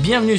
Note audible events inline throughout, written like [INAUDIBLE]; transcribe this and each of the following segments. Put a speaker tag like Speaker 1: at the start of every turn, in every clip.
Speaker 1: Bienvenue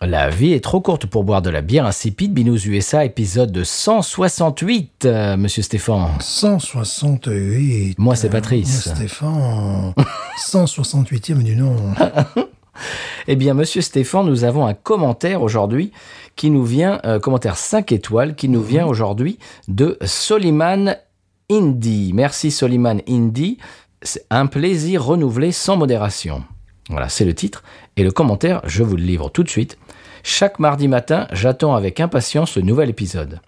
Speaker 1: La vie est trop courte pour boire de la bière insipide. Binous USA, épisode 168, monsieur Stéphane.
Speaker 2: 168.
Speaker 1: Moi, c'est Patrice. [LAUGHS]
Speaker 2: Moi, Stéphane. 168e du nom.
Speaker 1: Ah, Eh bien, monsieur Stéphane, nous avons un commentaire aujourd'hui qui nous vient, euh, commentaire 5 étoiles, qui nous vient aujourd'hui de Soliman Indy. Merci Soliman Indy. C'est un plaisir renouvelé sans modération. Voilà, c'est le titre. Et le commentaire, je vous le livre tout de suite. Chaque mardi matin, j'attends avec impatience le nouvel épisode.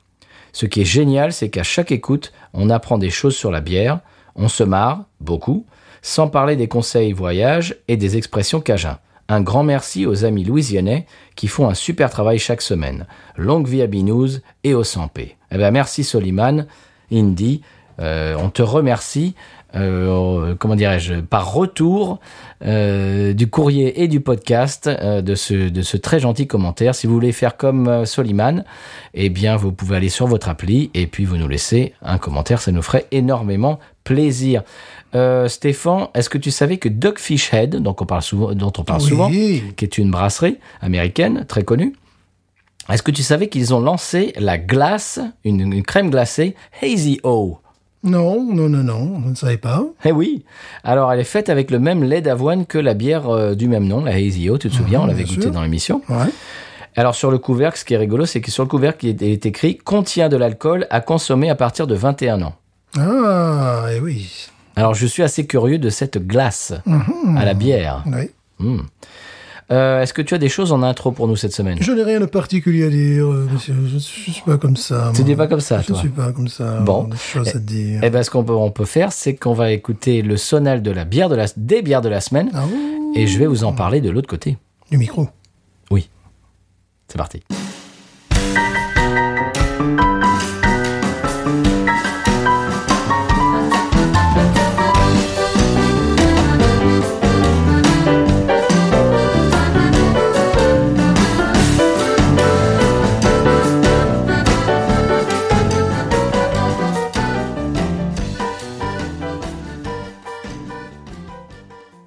Speaker 1: Ce qui est génial, c'est qu'à chaque écoute, on apprend des choses sur la bière, on se marre, beaucoup, sans parler des conseils voyage et des expressions cajun. Un grand merci aux amis louisianais qui font un super travail chaque semaine. Longue vie à Binous et au 100p. Eh ben, merci Soliman, Indy, euh, on te remercie, euh, comment dirais-je, par retour euh, du courrier et du podcast euh, de, ce, de ce très gentil commentaire. Si vous voulez faire comme euh, Soliman, eh bien, vous pouvez aller sur votre appli et puis vous nous laissez un commentaire. Ça nous ferait énormément plaisir. Euh, Stéphane, est-ce que tu savais que Dogfish Head, donc on parle souvent, dont on parle
Speaker 2: Oui.
Speaker 1: souvent, qui est une brasserie américaine très connue, est-ce que tu savais qu'ils ont lancé la glace, une, une crème glacée Hazy O
Speaker 2: Non, non, non, non. Vous ne savez pas.
Speaker 1: eh oui. Alors, elle est faite avec le même lait d'avoine que la bière euh, du même nom, la Hazy O, tu te souviens, on l'avait
Speaker 2: Mhm, bien
Speaker 1: goûtée
Speaker 2: sûr.
Speaker 1: dans l'émission.
Speaker 2: Ouais.
Speaker 1: Alors, sur le couvercle, ce qui est rigolo, c'est que sur le couvercle, il est, il est écrit « Contient de l'alcool à consommer à partir de 21 ans
Speaker 2: Ah, et oui. ».
Speaker 1: Alors, je suis assez curieux de cette glace
Speaker 2: Mhm.
Speaker 1: à la bière.
Speaker 2: Oui.
Speaker 1: Hmm. Euh, Est-ce que tu as des choses en intro pour nous cette semaine
Speaker 2: Je n'ai rien de particulier à dire, euh, monsieur. Je ne suis pas comme ça.
Speaker 1: Tu
Speaker 2: moi.
Speaker 1: n'es pas comme ça,
Speaker 2: Je ne
Speaker 1: toi
Speaker 2: suis pas comme ça.
Speaker 1: Bon.
Speaker 2: Des choses à dire.
Speaker 1: Eh ben, ce qu'on peut, on peut faire, c'est qu'on va écouter le sonal de la bière de la, des bières de la semaine,
Speaker 2: Ah, ouh,
Speaker 1: et je vais vous en parler de l'autre côté.
Speaker 2: Du micro.
Speaker 1: Oui. C'est parti.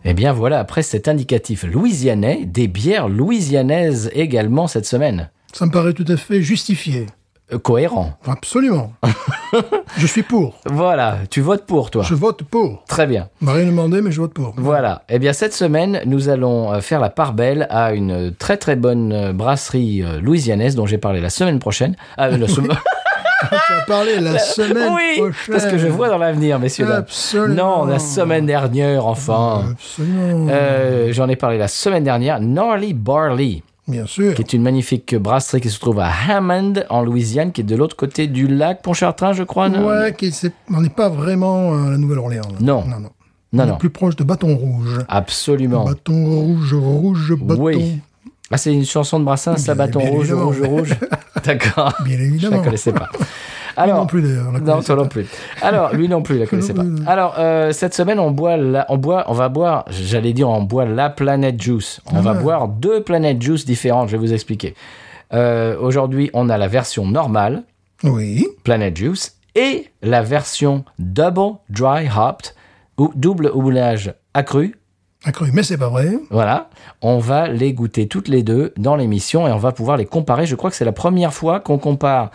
Speaker 1: Eh bien voilà, après cet indicatif louisianais, des bières louisianaises également cette semaine.
Speaker 2: Ça me paraît tout à fait justifié.
Speaker 1: Euh, cohérent. [LAUGHS]
Speaker 2: Absolument. je suis pour.
Speaker 1: Voilà, tu votes pour toi.
Speaker 2: Je vote pour.
Speaker 1: Très bien.
Speaker 2: On m'a rien demandé, mais je vote pour.
Speaker 1: Voilà. Eh bien, cette semaine, nous allons euh, faire la part belle à une très très bonne euh, brasserie euh, louisianaise dont j'ai parlé la semaine prochaine. Ah, la semaine-
Speaker 2: Tu as parlé la semaine
Speaker 1: Euh, oui,
Speaker 2: prochaine.
Speaker 1: parce que je vois dans l'avenir, messieurs. dames.
Speaker 2: Absolument.
Speaker 1: Non, la semaine dernière, enfin.
Speaker 2: Absolument.
Speaker 1: Euh, J'en ai parlé la semaine dernière. Gnarly Barley.
Speaker 2: Bien sûr.
Speaker 1: qui est une magnifique brasserie qui se trouve à Hammond, en Louisiane, qui est de l'autre côté du lac Pontchartrain, je crois. non
Speaker 2: Ouais, qui- c'est- on n'est pas vraiment euh, à la Nouvelle-Orléans. là.
Speaker 1: Non.
Speaker 2: Non, non.
Speaker 1: non,
Speaker 2: On est
Speaker 1: non,
Speaker 2: plus proche de Bâton Rouge.
Speaker 1: absolument.
Speaker 2: Bâton Rouge, Rouge, Bâton.
Speaker 1: Oui. Ah, c'est une chanson de Brassens, ça,
Speaker 2: Bien-
Speaker 1: bâton
Speaker 2: bien
Speaker 1: rouge,
Speaker 2: évidemment.
Speaker 1: rouge,
Speaker 2: [LAUGHS]
Speaker 1: rouge. D'accord.
Speaker 2: Bien
Speaker 1: Je la
Speaker 2: évidemment.
Speaker 1: connaissais pas.
Speaker 2: Lui
Speaker 1: Alors,
Speaker 2: non plus, d'ailleurs. on la
Speaker 1: Non,
Speaker 2: connaissait
Speaker 1: toi non
Speaker 2: pas.
Speaker 1: plus. Alors, lui non plus, il
Speaker 2: [LAUGHS]
Speaker 1: la connaissait pas. Alors, euh, cette semaine, on boit, la- on boit, on va boire, j'allais dire, on boit la Planet Juice. On
Speaker 2: Ah.
Speaker 1: va boire deux Planet Juice différentes, je vais vous expliquer. Euh, Aujourd'hui, on a la version normale,
Speaker 2: Oui.
Speaker 1: Planet Juice, et la version Double Dry Hopped, ou double houblage accru.
Speaker 2: Accru, mais c'est pas vrai.
Speaker 1: Voilà, on va les goûter toutes les deux dans l'émission et on va pouvoir les comparer. Je crois que c'est la première fois qu'on compare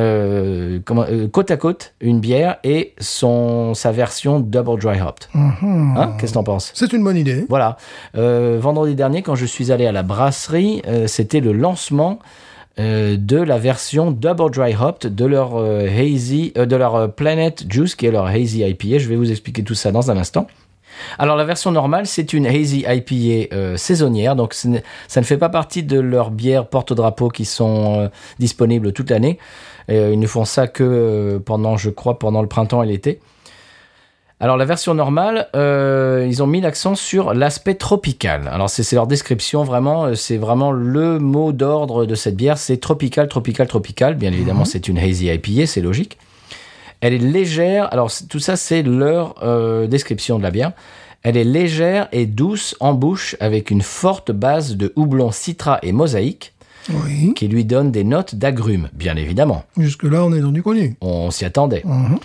Speaker 1: euh, comment- euh, côte à côte une bière et son, sa version Double Dry Hopped.
Speaker 2: Mhm.
Speaker 1: Hein Qu'est-ce que t'en penses
Speaker 2: C'est une bonne idée.
Speaker 1: voilà. Euh, vendredi dernier, quand je suis allé à la brasserie, euh, c'était le lancement euh, de la version Double Dry Hopped de leur euh, Hazy, euh, de leur euh, Planet Juice, qui est leur Hazy IPA. Je vais vous expliquer tout ça dans un instant. Alors la version normale, c'est une hazy IPA euh, saisonnière, donc ce n'est- ça ne fait pas partie de leurs bières porte-drapeau qui sont euh, disponibles toute l'année. Euh, ils ne font ça que euh, pendant, je crois, pendant le printemps et l'été. Alors la version normale, euh, ils ont mis l'accent sur l'aspect tropical. Alors c'est c'est leur description vraiment, euh, c'est vraiment le mot d'ordre de cette bière, c'est tropical, tropical, tropical. Bien évidemment, c'est une hazy IPA, c'est logique. Elle est légère. Alors c'est- tout ça, c'est leur euh, description de la bière. Elle est légère et douce en bouche avec une forte base de houblon citra et mosaïque
Speaker 2: Oui.
Speaker 1: qui lui donne des notes d'agrumes, bien évidemment.
Speaker 2: Jusque-là, on est dans du connu.
Speaker 1: On s'y attendait.
Speaker 2: Mhm.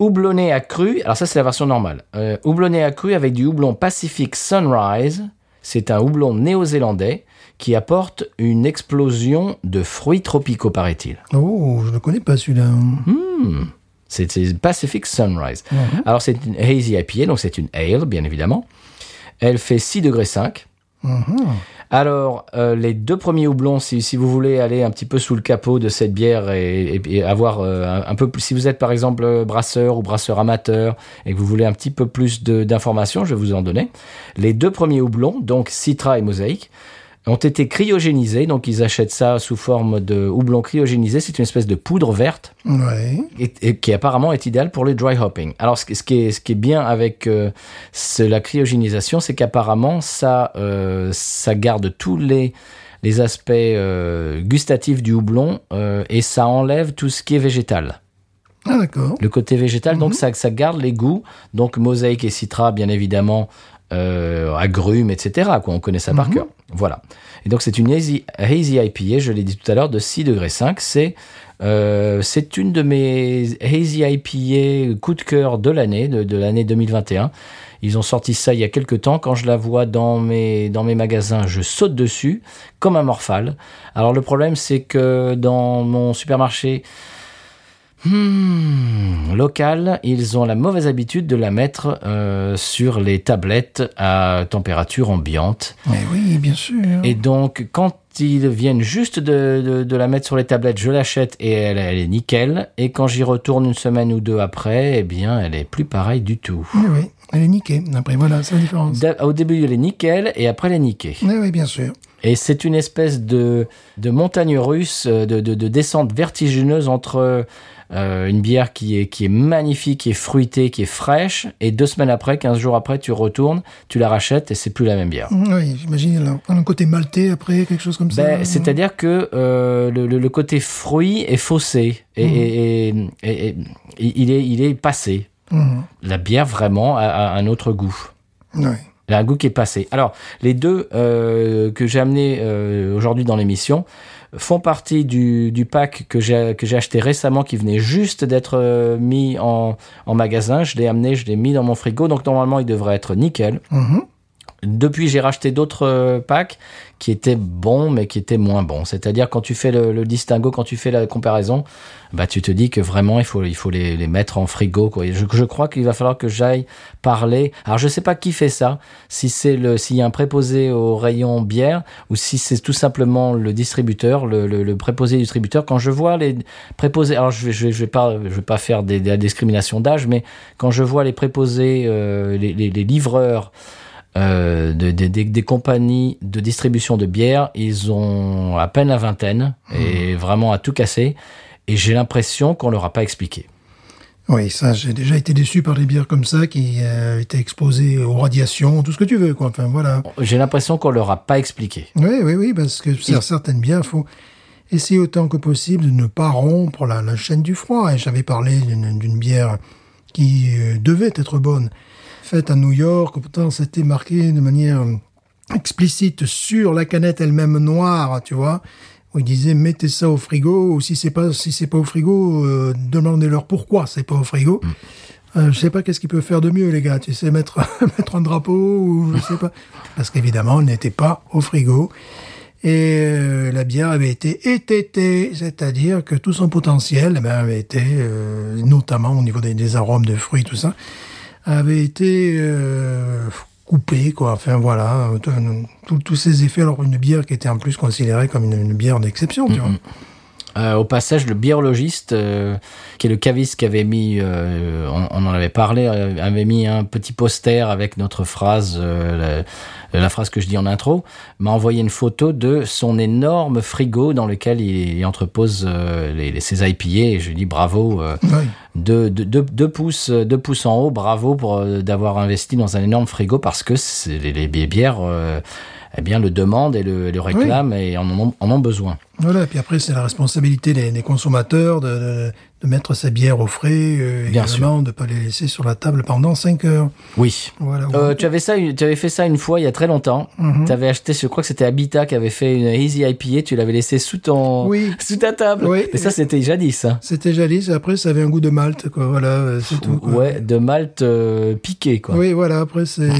Speaker 1: Houblonné accru, alors ça c'est la version normale. Euh, houblonné accru avec du houblon Pacific Sunrise, c'est un houblon néo-zélandais qui apporte une explosion de fruits tropicaux, paraît-il.
Speaker 2: Oh, je ne connais pas celui-là.
Speaker 1: Mhm. C'est c'est Pacific Sunrise.
Speaker 2: Mm-hmm.
Speaker 1: Alors c'est une hazy IPA, donc c'est une ale, bien évidemment. Elle fait 6 degrés 5.
Speaker 2: Mhm.
Speaker 1: Alors, euh, les deux premiers houblons, si, si vous voulez aller un petit peu sous le capot de cette bière et, et- et avoir euh, un, un peu plus, si vous êtes par exemple euh, brasseur ou brasseur amateur et que vous voulez un petit peu plus de- d'informations, je vais vous en donner. Les deux premiers houblons, donc Citra et Mosaïque, ont été cryogénisés, donc ils achètent ça sous forme de houblon cryogénisé, c'est une espèce de poudre verte
Speaker 2: Ouais.
Speaker 1: et, et qui apparemment est idéal pour le dry hopping. Alors ce, qui- ce qui, est, ce qui est bien avec euh, ce- la cryogénisation, c'est qu'apparemment ça, euh, ça garde tous les, les aspects euh, gustatifs du houblon euh, et ça enlève tout ce qui est végétal.
Speaker 2: Ah, d'accord.
Speaker 1: Le côté végétal, donc ça, ça garde les goûts, donc mosaïque et citra bien évidemment, euh, agrumes, etc. Quoi, on connaît ça par cœur. Voilà. Et donc c'est une hazy, hazy IPA, je l'ai dit tout à l'heure, de 6 degrés 5. C'est euh, c'est une de mes hazy IPA coup de cœur de l'année, de, de l'année 2021. Ils ont sorti ça il y a quelques temps. Quand je la vois dans mes, dans mes magasins, je saute dessus comme un morphale. Alors le problème, c'est que dans mon supermarché hmm, local, ils ont la mauvaise habitude de la mettre euh, sur les tablettes à température ambiante.
Speaker 2: Mais oui, bien sûr.
Speaker 1: Et donc, quand ils viennent juste de, de- de la mettre sur les tablettes, je l'achète et elle, elle est nickel. Et quand j'y retourne une semaine ou deux après, eh bien, elle est plus pareille du tout.
Speaker 2: Oui, oui. Elle est niquée. Après, voilà, c'est la différence.
Speaker 1: D'a- Au début, elle est nickel et après, elle est niquée.
Speaker 2: Oui, oui, bien sûr.
Speaker 1: Et c'est une espèce de, de montagne russe, euh, de, de- de descente vertigineuse entre euh, une bière qui est, qui est magnifique, qui est fruitée, qui est fraîche, et deux semaines après, 15 jours après, tu retournes, tu la rachètes et c'est plus la même bière.
Speaker 2: Mm, Oui, j'imagine. alors, Un côté maltais après, quelque chose comme
Speaker 1: Ben,
Speaker 2: ça.
Speaker 1: C'est-à-dire que euh, le, le- le côté fruit est faussé et, et- et- et- et il, est, il est passé.
Speaker 2: Mhm.
Speaker 1: La bière vraiment a, a un autre goût.
Speaker 2: Oui.
Speaker 1: Elle a un goût qui est passé. Alors, les deux euh, que j'ai amenés euh, aujourd'hui dans l'émission font partie du, du pack que j'ai que j'ai acheté récemment qui venait juste d'être euh, mis en, en magasin. Je l'ai amené, je l'ai mis dans mon frigo, donc normalement il devrait être nickel.
Speaker 2: Mhm.
Speaker 1: Depuis, j'ai racheté d'autres euh, packs qui étaient bons, mais qui étaient moins bons. C'est-à-dire, quand tu fais le, le distinguo, quand tu fais la comparaison, bah, tu te dis que vraiment, il faut, il faut les, les mettre en frigo. Quoi. Et Je, je crois qu'il va falloir que j'aille parler. Alors, je sais pas qui fait ça, si c'est le, s'il y a un préposé au rayon bière, ou si c'est tout simplement le distributeur, le, le, le préposé distributeur. Quand je vois les préposés, alors je vais, je vais, je vais pas, je vais pas faire des, des discriminations d'âge, mais quand je vois les préposés, euh, les, les, les livreurs, euh, de- de- des- des compagnies de distribution de bière, ils ont à peine la vingtaine et vraiment à tout casser. Et j'ai l'impression qu'on leur a pas expliqué.
Speaker 2: Oui, ça, j'ai déjà été déçu par des bières comme ça qui euh, étaient exposées aux radiations, tout ce que tu veux, quoi. Enfin, voilà.
Speaker 1: J'ai l'impression qu'on leur a pas expliqué.
Speaker 2: Oui, oui, oui, parce que sur certaines bières, il faut essayer autant que possible de ne pas rompre la, la chaîne du froid. Et j'avais parlé d'une d'une bière qui euh, devait être bonne, faite à New York. Pourtant, c'était marqué de manière explicite sur la canette elle-même noire, tu vois. Où il disait mettez ça au frigo ou si c'est pas si c'est pas au frigo euh, demandez-leur pourquoi c'est pas au frigo. Euh, je sais pas qu'est-ce qu'ils peuvent faire de mieux les gars, tu sais mettre [LAUGHS] mettre un drapeau ou je sais pas parce qu'évidemment elle n'était pas au frigo et euh, la bière avait été ététée, c'est-à-dire que tout son potentiel eh ben, avait été euh, notamment au niveau des, des arômes de fruits tout ça avait été euh, coupé quoi. Enfin voilà, tout- tout- tous ces effets alors une bière qui était en plus considérée comme une, une bière d'exception, tu vois.
Speaker 1: Euh, au passage, le biologiste, euh, qui est le caviste qui avait mis, euh, on, on en avait parlé, euh, avait mis un petit poster avec notre phrase euh, euh, la phrase que je dis en intro, m'a envoyé une photo de son énorme frigo dans lequel il, il entrepose euh, les, les- ses IPA. Et je lui dis bravo, euh,
Speaker 2: Ouais.
Speaker 1: deux, deux- deux- deux pouces, euh, deux pouces en haut, bravo pour euh, d'avoir investi dans un énorme frigo parce que c'est- les, les bières euh, eh bien, le demandent et le, le réclament et en ont, en ont besoin.
Speaker 2: Voilà, puis après, c'est la responsabilité des, des consommateurs de, de, de mettre sa bière au frais, euh,
Speaker 1: Bien
Speaker 2: également, de ne pas les laisser sur la table pendant 5 heures.
Speaker 1: Oui.
Speaker 2: Voilà. Mhm.
Speaker 1: Euh, tu avais ça, une- tu avais fait ça une fois il y a très longtemps. Tu avais acheté, je crois que c'était Habitat qui avait fait une Easy IPA. Tu l'avais laissé sous ton,
Speaker 2: Oui.
Speaker 1: [LAUGHS] sous ta table.
Speaker 2: Oui.
Speaker 1: Mais ça c'était jadis. hein.
Speaker 2: C'était jadis, et après, ça avait un goût de malt, quoi. Voilà, euh, c'est tout. quoi.
Speaker 1: Ouais, de Malte euh, piqué quoi.
Speaker 2: Oui, voilà, après, c'est.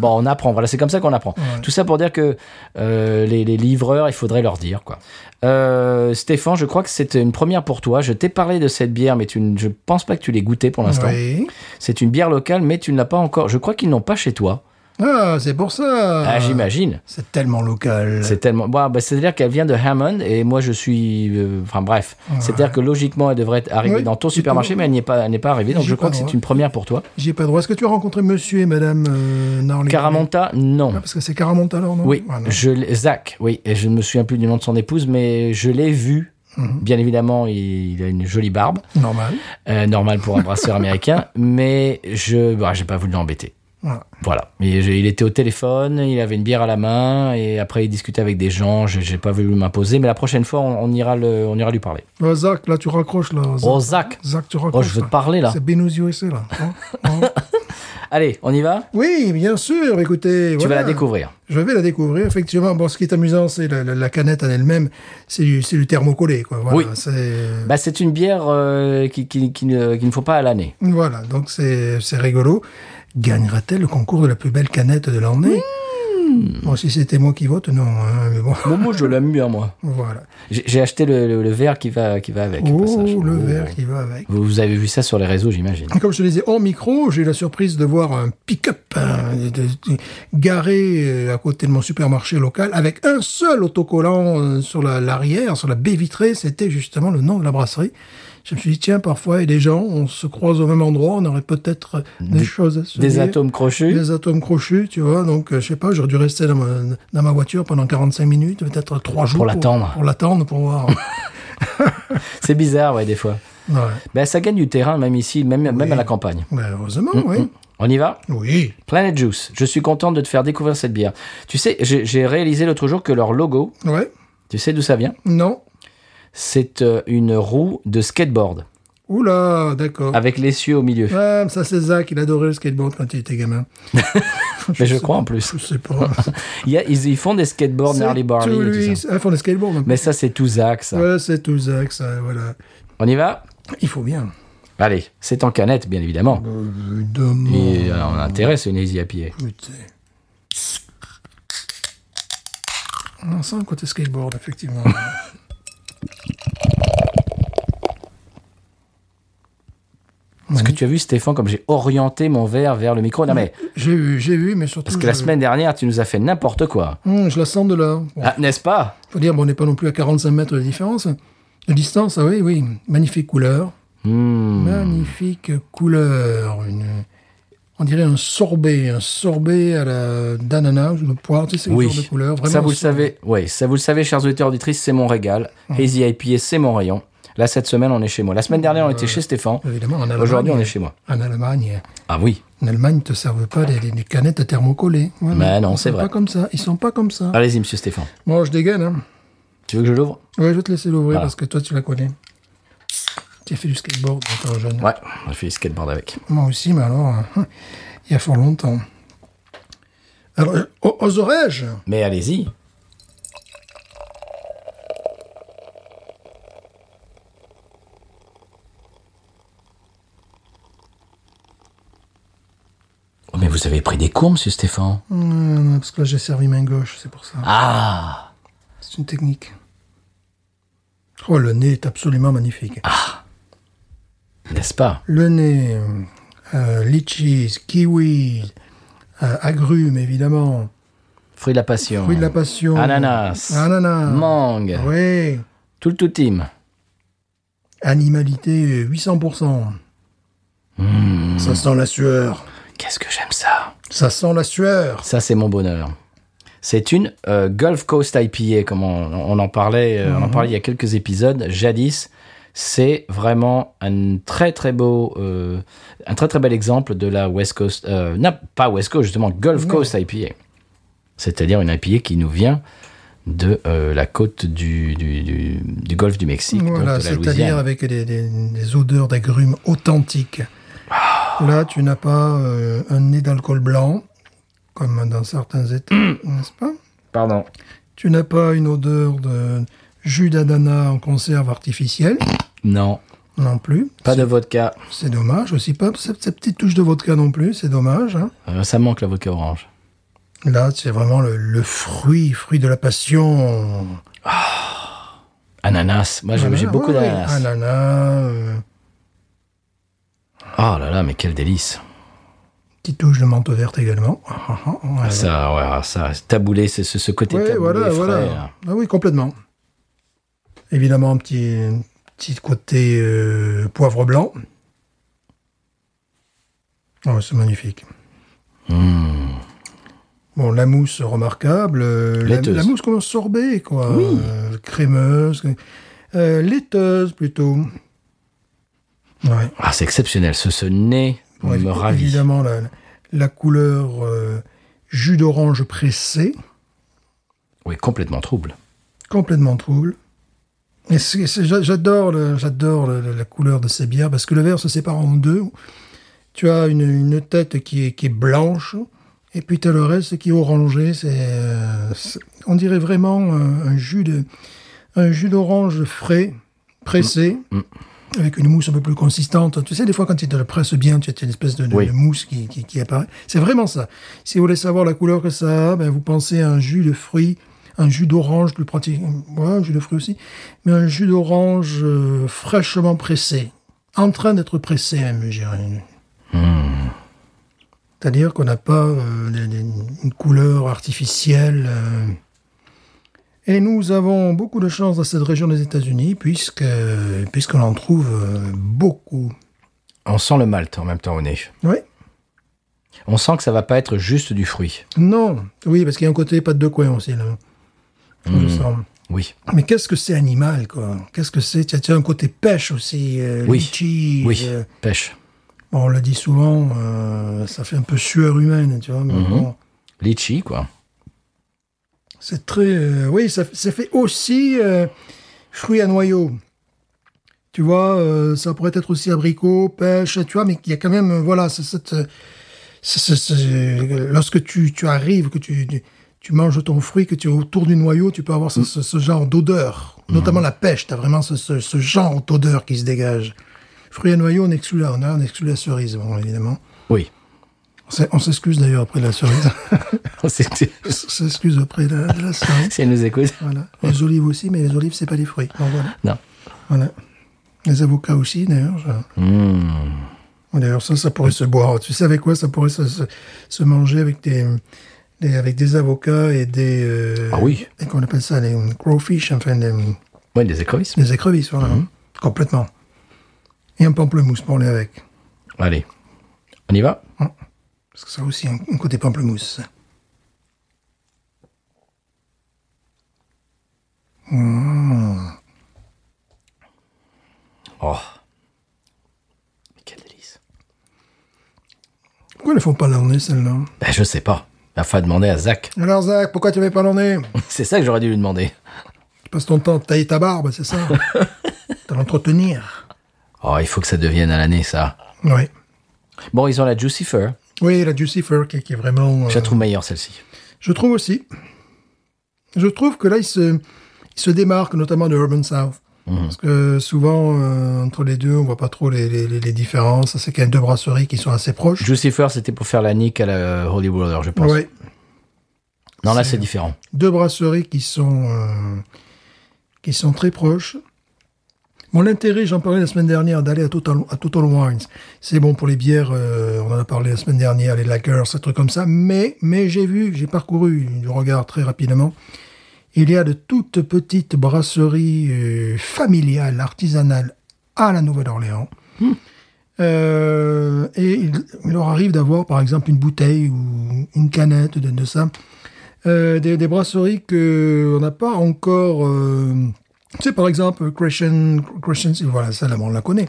Speaker 1: Bon, on apprend. Voilà, c'est comme ça qu'on
Speaker 2: [LAUGHS]
Speaker 1: apprend. Tout ça Ah, pour dire que euh, les, les livreurs, il faudrait leur dire quoi. Euh, Stéphane, je crois que c'était une première pour toi. Je t'ai parlé de cette bière, mais tu, ne- je pense pas que tu l'aies goûtée pour l'instant.
Speaker 2: Oui.
Speaker 1: C'est une bière locale, mais tu ne l'as pas encore. Je crois qu'ils n'ont pas chez toi.
Speaker 2: Ah, c'est pour ça.
Speaker 1: ah j'imagine.
Speaker 2: C'est tellement local.
Speaker 1: C'est tellement. Bon, bah, c'est-à-dire qu'elle vient de Hammond et moi je suis. euh, Enfin bref. C'est-à-dire que logiquement elle devrait être arrivée
Speaker 2: Oui,
Speaker 1: dans ton
Speaker 2: c'est
Speaker 1: supermarché,
Speaker 2: tout.
Speaker 1: mais elle n'y est pas, elle n'est pas arrivée. Donc
Speaker 2: J'ai
Speaker 1: je crois
Speaker 2: pas
Speaker 1: que c'est
Speaker 2: droit.
Speaker 1: une première pour toi.
Speaker 2: J'y ai pas droit. Est-ce que tu as rencontré monsieur et madame euh, Narling
Speaker 1: Caramonta, non.
Speaker 2: Ah, Parce que c'est Caramonta alors, non
Speaker 1: Oui,
Speaker 2: Ah, non.
Speaker 1: je l'ai- Zach, oui, et je ne me souviens plus du nom de son épouse, mais je l'ai vu. Bien évidemment, il, il a une jolie barbe,
Speaker 2: Normal.
Speaker 1: euh, normale pour un [LAUGHS] brasseur américain, mais je, bah, j'ai pas voulu l'embêter.
Speaker 2: Voilà.
Speaker 1: Voilà. Mais j'ai- il était au téléphone, il avait une bière à la main, et après il discutait avec des gens. J'ai, j'ai pas voulu m'imposer, mais la prochaine fois, on, on ira le, on ira lui parler.
Speaker 2: Oh, Zach, là, tu raccroches, là. Zach,
Speaker 1: Oh Zach,
Speaker 2: Zach, tu
Speaker 1: oh
Speaker 2: raccroches.
Speaker 1: je veux
Speaker 2: là.
Speaker 1: te parler là.
Speaker 2: C'est Benous USA, là. Hein Hein [LAUGHS]
Speaker 1: Allez, on y va.
Speaker 2: oui, bien sûr, écoutez.
Speaker 1: Tu vas la découvrir.
Speaker 2: Je vais la découvrir, effectivement. Bon, ce qui est amusant, c'est la, la- la canette en elle-même, c'est du, c'est du thermocollé, quoi. Voilà,
Speaker 1: Oui.
Speaker 2: c'est-
Speaker 1: Bah, c'est une bière euh, qui, qui, qui ne, qu'il ne faut pas à l'année.
Speaker 2: Voilà, donc c'est c'est rigolo. Gagnera-t-elle le concours de la plus belle canette de l'année
Speaker 1: Hmm.
Speaker 2: Bon, si c'était moi qui vote, non, hein, mais bon, [LAUGHS]
Speaker 1: Bon, moi je l'aime bien moi.
Speaker 2: voilà.
Speaker 1: J'ai j'ai acheté le, le- le verre qui va, qui va avec. au
Speaker 2: Oh,
Speaker 1: passage.
Speaker 2: le
Speaker 1: Oh.
Speaker 2: verre qui Ah, va avec.
Speaker 1: Vous, vous avez vu ça sur les réseaux, j'imagine.
Speaker 2: Comme je te le disais, hors micro, j'ai eu la surprise de voir un pick-up hein, de- de- garé euh, à côté de mon supermarché local avec un seul autocollant euh, sur la- l'arrière, sur la baie vitrée. C'était justement le nom de la brasserie. Je me suis dit, tiens, parfois, et des gens, on se croise au même endroit, on aurait peut-être des, choses à se
Speaker 1: Des
Speaker 2: dire.
Speaker 1: atomes crochus.
Speaker 2: Des atomes crochus, tu vois. Donc, euh, je sais pas, j'aurais dû rester dans ma, dans ma voiture pendant 45 minutes, peut-être 3 jours.
Speaker 1: l'attendre.
Speaker 2: Pour l'attendre,
Speaker 1: [LAUGHS]
Speaker 2: pour voir.
Speaker 1: C'est bizarre, ouais, des fois.
Speaker 2: ouais.
Speaker 1: Ben, ça gagne du terrain, même ici, même, même à la campagne.
Speaker 2: Ben, heureusement,
Speaker 1: Mm,
Speaker 2: oui.
Speaker 1: On y va
Speaker 2: Oui.
Speaker 1: Planet Juice, je suis content de te faire découvrir cette bière. Tu sais, j'ai j'ai réalisé l'autre jour que leur logo,
Speaker 2: Ouais.
Speaker 1: tu sais d'où ça vient
Speaker 2: Non.
Speaker 1: C'est euh, une roue de skateboard,
Speaker 2: Oula, d'accord.
Speaker 1: avec l'essieu au milieu.
Speaker 2: Oh. Ah, ça, c'est Zach, il adorait le skateboard quand il était gamin.
Speaker 1: Mais je
Speaker 2: sais
Speaker 1: crois en
Speaker 2: pas.
Speaker 1: plus.
Speaker 2: Je
Speaker 1: [LAUGHS]
Speaker 2: sais pas.
Speaker 1: Il y a- ils, ils font des skateboards Gnarly Barley
Speaker 2: tout
Speaker 1: et tout
Speaker 2: lui.
Speaker 1: ça.
Speaker 2: Ah, ils font des skateboards.
Speaker 1: Mais ça, c'est tout Zach, ça.
Speaker 2: Voilà, c'est tout Zach, ça, voilà.
Speaker 1: On y va
Speaker 2: Il faut bien.
Speaker 1: Allez, c'est en canette, bien évidemment.
Speaker 2: Évidemment.
Speaker 1: Et euh, on a intérêt, c'est une easy à pied.
Speaker 2: Putain. On sent le côté skateboard, effectivement. [LAUGHS]
Speaker 1: Est-ce que tu as vu, Stéphane, comme j'ai orienté mon verre vers le micro Non, mais
Speaker 2: j'ai vu, j'ai vu, mais surtout.
Speaker 1: parce que la
Speaker 2: je-
Speaker 1: semaine dernière, tu nous as fait n'importe quoi.
Speaker 2: Hum, je la sens de là. Bon,
Speaker 1: Ah, n'est-ce pas
Speaker 2: Faut dire, bon, on n'est pas non plus à 45 mètres de différence. De distance, ah oui, oui. Magnifique couleur.
Speaker 1: Hmm.
Speaker 2: Magnifique couleur. Une... On dirait un sorbet, un sorbet à la d'ananas ou de poire, tu sais, ce genre de
Speaker 1: Oui,
Speaker 2: couleur. Vraiment
Speaker 1: ça vous
Speaker 2: un
Speaker 1: le
Speaker 2: sorbet.
Speaker 1: savez. Oui, ça vous le savez, chers auditeurs auditrices, c'est mon régal. Hazy IPA, c'est mon rayon. Là, cette semaine, on est chez moi. La semaine dernière, on était chez Stéphane.
Speaker 2: Euh, Évidemment, en Allemagne.
Speaker 1: Aujourd'hui, on est chez moi.
Speaker 2: En Allemagne.
Speaker 1: Ah oui.
Speaker 2: En Allemagne, ils te servent pas des, des- des canettes thermocollées. Voilà.
Speaker 1: Mais non,
Speaker 2: Ils
Speaker 1: c'est
Speaker 2: sont
Speaker 1: vrai. Ah.
Speaker 2: Pas comme ça. Ils sont pas comme ça.
Speaker 1: Allez-y, monsieur Stéphane.
Speaker 2: Moi, je dégaine. Hein.
Speaker 1: Tu veux que je l'ouvre
Speaker 2: Ouais, je vais te laisser l'ouvrir
Speaker 1: Voilà.
Speaker 2: parce que toi, tu la connais. Tu as fait du skateboard quand t'étais jeune.
Speaker 1: Ouais, on fait du skateboard avec.
Speaker 2: Moi aussi, mais alors, euh, il y a fort longtemps. Alors, euh, o- oserais-je
Speaker 1: Mais allez-y. Oh, mais vous avez pris des cours, monsieur Stéphane
Speaker 2: Hum, Parce que là, j'ai servi main gauche, c'est pour ça.
Speaker 1: Ah
Speaker 2: C'est une technique. Oh, le nez est absolument magnifique.
Speaker 1: Ah. N'est-ce pas
Speaker 2: Le nez, euh, litchis, kiwis, euh, agrumes évidemment,
Speaker 1: Fruit de la passion.
Speaker 2: fruit de la Ah passion,
Speaker 1: Ananas.
Speaker 2: ananas,
Speaker 1: Mangue.
Speaker 2: oui,
Speaker 1: Tout le tout team.
Speaker 2: animalité 800%. Ça sent la sueur,
Speaker 1: Mmh. Qu'est-ce que j'aime ça
Speaker 2: Ça sent la sueur.
Speaker 1: Ça, c'est mon bonheur. C'est une euh, Gulf Coast IPA, comme on, on en parlait, euh, on
Speaker 2: Mhm.
Speaker 1: en parlait il y a quelques épisodes, jadis. C'est vraiment un très très beau, euh, un très très bel exemple de la West Coast, euh, non, pas West Coast justement, Gulf Coast IPA. C'est-à-dire une IPA qui nous vient de euh, la côte du, du, du- du Golfe du Mexique, donc
Speaker 2: Voilà,
Speaker 1: de la
Speaker 2: c'est-à-dire
Speaker 1: Louisiane.
Speaker 2: avec des, des- des odeurs d'agrumes authentiques.
Speaker 1: Ah.
Speaker 2: Là, tu n'as pas euh, un nez d'alcool blanc, comme dans certains États,
Speaker 1: Mm.
Speaker 2: n'est-ce pas
Speaker 1: Pardon.
Speaker 2: Tu n'as pas une odeur de jus d'ananas en conserve artificielle,
Speaker 1: Non,
Speaker 2: non plus.
Speaker 1: pas de vodka.
Speaker 2: C'est dommage aussi, pas cette, cette petite touche de vodka non plus, c'est dommage. hein.
Speaker 1: Euh, ça manque la vodka orange.
Speaker 2: Là, c'est vraiment le, le fruit, fruit de la passion.
Speaker 1: Ananas. Moi, Ah, j'ai j'ai
Speaker 2: Voilà,
Speaker 1: beaucoup
Speaker 2: ouais, ouais.
Speaker 1: d'ananas.
Speaker 2: Ananas, euh,
Speaker 1: Oh là là, mais quel délice.
Speaker 2: petite touche de menthe verte également. Ah, ah, ah, voilà.
Speaker 1: Ça, ouais, alors ça, taboulé, c'est ce, ce côté
Speaker 2: Ouais,
Speaker 1: taboulé
Speaker 2: voilà,
Speaker 1: frais. hein.
Speaker 2: voilà.
Speaker 1: là.
Speaker 2: Ah oui, complètement. Évidemment, un petit, un petit côté euh, poivre blanc. Oh, c'est magnifique.
Speaker 1: Hmm.
Speaker 2: Bon, la mousse remarquable. euh, la,
Speaker 1: Laiteuse.
Speaker 2: la mousse comme un sorbet, quoi. Euh, crémeuse. euh, laiteuse, plutôt. Ouais.
Speaker 1: Ah, c'est exceptionnel, ce, ce nez
Speaker 2: Ouais,
Speaker 1: me
Speaker 2: évi-
Speaker 1: ravit.
Speaker 2: Évidemment, la, la couleur euh, jus d'orange pressé.
Speaker 1: Oui, complètement trouble.
Speaker 2: complètement trouble. Et c'est- c'est- j'a- j'adore le- j'adore le- le- la couleur de ces bières parce que le verre se sépare en deux. Tu as une, une tête qui est, qui est blanche et puis tu as le reste qui est orangé. C'est euh, c'est- on dirait vraiment euh, un jus de un jus d'orange frais pressé avec une mousse un peu plus consistante. Tu sais, des fois quand tu te le presses bien, tu as une espèce de, de-
Speaker 1: Oui.
Speaker 2: de mousse qui, qui, qui apparaît. C'est vraiment ça. Si vous voulez savoir la couleur que ça a, ben, vous pensez à un jus de fruits, un jus d'orange plus pratique, ouais, un jus de fruits aussi, mais un jus d'orange euh, fraîchement pressé, en train d'être pressé même, je dirais. C'est-à-dire qu'on n'a pas euh, les- les- une couleur artificielle. euh. Et nous avons beaucoup de chance dans cette région des États-Unis, puisque puisqu'on en trouve euh, beaucoup.
Speaker 1: On sent le malt en même temps au nez.
Speaker 2: Oui.
Speaker 1: On sent que ça va pas être juste du fruit.
Speaker 2: Non, oui, parce qu'il y a un côté pas de coin aussi là.
Speaker 1: Hmm.
Speaker 2: Je sens.
Speaker 1: Oui.
Speaker 2: Mais qu'est-ce que c'est animal, quoi Qu'est-ce que c'est Tu as- tu as un côté pêche aussi, euh,
Speaker 1: Oui.
Speaker 2: litchi,
Speaker 1: Oui.
Speaker 2: euh,
Speaker 1: Pêche.
Speaker 2: bon, on le dit souvent, euh, ça fait un peu sueur humaine, tu vois. Mais
Speaker 1: Hmm.
Speaker 2: bon,
Speaker 1: Litchi, quoi.
Speaker 2: c'est très, euh, oui, ça, ça fait aussi euh, fruit à noyau. Tu vois, euh, ça pourrait être aussi abricot, pêche, tu vois, mais il y a quand même, euh, voilà, c'est cette, euh, c'est- c'est- c'est- euh, lorsque tu, tu arrives, que tu, tu- tu manges ton fruit, que tu es autour du noyau, tu peux avoir ce, ce- ce genre d'odeur. Notamment la pêche, tu as vraiment ce, ce- ce genre d'odeur qui se dégage. Fruits à noyau, on exclut là, on a- on exclut la cerise, bon, évidemment.
Speaker 1: Oui. [LAUGHS]
Speaker 2: On s'est- On s'excuse d'ailleurs après la cerise. [LAUGHS]
Speaker 1: C'est-
Speaker 2: On s'excuse auprès de la, de la cerise.
Speaker 1: si elle nous écoute.
Speaker 2: Voilà. Les olives aussi, mais les olives, c'est pas des fruits. Donc voilà.
Speaker 1: Non.
Speaker 2: Voilà. Les avocats aussi, d'ailleurs. je-
Speaker 1: Hmm.
Speaker 2: D'ailleurs, ça, ça pourrait se boire. Tu sais avec quoi ça pourrait se, se- se manger avec des, des- avec des avocats et des. euh,
Speaker 1: Ah oui.
Speaker 2: Et qu'on appelle ça les crowfish, enfin, des,
Speaker 1: Oui, des écrevisses.
Speaker 2: des écrevisses, voilà.
Speaker 1: Hmm.
Speaker 2: Complètement. Et un pamplemousse pour aller avec.
Speaker 1: Allez. On y va
Speaker 2: Parce que ça aussi, un, un côté pamplemousse.
Speaker 1: Oh. Mais quel délice.
Speaker 2: Pourquoi ils ne font pas l'ornée, celle-là
Speaker 1: Ben, je sais pas. Il va falloir demander à Zach. [LAUGHS]
Speaker 2: Alors, Zach, pourquoi tu ne mets pas l'ornée
Speaker 1: C'est ça que j'aurais dû lui demander.
Speaker 2: Tu passes ton temps à tailler ta barbe,
Speaker 1: [LAUGHS]
Speaker 2: c'est ça À l'entretenir.
Speaker 1: Oh, il faut que ça devienne à l'année, ça.
Speaker 2: Oui.
Speaker 1: Bon, ils ont la Jucifer.
Speaker 2: Oui, la Jucifer qui, qui est vraiment... euh,
Speaker 1: Je la trouve meilleure, celle-ci.
Speaker 2: je trouve aussi. Je trouve que là, il se, il se démarque notamment de Urban South. Parce que souvent, euh, entre les deux, on voit pas trop les, les- les- les différences. C'est quand même deux brasseries qui sont assez proches.
Speaker 1: Jucifer, c'était pour faire la nique à la euh, Holy Roller, je pense.
Speaker 2: Ouais.
Speaker 1: non, là, c'est différent.
Speaker 2: deux brasseries qui sont euh, qui sont très proches. Bon, l'intérêt, j'en parlais la semaine dernière, d'aller à Total, à Total Wines, c'est bon pour les bières, euh, on en a parlé la semaine dernière, les lagers, ces trucs comme ça, mais, mais j'ai vu, j'ai parcouru du regard très rapidement, il y a de toutes petites
Speaker 1: Hmm.
Speaker 2: brasseries euh, familiales, artisanales à la Nouvelle-Orléans, Euh, et il, il leur arrive d'avoir, par exemple, une bouteille ou une canette de, de ça. Euh, des, des brasseries qu'on n'a pas encore... euh, tu sais, par exemple, Crescent... Crescent voilà, ça, là, on la connaît.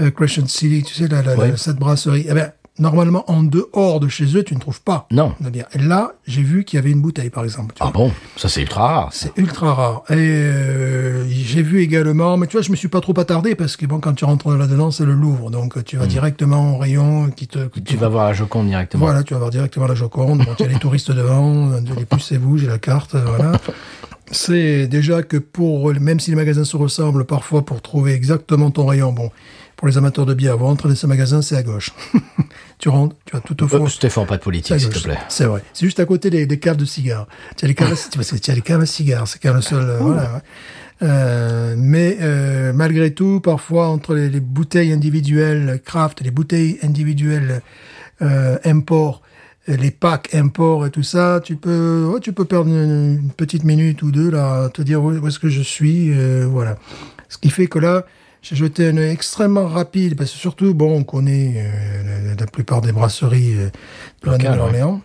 Speaker 2: Euh, Crescent City, tu sais, la, la- la-
Speaker 1: Ouais.
Speaker 2: cette brasserie. Eh ben, normalement, en dehors de chez eux, tu ne trouves pas
Speaker 1: Non.
Speaker 2: de bière. Et là, j'ai vu qu'il y avait une bouteille, par exemple. tu
Speaker 1: Ah
Speaker 2: vois.
Speaker 1: bon Ça, c'est ultra rare. ça.
Speaker 2: C'est ultra rare. Et euh, j'ai vu également, mais tu vois, je me suis pas trop attardé parce que bon, quand tu rentres là-dedans, c'est le Louvre, donc tu vas directement au rayon qui te. qui
Speaker 1: Hmm. Tu
Speaker 2: te-
Speaker 1: vas voir la Joconde directement.
Speaker 2: Voilà, tu vas voir directement la Joconde. Bon, tu as les touristes devant, euh, les puces et vous, j'ai la carte, euh, voilà. C'est déjà que pour, même si les magasins se ressemblent parfois pour trouver exactement ton rayon, bon, pour les amateurs de bière, vous rentrez dans ce magasin, c'est à gauche. [LAUGHS] tu rentres, tu vas tout au fond.
Speaker 1: Euh, Stéphane, pas de politique,
Speaker 2: C'est
Speaker 1: s'il
Speaker 2: à
Speaker 1: te
Speaker 2: gauche.
Speaker 1: plaît. Ah.
Speaker 2: C'est vrai. C'est juste à côté des, des caves de cigares. Tu as les caves, à- tu vois, c'est- tu as les caves à cigares. C'est quand même le seul. euh, voilà. ouais. Euh, mais euh, malgré tout, parfois entre les, les bouteilles individuelles craft, les bouteilles individuelles euh, import, et les packs import et tout ça, tu peux, ouais, tu peux perdre une, une petite minute ou deux là, à te dire où, où est-ce que je suis, euh, voilà. Ce qui fait que là, j'ai jeté un œil extrêmement rapide, parce que surtout, bon, on connaît euh, la, la plupart des brasseries euh, de la
Speaker 1: Locales, ouais.
Speaker 2: Nouvelle-Orléans.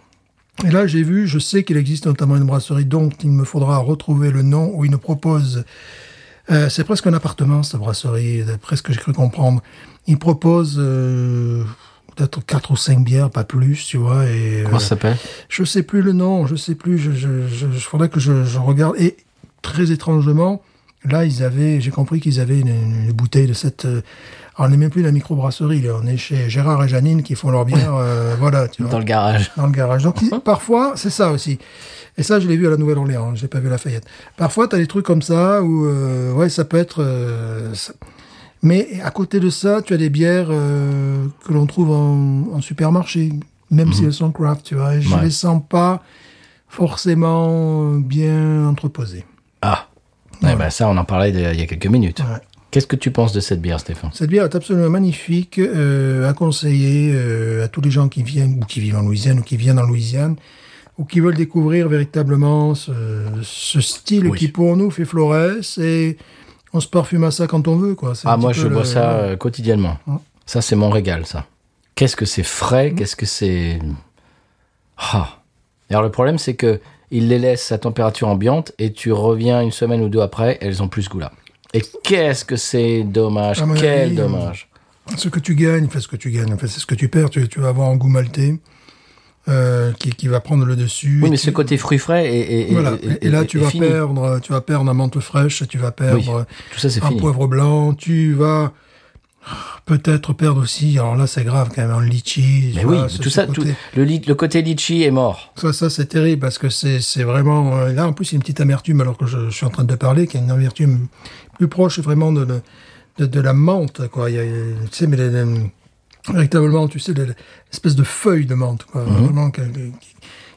Speaker 2: Et là, j'ai vu, je sais qu'il existe notamment une brasserie dont il me faudra retrouver le nom où il nous propose euh, c'est presque un appartement, cette brasserie, d'après ce que j'ai cru comprendre. Ils proposent euh, peut-être quatre ou cinq bières, pas plus, tu vois. Et,
Speaker 1: Comment
Speaker 2: euh,
Speaker 1: ça s'appelle
Speaker 2: je sais plus le nom, je sais plus, je, je, je- je- faudrait que je, je regarde. Et très étrangement, là, ils avaient, j'ai compris qu'ils avaient une, une bouteille de cette. euh, alors, on n'est même plus dans la microbrasserie, là, on est chez Gérard et Janine qui font leur bière, euh, voilà, tu vois
Speaker 1: Dans le garage.
Speaker 2: dans le garage. Donc il- parfois, c'est ça aussi. Et ça, je l'ai vu à la Nouvelle-Orléans, j'ai pas vu la Fayette. Parfois, tu as des trucs comme ça où, euh, ouais, ça peut être. euh, ça- Mais à côté de ça, tu as des bières euh, que l'on trouve en, en supermarché, même si elles sont craft, tu vois. Et Je
Speaker 1: Ouais.
Speaker 2: les sens pas forcément euh, bien entreposées.
Speaker 1: Ah. Eh ben, ça, on en parlait de- il y a quelques minutes.
Speaker 2: Ouais.
Speaker 1: Qu'est-ce que tu penses de cette bière, Stéphane
Speaker 2: Cette bière est absolument magnifique, euh, à conseiller euh, à tous les gens qui viennent ou qui vivent en Louisiane ou qui viennent en Louisiane ou qui veulent découvrir véritablement ce, ce style
Speaker 1: Oui.
Speaker 2: qui pour nous fait florès et on se parfume à ça quand on veut quoi. C'est un
Speaker 1: Ah,
Speaker 2: petit
Speaker 1: moi,
Speaker 2: peu
Speaker 1: je
Speaker 2: le-
Speaker 1: bois ça euh, quotidiennement.
Speaker 2: Mm.
Speaker 1: Ça, c'est mon régal, ça. Qu'est-ce que c'est frais Qu'est-ce que c'est. Ah Et Alors, le problème, c'est que il les laisse à température ambiante et tu reviens une semaine ou deux après, elles ont plus ce goût-là. Et qu'est-ce que c'est dommage
Speaker 2: À mon
Speaker 1: Quel
Speaker 2: avis, euh,
Speaker 1: dommage
Speaker 2: Ce que tu gagnes, enfin ce que tu gagnes, enfin c'est ce que tu perds, tu, tu vas avoir un goût maltais euh, qui, qui va prendre le dessus.
Speaker 1: Oui,
Speaker 2: Et
Speaker 1: mais
Speaker 2: tu-
Speaker 1: ce côté fruit frais et, et-
Speaker 2: voilà.
Speaker 1: et- et-
Speaker 2: Et là
Speaker 1: et-
Speaker 2: tu
Speaker 1: et
Speaker 2: vas
Speaker 1: fini.
Speaker 2: perdre, tu vas perdre un menthe fraîche, tu vas
Speaker 1: Oui.
Speaker 2: perdre
Speaker 1: Tout ça, c'est
Speaker 2: un
Speaker 1: fini.
Speaker 2: poivre blanc, tu vas peut-être perdre aussi, alors là c'est grave quand même, un litchi.
Speaker 1: Mais
Speaker 2: tu
Speaker 1: oui,
Speaker 2: vois, ce-
Speaker 1: tout
Speaker 2: ce
Speaker 1: ça,
Speaker 2: côté.
Speaker 1: tout- le, lit- le côté litchi est mort.
Speaker 2: Ça, ça c'est terrible parce que c'est c'est vraiment... euh, Là en plus il y a une petite amertume alors que je, je suis en train de parler, qui est une amertume plus proche vraiment de, de, de- de la menthe. Quoi. Il y a, tu sais, mais les- les- véritablement, tu sais, les- les- l'espèce de feuille de menthe, quoi,
Speaker 1: Mhm.
Speaker 2: vraiment, qui,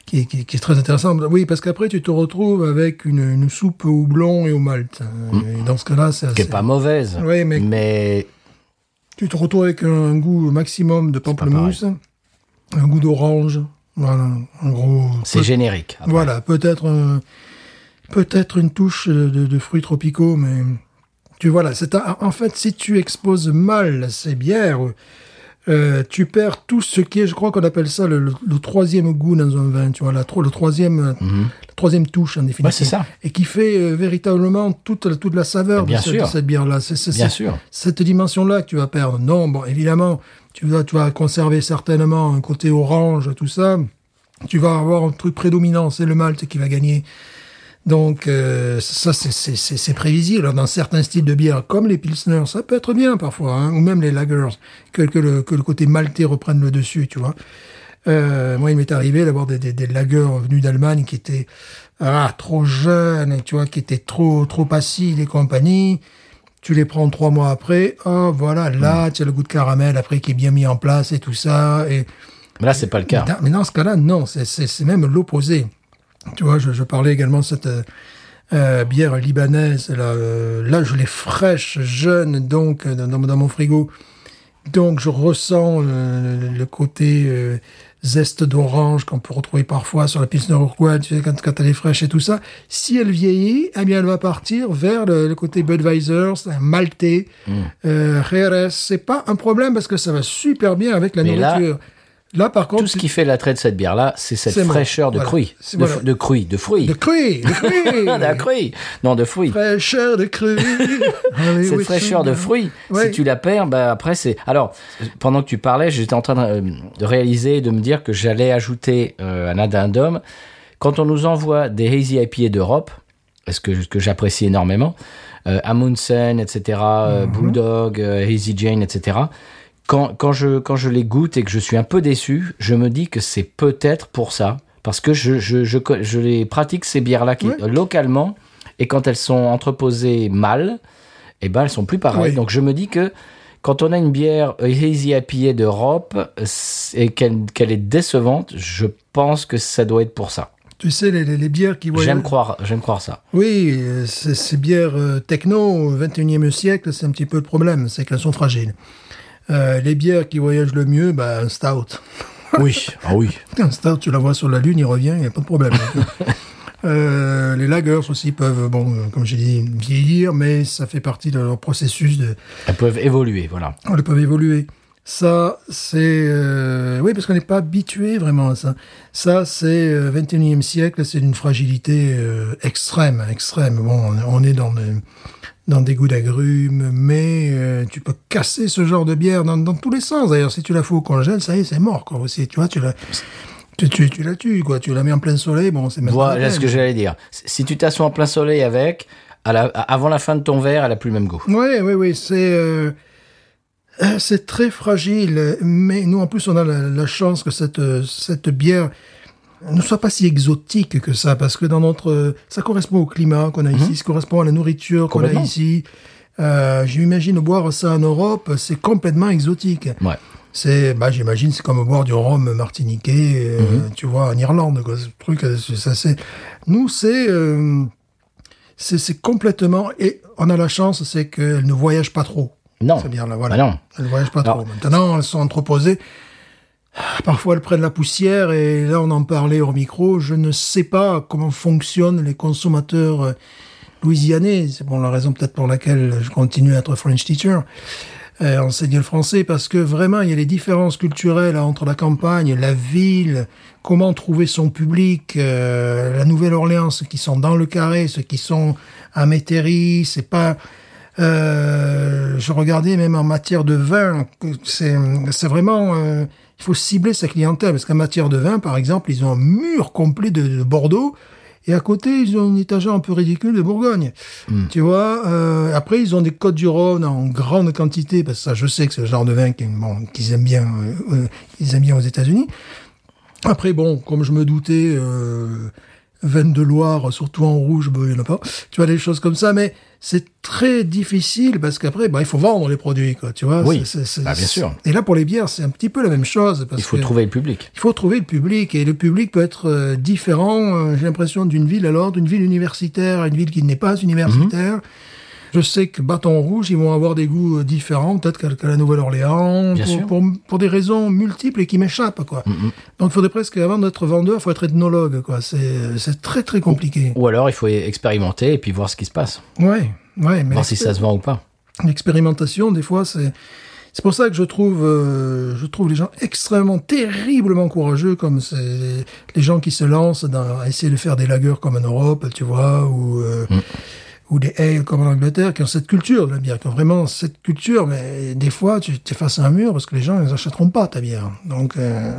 Speaker 2: qui- qui- qui est très intéressante. Oui, parce qu'après tu te retrouves avec une, une soupe au houblon et au malt. Et dans ce cas-là, c'est...
Speaker 1: Mhm. Qui est
Speaker 2: c'est-
Speaker 1: pas mauvaise.
Speaker 2: Oui, mais-
Speaker 1: mais
Speaker 2: tu te retrouves avec un goût maximum de
Speaker 1: pas
Speaker 2: pamplemousse, un goût d'orange, voilà, en gros.
Speaker 1: c'est
Speaker 2: Peut-
Speaker 1: générique. après.
Speaker 2: Voilà, peut-être un- peut-être une touche de, de fruits tropicaux, mais tu vois là, c'est un- en fait si tu exposes mal ces bières, euh, tu perds tout ce qui est, je crois qu'on appelle ça le, le- le troisième goût dans un vin, tu vois, la, tro- le troisième, euh, la troisième touche en définitive,
Speaker 1: Mhm. Ouais, c'est ça.
Speaker 2: et qui fait euh, véritablement toute la- toute la saveur
Speaker 1: Bien
Speaker 2: de, cette-
Speaker 1: sûr.
Speaker 2: de cette bière là. C'est c'est-
Speaker 1: Bien
Speaker 2: c'est-
Speaker 1: sûr.
Speaker 2: cette dimension-là que tu vas perdre. Non, bon, évidemment, tu vas, tu vas conserver certainement un côté orange, tout ça. Tu vas avoir un truc prédominant, c'est le malt qui va gagner. Donc euh, ça, c'est- c'est c'est- c'est prévisible. Alors, dans certains styles de bière, comme les pilsners, ça peut être bien parfois, hein, ou même les lagers, que, que le, que le côté maltais reprenne le dessus, tu vois. Euh, moi, il m'est arrivé d'avoir des, des, des lagers venus d'Allemagne qui étaient ah, trop jeunes, et tu vois, qui étaient trop trop acides et compagnie. Tu les prends trois mois après, oh voilà, là, tu as le goût de caramel après qui est bien mis en place et tout ça. Et,
Speaker 1: Mais là, c'est pas le cas.
Speaker 2: mais dans- Mais dans ce cas-là, non, c'est- c'est c'est même l'opposé. Tu vois, je, je parlais également de cette euh, euh, bière libanaise. Là, euh, là, je l'ai fraîche, jeune, donc, euh, dans, dans mon frigo. Donc je ressens le, le- le côté euh, zeste d'orange qu'on peut retrouver parfois sur la Pilsner Urquell, tu sais, quand, quand elle est fraîche et tout ça. Si elle vieillit, eh bien elle va partir vers le, le côté Budweiser, c'est un maltais,
Speaker 1: Mmh.
Speaker 2: euh, Jerez. C'est pas un problème parce que ça va super bien avec la
Speaker 1: Mais là,
Speaker 2: nourriture. Là, par contre,
Speaker 1: Tout ce qui fait l'attrait de cette bière-là, c'est cette
Speaker 2: C'est moi.
Speaker 1: fraîcheur de
Speaker 2: Voilà.
Speaker 1: fruits.
Speaker 2: C'est-
Speaker 1: De,
Speaker 2: voilà.
Speaker 1: f- de fruits, de fruits.
Speaker 2: de cru, de
Speaker 1: [LAUGHS]
Speaker 2: cru,
Speaker 1: Ah, d'un cruy. Non, de fruits.
Speaker 2: fraîcheur
Speaker 1: [LAUGHS]
Speaker 2: de cru. Allez,
Speaker 1: Cette
Speaker 2: oui,
Speaker 1: fraîcheur de fruits, si
Speaker 2: Ouais.
Speaker 1: tu la perds, bah après c'est. Alors, pendant que tu parlais, j'étais en train de, euh, de réaliser, de me dire que j'allais ajouter euh, un addendum. Quand on nous envoie des hazy IPA d'Europe, ce que, que j'apprécie énormément, euh, Amundsen, etc., euh,
Speaker 2: Mhm.
Speaker 1: Bulldog, euh, Hazy Jane, etc. Quand, quand, je, quand je les goûte et que je suis un peu déçu, je me dis que c'est peut-être pour ça, parce que je, je, je, co- je les pratique ces bières-là qui-
Speaker 2: Ouais.
Speaker 1: localement, et quand elles sont entreposées mal, eh ben elles sont plus pareilles.
Speaker 2: Oui.
Speaker 1: Donc je me dis que quand on a une bière euh, Hazy IPA d'Europe euh, et qu'elle qu'elle est décevante, je pense que ça doit être pour ça.
Speaker 2: Tu sais, les, les- les bières qui voyagent.
Speaker 1: J'aime croire, j'aime croire ça.
Speaker 2: Oui, euh, ces ces bières euh, techno, au 21e siècle, c'est un petit peu le problème, c'est qu'elles sont fragiles. Euh, les bières qui voyagent le mieux, bah, un stout. [LAUGHS]
Speaker 1: Oui, ah oui.
Speaker 2: Un stout, tu la vois sur la Lune, il revient, il n'y a pas
Speaker 1: [LAUGHS]
Speaker 2: de problème. Euh, les lagers aussi peuvent, bon, euh, comme j'ai dit, vieillir, mais ça fait partie de leur processus de,
Speaker 1: Elles peuvent évoluer, voilà.
Speaker 2: elles peuvent évoluer. Ça, c'est... euh, oui, parce qu'on n'est pas habitué vraiment à ça. Ça, c'est euh, 21e siècle, c'est d'une fragilité euh, extrême, extrême. Bon, on- on est dans des, dans des goûts d'agrumes, mais euh, tu peux casser ce genre de bière dans, dans tous les sens. D'ailleurs, si tu la fous au congèle, ça y est, c'est mort, quoi, aussi. Tu vois, tu la... Tu, tu, tu la tues, quoi. Tu la mets en plein soleil, bon, c'est même pas la
Speaker 1: Voilà ce
Speaker 2: peine.
Speaker 1: que j'allais dire. Si tu t'assois en plein soleil avec, à la- avant la fin de ton verre, elle a plus le même goût.
Speaker 2: Oui, oui, oui, c'est euh, euh, c'est très fragile, euh, mais nous en plus on a la, la chance que cette euh, cette bière ne soit pas si exotique que ça, parce que dans notre euh, ça correspond au climat qu'on a ici, ça correspond à la nourriture qu'on a
Speaker 1: Mhm. Complètement.
Speaker 2: ici. Euh, J'imagine boire ça en Europe, c'est complètement exotique.
Speaker 1: Ouais.
Speaker 2: C'est, bah, j'imagine, c'est comme boire du rhum martiniquais, euh,
Speaker 1: Mhm.
Speaker 2: tu vois, en Irlande, quoi, ce truc, euh, c'est- ça, c'est, nous, c'est, euh, c'est, c'est complètement, et on a la chance, c'est qu'elles ne voyagent pas trop.
Speaker 1: Non.
Speaker 2: Ces bières-là, voilà.
Speaker 1: Bah non.
Speaker 2: Elles ne voyagent pas
Speaker 1: Alors-
Speaker 2: trop. Maintenant, elles sont entreposées. Ah, Parfois, elles prennent la poussière, et là, on en parlait hors micro. Je ne sais pas comment fonctionnent les consommateurs euh, louisianais. C'est bon, la raison peut-être pour laquelle je continue à être French teacher euh, enseigner le français parce que vraiment il y a les différences culturelles hein, entre la campagne, la ville, comment trouver son public, euh, la Nouvelle-Orléans, ceux qui sont dans le carré, ceux qui sont à Métairie, c'est pas. Euh, je regardais même en matière de vin, que c'est c'est vraiment. euh, il faut cibler sa clientèle parce qu'en matière de vin, par exemple, ils ont un mur complet de, de Bordeaux. Et à côté, ils ont une étagère un peu ridicule de Bourgogne.
Speaker 1: Hmm.
Speaker 2: Tu vois, euh, après, ils ont des Côtes du Rhône en grande quantité, parce que ça, je sais que c'est le genre de vin qu'ils bon, qu'ils aiment bien, euh, euh, qu'ils aiment bien aux États-Unis. Après, bon, comme je me doutais, euh, veine de Loire, surtout en rouge, bon, il n'y en a pas. Tu vois, des choses comme ça, mais c'est très difficile parce qu'après, bah, il faut vendre les produits, quoi, tu vois.
Speaker 1: Oui.
Speaker 2: c'est- c'est-
Speaker 1: Ah, bien
Speaker 2: c'est-
Speaker 1: sûr.
Speaker 2: Et là, pour les bières, c'est un petit peu la même chose. Parce
Speaker 1: Il faut
Speaker 2: que-
Speaker 1: trouver le public.
Speaker 2: il faut trouver le public et le public peut être euh, différent, euh, j'ai l'impression, d'une ville à l'autre, d'une ville universitaire à une ville qui n'est pas universitaire.
Speaker 1: Mhm.
Speaker 2: Je sais que Bâton Rouge, ils vont avoir des goûts euh, différents, peut-être qu'à qu'à la Nouvelle-Orléans,
Speaker 1: Bien sûr. Mhm.
Speaker 2: pour, pour, pour des raisons multiples et qui m'échappent. quoi. Donc il faudrait presque, avant d'être vendeur, il faut être ethnologue. quoi. C'est euh, c'est très très compliqué.
Speaker 1: Ou alors il faut expérimenter et puis voir ce qui se passe,
Speaker 2: Ouais, ouais, mais
Speaker 1: voir oh. si ça se vend ou pas.
Speaker 2: l'expérimentation, des fois, c'est c'est pour ça que je trouve euh, je trouve les gens extrêmement terriblement courageux, comme c'est les gens qui se lancent dans, à essayer de faire des lagers comme en Europe, tu vois, ou euh, ou des ales comme en Angleterre, qui ont cette culture de la bière, qui ont vraiment cette culture. Mais des fois, tu es face à un mur parce que les gens ils achèteront pas ta bière. Donc euh,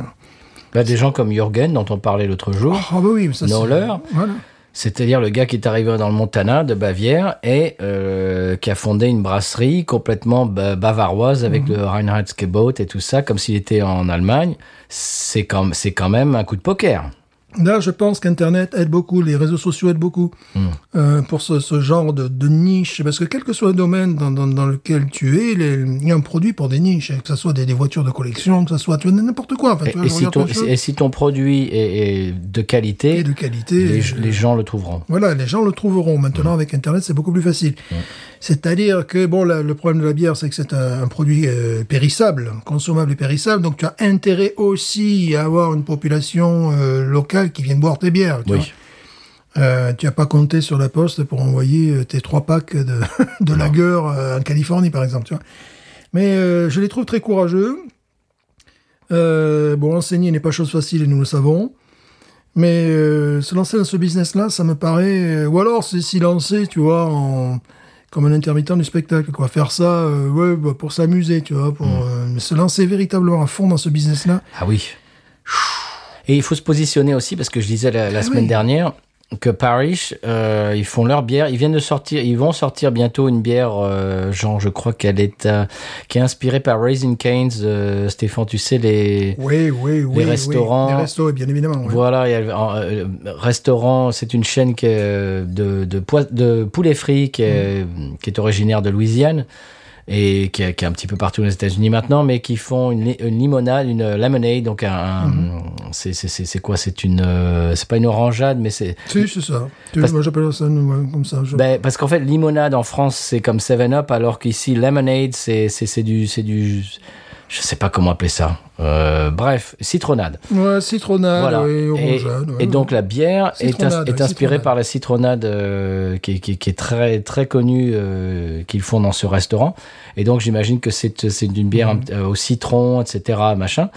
Speaker 1: Bah, des gens comme Jürgen dont on parlait l'autre jour,
Speaker 2: ah bah oui, mais ça c'est
Speaker 1: Noller.
Speaker 2: Voilà.
Speaker 1: C'est-à-dire le gars qui est arrivé dans le Montana de Bavière et euh, qui a fondé une brasserie complètement ba- bavaroise avec
Speaker 2: Mhm.
Speaker 1: le Reinheitsgebot et tout ça, comme s'il était en Allemagne. C'est quand, c'est quand même un coup de poker.
Speaker 2: Là, je pense qu'Internet aide beaucoup, les réseaux sociaux aident beaucoup
Speaker 1: Hmm.
Speaker 2: euh, pour ce, ce genre de, de niche. Parce que quel que soit le domaine dans, dans, dans lequel tu es, les- il y a un produit pour des niches. hein, Que ce soit des, des voitures de collection, que ce soit tu vois, n'importe quoi. Enfin, tu
Speaker 1: Et,
Speaker 2: vois,
Speaker 1: et
Speaker 2: je
Speaker 1: si
Speaker 2: regarde
Speaker 1: ton,
Speaker 2: plein de choses.
Speaker 1: et si ton produit est, est de qualité,
Speaker 2: Et de qualité.
Speaker 1: les, les Hmm. gens le trouveront.
Speaker 2: Voilà, les gens le trouveront. Maintenant, avec Internet, c'est beaucoup plus facile.
Speaker 1: Hmm.
Speaker 2: C'est-à-dire que, bon, la- le problème de la bière, c'est que c'est un, un produit euh, périssable, consommable et périssable. Donc, tu as intérêt aussi à avoir une population euh, locale qui vienne boire tes bières. Tu
Speaker 1: Oui.
Speaker 2: vois. Euh, tu n'as pas compté sur la poste pour envoyer euh, tes trois packs de, [LAUGHS] de lagueur euh, en Californie, par exemple. Tu vois. Mais euh, je les trouve très courageux. Euh, bon, enseigner n'est pas chose facile et nous le savons. Mais euh, se lancer dans ce business-là, ça me paraît... euh, ou alors, c'est s'y lancer, tu vois, en... comme un intermittent du spectacle, quoi. Faire ça euh, ouais, bah, pour s'amuser, tu vois, pour euh, mais se lancer véritablement à fond dans ce business-là.
Speaker 1: Ah oui. Et il faut se positionner aussi, parce que je disais la, la semaine
Speaker 2: Ah oui.
Speaker 1: dernière que Parish, euh, ils font leur bière. Ils viennent de sortir, ils vont sortir bientôt une bière, euh, genre, je crois qu'elle est, euh, qui est inspirée par Raisin Canes. euh, Stéphane, tu sais, les.
Speaker 2: Oui, oui, oui.
Speaker 1: restaurants.
Speaker 2: Les restos, bien évidemment. ouais.
Speaker 1: Voilà, il y a un euh, restaurant, c'est une chaîne qui est, euh, de, de, poi- de poulet frit qui est, qui est originaire de Louisiane et qui est, qui est un petit peu partout aux États-Unis maintenant, mais qui font une, li- une limonade, une euh, lemonade, donc un, un- c'est- c'est- c'est c'est quoi C'est une, euh, c'est pas une orangeade, mais c'est
Speaker 2: Si, c'est ça. Tu-
Speaker 1: Parce-
Speaker 2: Moi, j'appelle ça ouais, comme ça. je-
Speaker 1: ben, parce qu'en fait, limonade en France, c'est comme 7-Up, alors qu'ici, lemonade, c'est c'est- c'est du, c'est du, je sais pas comment appeler ça. Euh, bref, citronnade.
Speaker 2: Ouais, citronnade
Speaker 1: Voilà.
Speaker 2: ouais,
Speaker 1: Et,
Speaker 2: orangeade. ouais,
Speaker 1: et donc
Speaker 2: ouais.
Speaker 1: la bière est, ins-
Speaker 2: Citronnade,
Speaker 1: est
Speaker 2: ouais,
Speaker 1: inspirée
Speaker 2: citronnade.
Speaker 1: par la citronnade euh, qui, qui- qui est très très connue euh, qu'ils font dans ce restaurant. Et donc j'imagine que c'est c'est une bière
Speaker 2: Mhm.
Speaker 1: un p- euh, au citron, etc. Machin.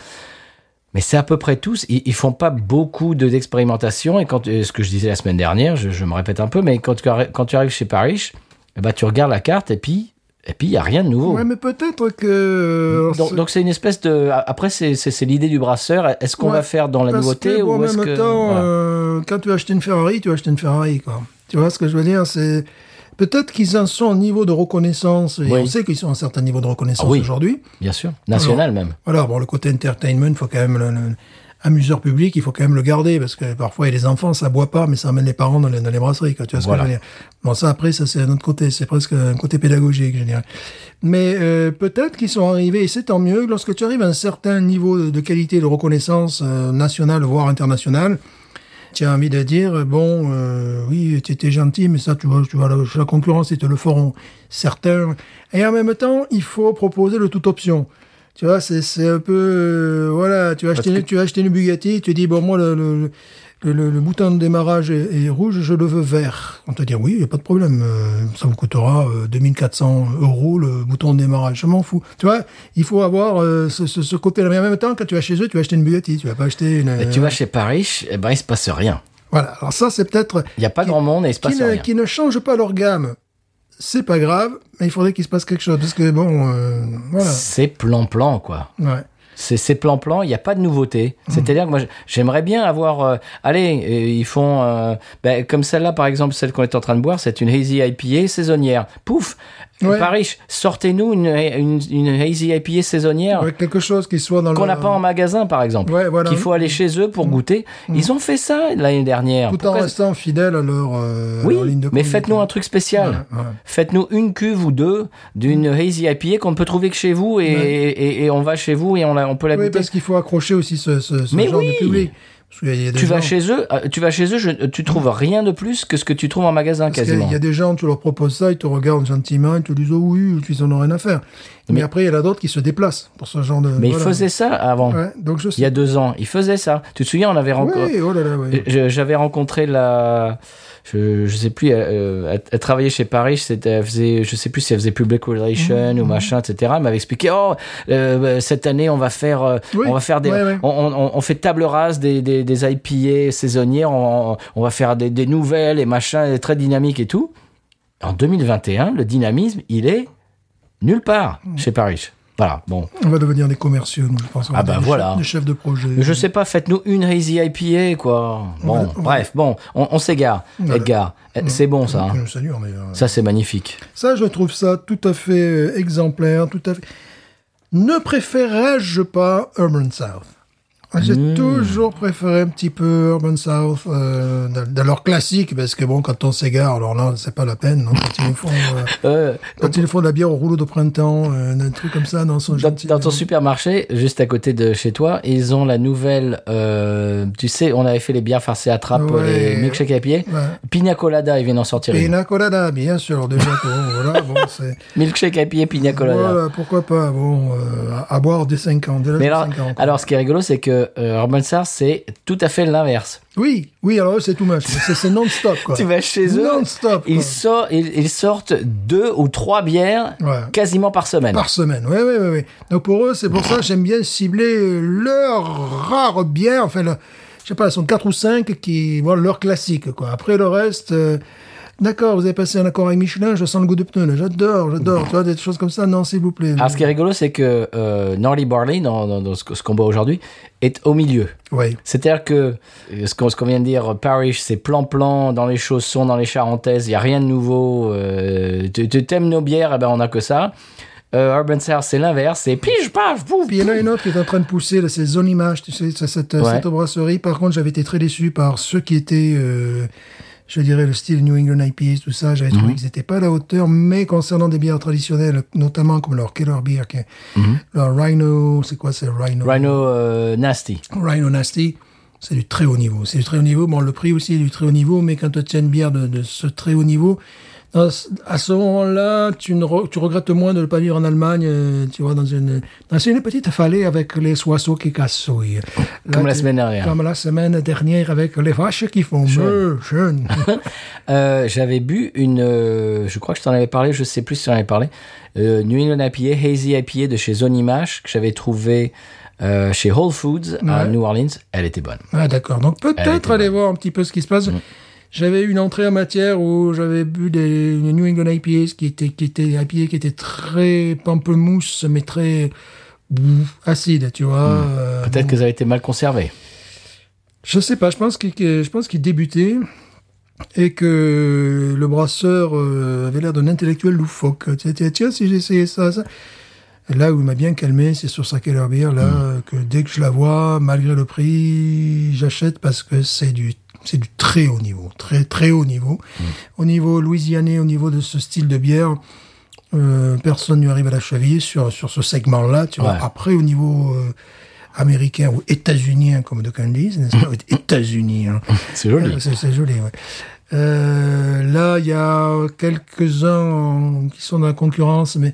Speaker 1: Mais c'est à peu près tous. Ils, ils font pas beaucoup de- d'expérimentation. Et quand euh, ce que je disais la semaine dernière, je, je me répète un peu, mais quand tu, arri- quand tu arrives chez Paris, eh ben, tu regardes la carte et puis et puis il y a rien de nouveau.
Speaker 2: Ouais, mais peut-être que. euh,
Speaker 1: Donc
Speaker 2: c'est-
Speaker 1: donc c'est une espèce de après c'est- c'est c'est l'idée du brasseur est-ce qu'on
Speaker 2: Ouais,
Speaker 1: va faire dans la
Speaker 2: parce
Speaker 1: nouveauté
Speaker 2: que, bon,
Speaker 1: ou
Speaker 2: en
Speaker 1: est-ce
Speaker 2: même
Speaker 1: que
Speaker 2: temps,
Speaker 1: voilà.
Speaker 2: euh, quand tu as acheté une Ferrari, tu as acheté une Ferrari, quoi. Tu vois ce que je veux dire C'est peut-être qu'ils en sont au niveau de reconnaissance. Et
Speaker 1: Oui.
Speaker 2: On sait qu'ils sont à un certain niveau de reconnaissance
Speaker 1: Ah oui.
Speaker 2: aujourd'hui.
Speaker 1: Bien sûr, national même.
Speaker 2: Voilà, bon, le côté entertainment, il faut quand même le, le- amuseur public, il faut quand même le garder parce que parfois il y a des enfants, ça boit pas, mais ça emmène les parents dans les, dans les brasseries. Quoi, tu vois ce
Speaker 1: Voilà.
Speaker 2: que je veux dire Bon, ça après, ça c'est un autre côté, c'est presque un côté pédagogique, je dirais. Mais euh, peut-être qu'ils sont arrivés, et c'est tant mieux. Lorsque tu arrives à un certain niveau de, de qualité, de reconnaissance euh, nationale voire internationale. Tu as envie de dire, bon, euh, oui, tu étais gentil, mais ça, tu vois, tu vois la, la concurrence, ils te le feront, certains. Et en même temps, il faut proposer le toute option. Tu vois, c'est, c'est un peu, euh, voilà, tu as acheté,
Speaker 1: que-
Speaker 2: tu as acheté une Bugatti, tu dis, bon, moi, le, le, le, le- le bouton de démarrage est, est rouge, je le veux vert. On te dit, oui, il n'y a pas de problème, euh, ça vous coûtera euh, 2400 euros le bouton de démarrage, je m'en fous. Tu vois, il faut avoir euh, ce, ce, ce côté-là. Mais en même temps, quand tu vas chez eux, tu vas acheter une Bugatti, tu vas pas acheter une... euh,
Speaker 1: Et tu vas chez Paris, eh ben il se passe rien.
Speaker 2: Voilà, alors ça, c'est peut-être
Speaker 1: Il y a pas
Speaker 2: Qui-
Speaker 1: grand monde et il se
Speaker 2: qui
Speaker 1: passe
Speaker 2: ne,
Speaker 1: rien.
Speaker 2: qui ne changent pas leur gamme. C'est pas grave, mais il faudrait qu'il se passe quelque chose. Parce que bon, euh, voilà.
Speaker 1: C'est plan plan quoi.
Speaker 2: Ouais.
Speaker 1: C'est c'est plan plan, il n'y a pas de nouveauté.
Speaker 2: Mmh.
Speaker 1: C'est-à-dire que moi j'aimerais bien avoir euh, allez, euh, ils font euh, ben, comme celle-là par exemple, celle qu'on est en train de boire, c'est une hazy IPA saisonnière. Pouf.
Speaker 2: Ouais.
Speaker 1: Paris, sortez-nous une, une, une hazy IPA saisonnière.
Speaker 2: Avec quelque chose qui soit dans le.
Speaker 1: Ah. Qu'on n'a pas en magasin, par exemple,
Speaker 2: Euh, Ouais, voilà. Mm.
Speaker 1: qu'il faut aller chez eux pour goûter. Ils ont fait ça l'année dernière.
Speaker 2: Tout en
Speaker 1: Pourquoi-
Speaker 2: restant fidèle à leur, euh, à
Speaker 1: Oui,
Speaker 2: leur ligne de
Speaker 1: mais
Speaker 2: conduite.
Speaker 1: faites-nous un truc spécial.
Speaker 2: Ouais, Mm. ouais.
Speaker 1: Faites-nous une cuve ou deux d'une hazy IPA qu'on ne peut trouver que chez vous et, et- et on va chez vous et on, la- on peut la
Speaker 2: Oui,
Speaker 1: goûter.
Speaker 2: parce qu'il faut accrocher aussi ce, ce, ce
Speaker 1: Mais
Speaker 2: genre
Speaker 1: oui.
Speaker 2: de public. Parce qu'il y a- il y a des
Speaker 1: Tu vas
Speaker 2: gens-
Speaker 1: chez eux, euh, tu vas chez eux, je- tu trouves rien de plus que ce que tu trouves en magasin
Speaker 2: Parce qu'il y a-
Speaker 1: quasiment.
Speaker 2: il y a des gens, tu leur proposes ça, ils te regardent gentiment, ils te disent oh oui, tu en as rien à faire. Mais,
Speaker 1: Mais-
Speaker 2: après, il y en a d'autres qui se déplacent pour ce genre de.
Speaker 1: Mais ils
Speaker 2: voilà.
Speaker 1: faisaient ça avant.
Speaker 2: Ouais, donc je
Speaker 1: Il y a deux ans, ils faisaient ça. Tu te souviens, on avait rencontré.
Speaker 2: Oui, oh là là, oui.
Speaker 1: Je- J'avais rencontré la, je, je sais plus, euh, euh, elle, elle travaillait chez Paris, c'était, elle faisait, je sais plus si elle faisait public relation
Speaker 2: Mmh.
Speaker 1: ou machin, etc. Elle m'avait expliqué, oh, euh, bah, cette année on va faire, euh,
Speaker 2: Oui,
Speaker 1: on va faire des,
Speaker 2: ouais, ouais.
Speaker 1: On, on- on fait table rase des des, des IPA saisonnières, on, on va faire des, des nouvelles et machin, très dynamique et tout. En 2021, le dynamisme, il est nulle part
Speaker 2: Mmh.
Speaker 1: chez Paris. Voilà, bon.
Speaker 2: On va devenir des commerciaux, nous, je pense. On va
Speaker 1: Euh, Ah bah
Speaker 2: devenir des
Speaker 1: voilà.
Speaker 2: chefs- Des chefs de projet.
Speaker 1: Je sais pas, faites-nous une Hazy IPA, quoi. Bon,
Speaker 2: Ouais, ouais.
Speaker 1: bref, bon, on, on s'égare,
Speaker 2: Voilà.
Speaker 1: Edgar. Eh, C'est bon, ça.
Speaker 2: Que
Speaker 1: hein.
Speaker 2: nous saluons, d'ailleurs.
Speaker 1: Ça, c'est magnifique.
Speaker 2: euh, Ça, je trouve ça tout à fait euh, exemplaire, tout à fait. Ne préférerais-je pas Urban South Ah, J'ai
Speaker 1: Hmm.
Speaker 2: toujours préféré un petit peu Urban South euh, dans, dans leur classique, parce que bon, quand on s'égare, alors là, c'est pas la peine. non, quand ils nous font,
Speaker 1: [LAUGHS]
Speaker 2: euh,
Speaker 1: Euh,
Speaker 2: quand ils nous font de la bière au rouleau de printemps, euh, un truc comme ça, dans son
Speaker 1: Dans, dans ton supermarché, juste à côté de chez toi, ils ont la nouvelle. euh, tu sais, on avait fait les bières farcées à trappe,
Speaker 2: Ouais.
Speaker 1: les milkshakes à pied. Pina colada, ils viennent en sortir. une.
Speaker 2: Pina colada, bien sûr, déjà. bon, voilà, bon,
Speaker 1: [LAUGHS]
Speaker 2: c'est.
Speaker 1: Milkshake à pied, pina colada.
Speaker 2: Voilà, pourquoi pas. Bon, euh, à- à boire dès 5 ans. Dès l'âge
Speaker 1: Mais
Speaker 2: de
Speaker 1: alors,
Speaker 2: cinq ans, quoi.
Speaker 1: alors, ce qui est rigolo, c'est que euh, Urban Star, c'est tout à fait l'inverse.
Speaker 2: Oui, oui, alors eux, c'est tout match. C'est c'est non-stop, quoi.
Speaker 1: [LAUGHS] Tu vas chez eux,
Speaker 2: Non-stop. quoi.
Speaker 1: ils, sortent, ils, ils sortent deux ou trois bières
Speaker 2: Ouais.
Speaker 1: quasiment par semaine.
Speaker 2: Par semaine, oui, oui, oui. oui. Donc pour eux, c'est pour ça que j'aime bien cibler leur rare bière, enfin, le- je sais pas, elles sont 4 ou 5 qui, voilà, leur classique, quoi. Après le reste, euh, d'accord, vous avez passé un accord avec Michelin, je sens le goût de pneu, là. j'adore, j'adore, tu vois, des choses comme ça, non, s'il vous plaît.
Speaker 1: Alors, Ah, ce qui est rigolo, c'est que euh, Norley Barley, dans, dans- dans ce, que- ce qu'on boit aujourd'hui, est au milieu.
Speaker 2: Oui,
Speaker 1: C'est-à-dire que euh, ce qu'on ce qu'on vient de dire, Parish, c'est plan-plan dans les chaussons, dans les charentaises, il n'y a rien de nouveau. euh, tu tu- t'aimes nos bières, eh ben on n'a que ça. Euh, Urban Star, c'est l'inverse, c'est pige, paf, pouf.
Speaker 2: puis il y en a une autre qui est en train de pousser, là, c'est Zone Image, tu sais, c'est cette,
Speaker 1: Ouais.
Speaker 2: cette brasserie. Par contre, j'avais été très déçu par ceux qui étaient, euh, je dirais, le style New England IPAs, tout ça. J'avais trouvé qu'ils n'étaient pas à la hauteur, mais concernant des bières traditionnelles, notamment comme leur Keller Beer, qui est- leur Rhino, c'est quoi, c'est Rhino,
Speaker 1: Rhino euh, Nasty.
Speaker 2: Rhino Nasty. C'est du très haut niveau. C'est du très haut niveau. Bon, le prix aussi est du très haut niveau, mais quand tu tiens une bière de, de ce très haut niveau, dans ce- à ce moment-là, tu, ne re- tu regrettes moins de ne pas vivre en Allemagne, euh, tu vois, dans une, dans une petite fallée avec les soissons qui cassouillent. Là,
Speaker 1: Comme la
Speaker 2: tu-
Speaker 1: semaine dernière.
Speaker 2: Comme la semaine dernière avec les vaches qui font meuh, jeune.
Speaker 1: Euh, J'avais bu une, euh, je crois que je t'en avais parlé, je sais plus si j'en avais parlé, euh, New England IPA, Hazy IPA de chez Zone Image, que j'avais trouvé euh, chez Whole Foods à
Speaker 2: Ouais.
Speaker 1: New Orleans. Elle était bonne.
Speaker 2: Ah d'accord. Donc
Speaker 1: Elle
Speaker 2: peut-être
Speaker 1: était Mm.
Speaker 2: aller voir un petit peu ce qui se passe. J'avais eu une entrée en matière où j'avais bu des une New England IPAs qui étaient qui étaient IPA qui étaient très pamplemousse mais très ouf, acide, tu vois. Euh,
Speaker 1: Mm. Peut-être que ça a été mal conservé.
Speaker 2: je sais pas, je pense qu'il que- je pense qu'il débutait et que le brasseur euh, avait l'air d'un intellectuel loufoque. Tiens, tiens, tiens, si j'essayais ça, ça. Là où il m'a bien calmé, c'est sur sa Keller Beer, là, que dès que je la vois, malgré le prix, j'achète parce que c'est du, c'est du très haut niveau, très, très haut niveau. Au niveau louisianais, au niveau de ce style de bière, euh, personne ne lui arrive à la cheville sur, sur ce segment-là, tu vois.
Speaker 1: Ouais.
Speaker 2: Après, au niveau, euh, américain ou états-unien, comme de disent, n'est-ce pas? États-Unis, hein.
Speaker 1: C'est joli.
Speaker 2: Euh, C'est c'est joli, ouais. Euh, là, il y a quelques-uns euh, qui sont dans la concurrence, mais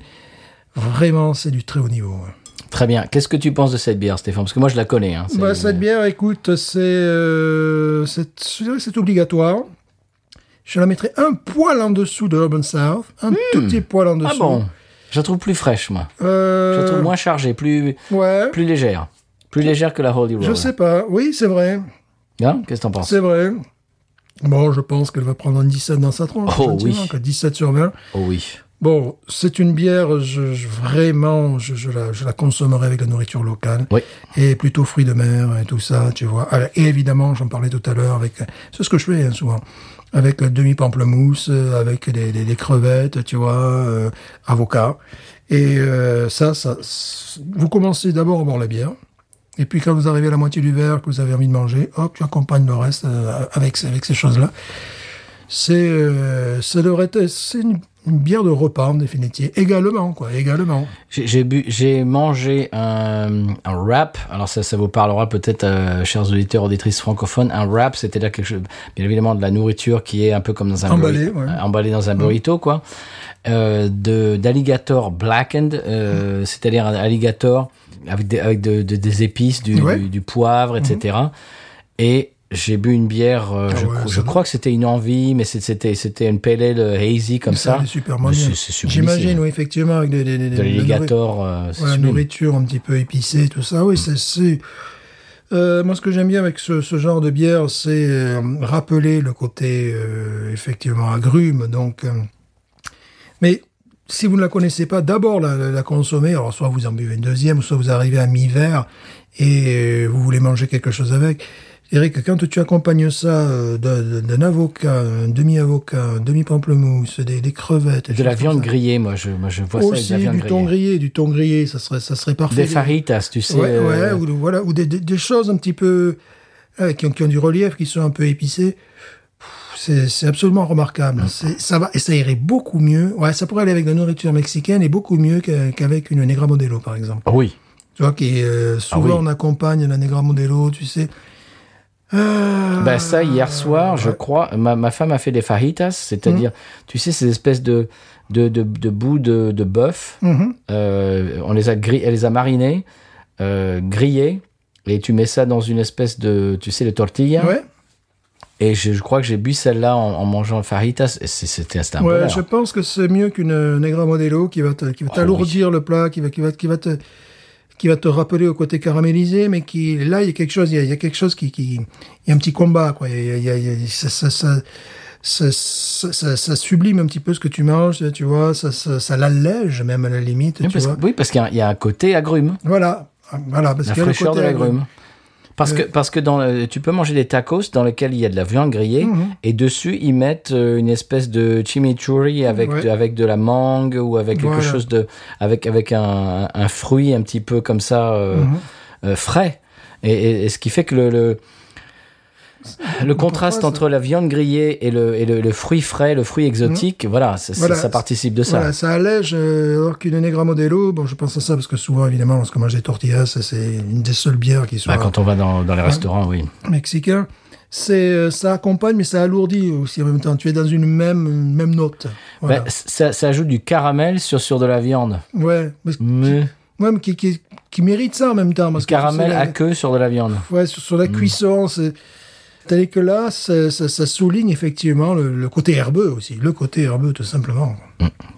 Speaker 2: vraiment, c'est du très haut niveau. hein. ouais.
Speaker 1: Très bien. Qu'est-ce que tu penses de cette bière, Stéphane Parce que moi, je la connais. hein. C'est-
Speaker 2: Bah, cette bière, écoute, c'est, euh, c'est, je dirais que c'est obligatoire. Je la mettrai un poil en dessous de Urban South, un tout petit poil en dessous.
Speaker 1: Ah bon Je la trouve plus fraîche, moi. Je la
Speaker 2: Euh,
Speaker 1: trouve moins chargée, plus,
Speaker 2: Ouais.
Speaker 1: plus légère. Plus légère que la Holy Roll.
Speaker 2: Je sais pas. Oui, c'est vrai.
Speaker 1: Hein Qu'est-ce que t'en penses
Speaker 2: C'est vrai. Bon, je pense qu'elle va prendre un 17 dans sa tronche.
Speaker 1: Oh,
Speaker 2: gentiment,
Speaker 1: oui.
Speaker 2: que 17 sur 20.
Speaker 1: Oh oui.
Speaker 2: Bon, c'est une bière, je, je- vraiment, je, je la, je la consommerai avec la nourriture locale.
Speaker 1: Oui.
Speaker 2: Et plutôt fruits de mer et tout ça, tu vois. Alors, Et évidemment, j'en parlais tout à l'heure avec, c'est ce que je fais hein, souvent, avec euh, demi-pamplemousse, euh, avec des, des- des crevettes, tu vois, euh, avocats. Et euh, ça, ça, c'est- vous commencez d'abord à boire la bière. Et puis quand vous arrivez à la moitié du verre, que vous avez envie de manger, hop, tu accompagnes le reste euh, avec, ces- avec ces choses-là. C'est euh, ça devrait être- c'est une, une bière de repas en définitive. Également, quoi, également.
Speaker 1: J'ai j'ai bu, j'ai mangé un, un wrap. Alors ça, ça vous parlera peut-être, euh, chers auditeurs, auditrices francophones. Un wrap, c'est-à-dire quelque chose, bien évidemment, de la nourriture qui est un peu comme dans un
Speaker 2: Emballé,
Speaker 1: burrito,
Speaker 2: ouais. Mm.
Speaker 1: euh, emballé dans un burrito, quoi. Euh, de d'alligator blackened,
Speaker 2: Mm.
Speaker 1: euh, c'est-à-dire un alligator avec des, avec de- de- des épices, du,
Speaker 2: Ouais. Mm.
Speaker 1: du, du poivre, etc. Et j'ai bu une bière. euh,
Speaker 2: Ah
Speaker 1: je,
Speaker 2: ouais,
Speaker 1: cro-
Speaker 2: ça
Speaker 1: je
Speaker 2: va.
Speaker 1: crois que c'était une envie, mais c'est- c'était c'était une pale ale, euh, hazy comme ça.
Speaker 2: C'est super
Speaker 1: Mais
Speaker 2: bien.
Speaker 1: c'est- c'est sublimissime.
Speaker 2: J'imagine, oui, effectivement, avec des, des, des-
Speaker 1: De
Speaker 2: des-
Speaker 1: l'alligator, euh, c'est
Speaker 2: Ouais, la
Speaker 1: sublime.
Speaker 2: nourriture un petit peu épicée, tout ça. Oui, c'est- c'est. Euh, moi, ce que j'aime bien avec ce, ce genre de bière, c'est euh, rappeler le côté euh, effectivement agrume. Donc, euh, mais si vous ne la connaissez pas, d'abord la, la- la consommer. Alors, soit vous en buvez une deuxième, ou soit vous arrivez à mi-verre et euh, vous voulez manger quelque chose avec. Eric, quand tu accompagnes ça euh, d'un d'un avocat, un demi-avocat, un demi-pamplemousse, des, des crevettes, et
Speaker 1: De la
Speaker 2: choses comme
Speaker 1: viande
Speaker 2: ça.
Speaker 1: grillée, moi je, moi, je vois ça,
Speaker 2: Aussi
Speaker 1: avec de la
Speaker 2: du
Speaker 1: viande
Speaker 2: thon
Speaker 1: grillée.
Speaker 2: grillé, du thon grillé, ça serait, ça serait parfait.
Speaker 1: Des faritas, tu sais.
Speaker 2: Ouais, ouais,
Speaker 1: euh,
Speaker 2: ou, voilà, ou des, des- des choses un petit peu euh, qui, ont, qui ont du relief, qui sont un peu épicées. Pff, C'est c'est absolument
Speaker 1: Mm.
Speaker 2: remarquable. C'est- Ça va et ça irait beaucoup mieux. Ouais, ça pourrait aller avec de la nourriture mexicaine et beaucoup mieux que- qu'avec une Negra Modelo, par exemple.
Speaker 1: Oui.
Speaker 2: Tu vois, qui euh, souvent
Speaker 1: Ah oui.
Speaker 2: on accompagne la Negra Modelo, tu sais. Euh,
Speaker 1: Bah ça, hier soir, je crois, ma, ma femme a fait des fajitas, c'est-à-dire,
Speaker 2: Mm.
Speaker 1: tu sais, ces espèces de, de, de, de bouts de, de bœuf,
Speaker 2: Mhm.
Speaker 1: Euh, on les a gri- elle les a marinés, euh, grillés, et tu mets ça dans une espèce de, tu sais, de tortilla,
Speaker 2: Ouais,
Speaker 1: et je, je crois que j'ai bu celle-là en, en mangeant le fajitas, et c'est- c'était c'était un
Speaker 2: ouais
Speaker 1: bonheur.
Speaker 2: je pense que c'est mieux qu'une Negra Modelo qui va te- qui va
Speaker 1: Oh,
Speaker 2: t'alourdir le plat, qui va, qui va, qui va te, qui va te rappeler au côté caramélisé, mais qui, là, il y a quelque chose, il y a, il y a quelque chose qui, qui, il y a un petit combat, quoi. Il y a, il y a- il y a- ça, ça, ça, ça, ça- ça- ça sublime un petit peu ce que tu manges, tu vois, ça, ça, ça l'allège même à la limite,
Speaker 1: Oui,
Speaker 2: tu
Speaker 1: parce,
Speaker 2: vois.
Speaker 1: que- oui, parce qu'il y a un- il y, a un côté agrume,
Speaker 2: Voilà. Voilà, parce
Speaker 1: la
Speaker 2: qu'il y a le
Speaker 1: fraîcheur de
Speaker 2: côté
Speaker 1: l'agrume. Parce
Speaker 2: Euh.
Speaker 1: que, parce que dans le- tu peux manger des tacos dans lesquels il y a de la viande grillée,
Speaker 2: Mhm.
Speaker 1: et dessus, ils mettent euh, une espèce de chimichurri avec,
Speaker 2: Ouais.
Speaker 1: de, avec de la mangue ou avec quelque
Speaker 2: Voilà.
Speaker 1: chose de. avec, avec un, un fruit un petit peu comme ça, euh,
Speaker 2: Mhm.
Speaker 1: euh, frais. Et, et- et ce qui fait que le. le le contraste
Speaker 2: ça
Speaker 1: entre la viande grillée et le, et le, le fruit frais, le fruit exotique, voilà, ça- ça-
Speaker 2: Mhm. Voilà.
Speaker 1: ça participe de ça.
Speaker 2: Voilà, ça allège, euh, alors qu'une Negra Modelo, bon, je pense à ça parce que souvent, évidemment, lorsqu'on mange des tortillas, ça, c'est une des seules bières qui soit
Speaker 1: Bah, quand on va dans, dans les restaurants, oui.
Speaker 2: mexicain. C'est, euh, ça accompagne, mais ça alourdit aussi en même temps. Tu es dans une même, une même note. Voilà.
Speaker 1: Bah, ça, ça ajoute du caramel sur, sur de la viande.
Speaker 2: ouais, parce que-
Speaker 1: Mais-
Speaker 2: ouais, mais qui, qui, qui mérite ça en même temps. Parce que
Speaker 1: caramel
Speaker 2: c'est la-
Speaker 1: à Mm. queue sur de la viande.
Speaker 2: ouais, sur, sur la cuisson, c'est. Tandis que là, ça, ça- ça souligne effectivement le, le côté herbeux aussi. Le côté herbeux, tout simplement.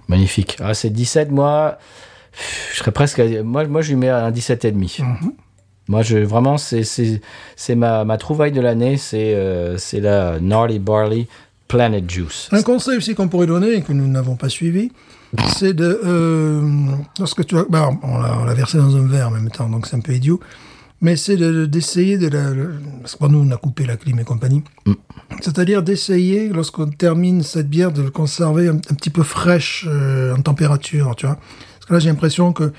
Speaker 1: Magnifique. Ah, c'est 17, moi, je serais presque. à- Moi, moi je lui mets un 17,5. demi.
Speaker 2: Mhm.
Speaker 1: Moi, je, vraiment, c'est- c'est c'est ma, ma trouvaille de l'année, c'est euh, c'est la Gnarly Barley Planet Juice.
Speaker 2: Un conseil aussi qu'on pourrait donner et que nous n'avons pas suivi, c'est de euh, lorsque tu as, bah, on l'a on l'a versé dans un verre en même temps, donc c'est un peu idiot. Mais c'est de- d'essayer de, la le- parce que nous on a coupé la clim et compagnie. C'est-à-dire d'essayer lorsqu'on termine cette bière de le conserver un, un petit peu fraîche euh, en température, tu vois. Parce que là j'ai l'impression que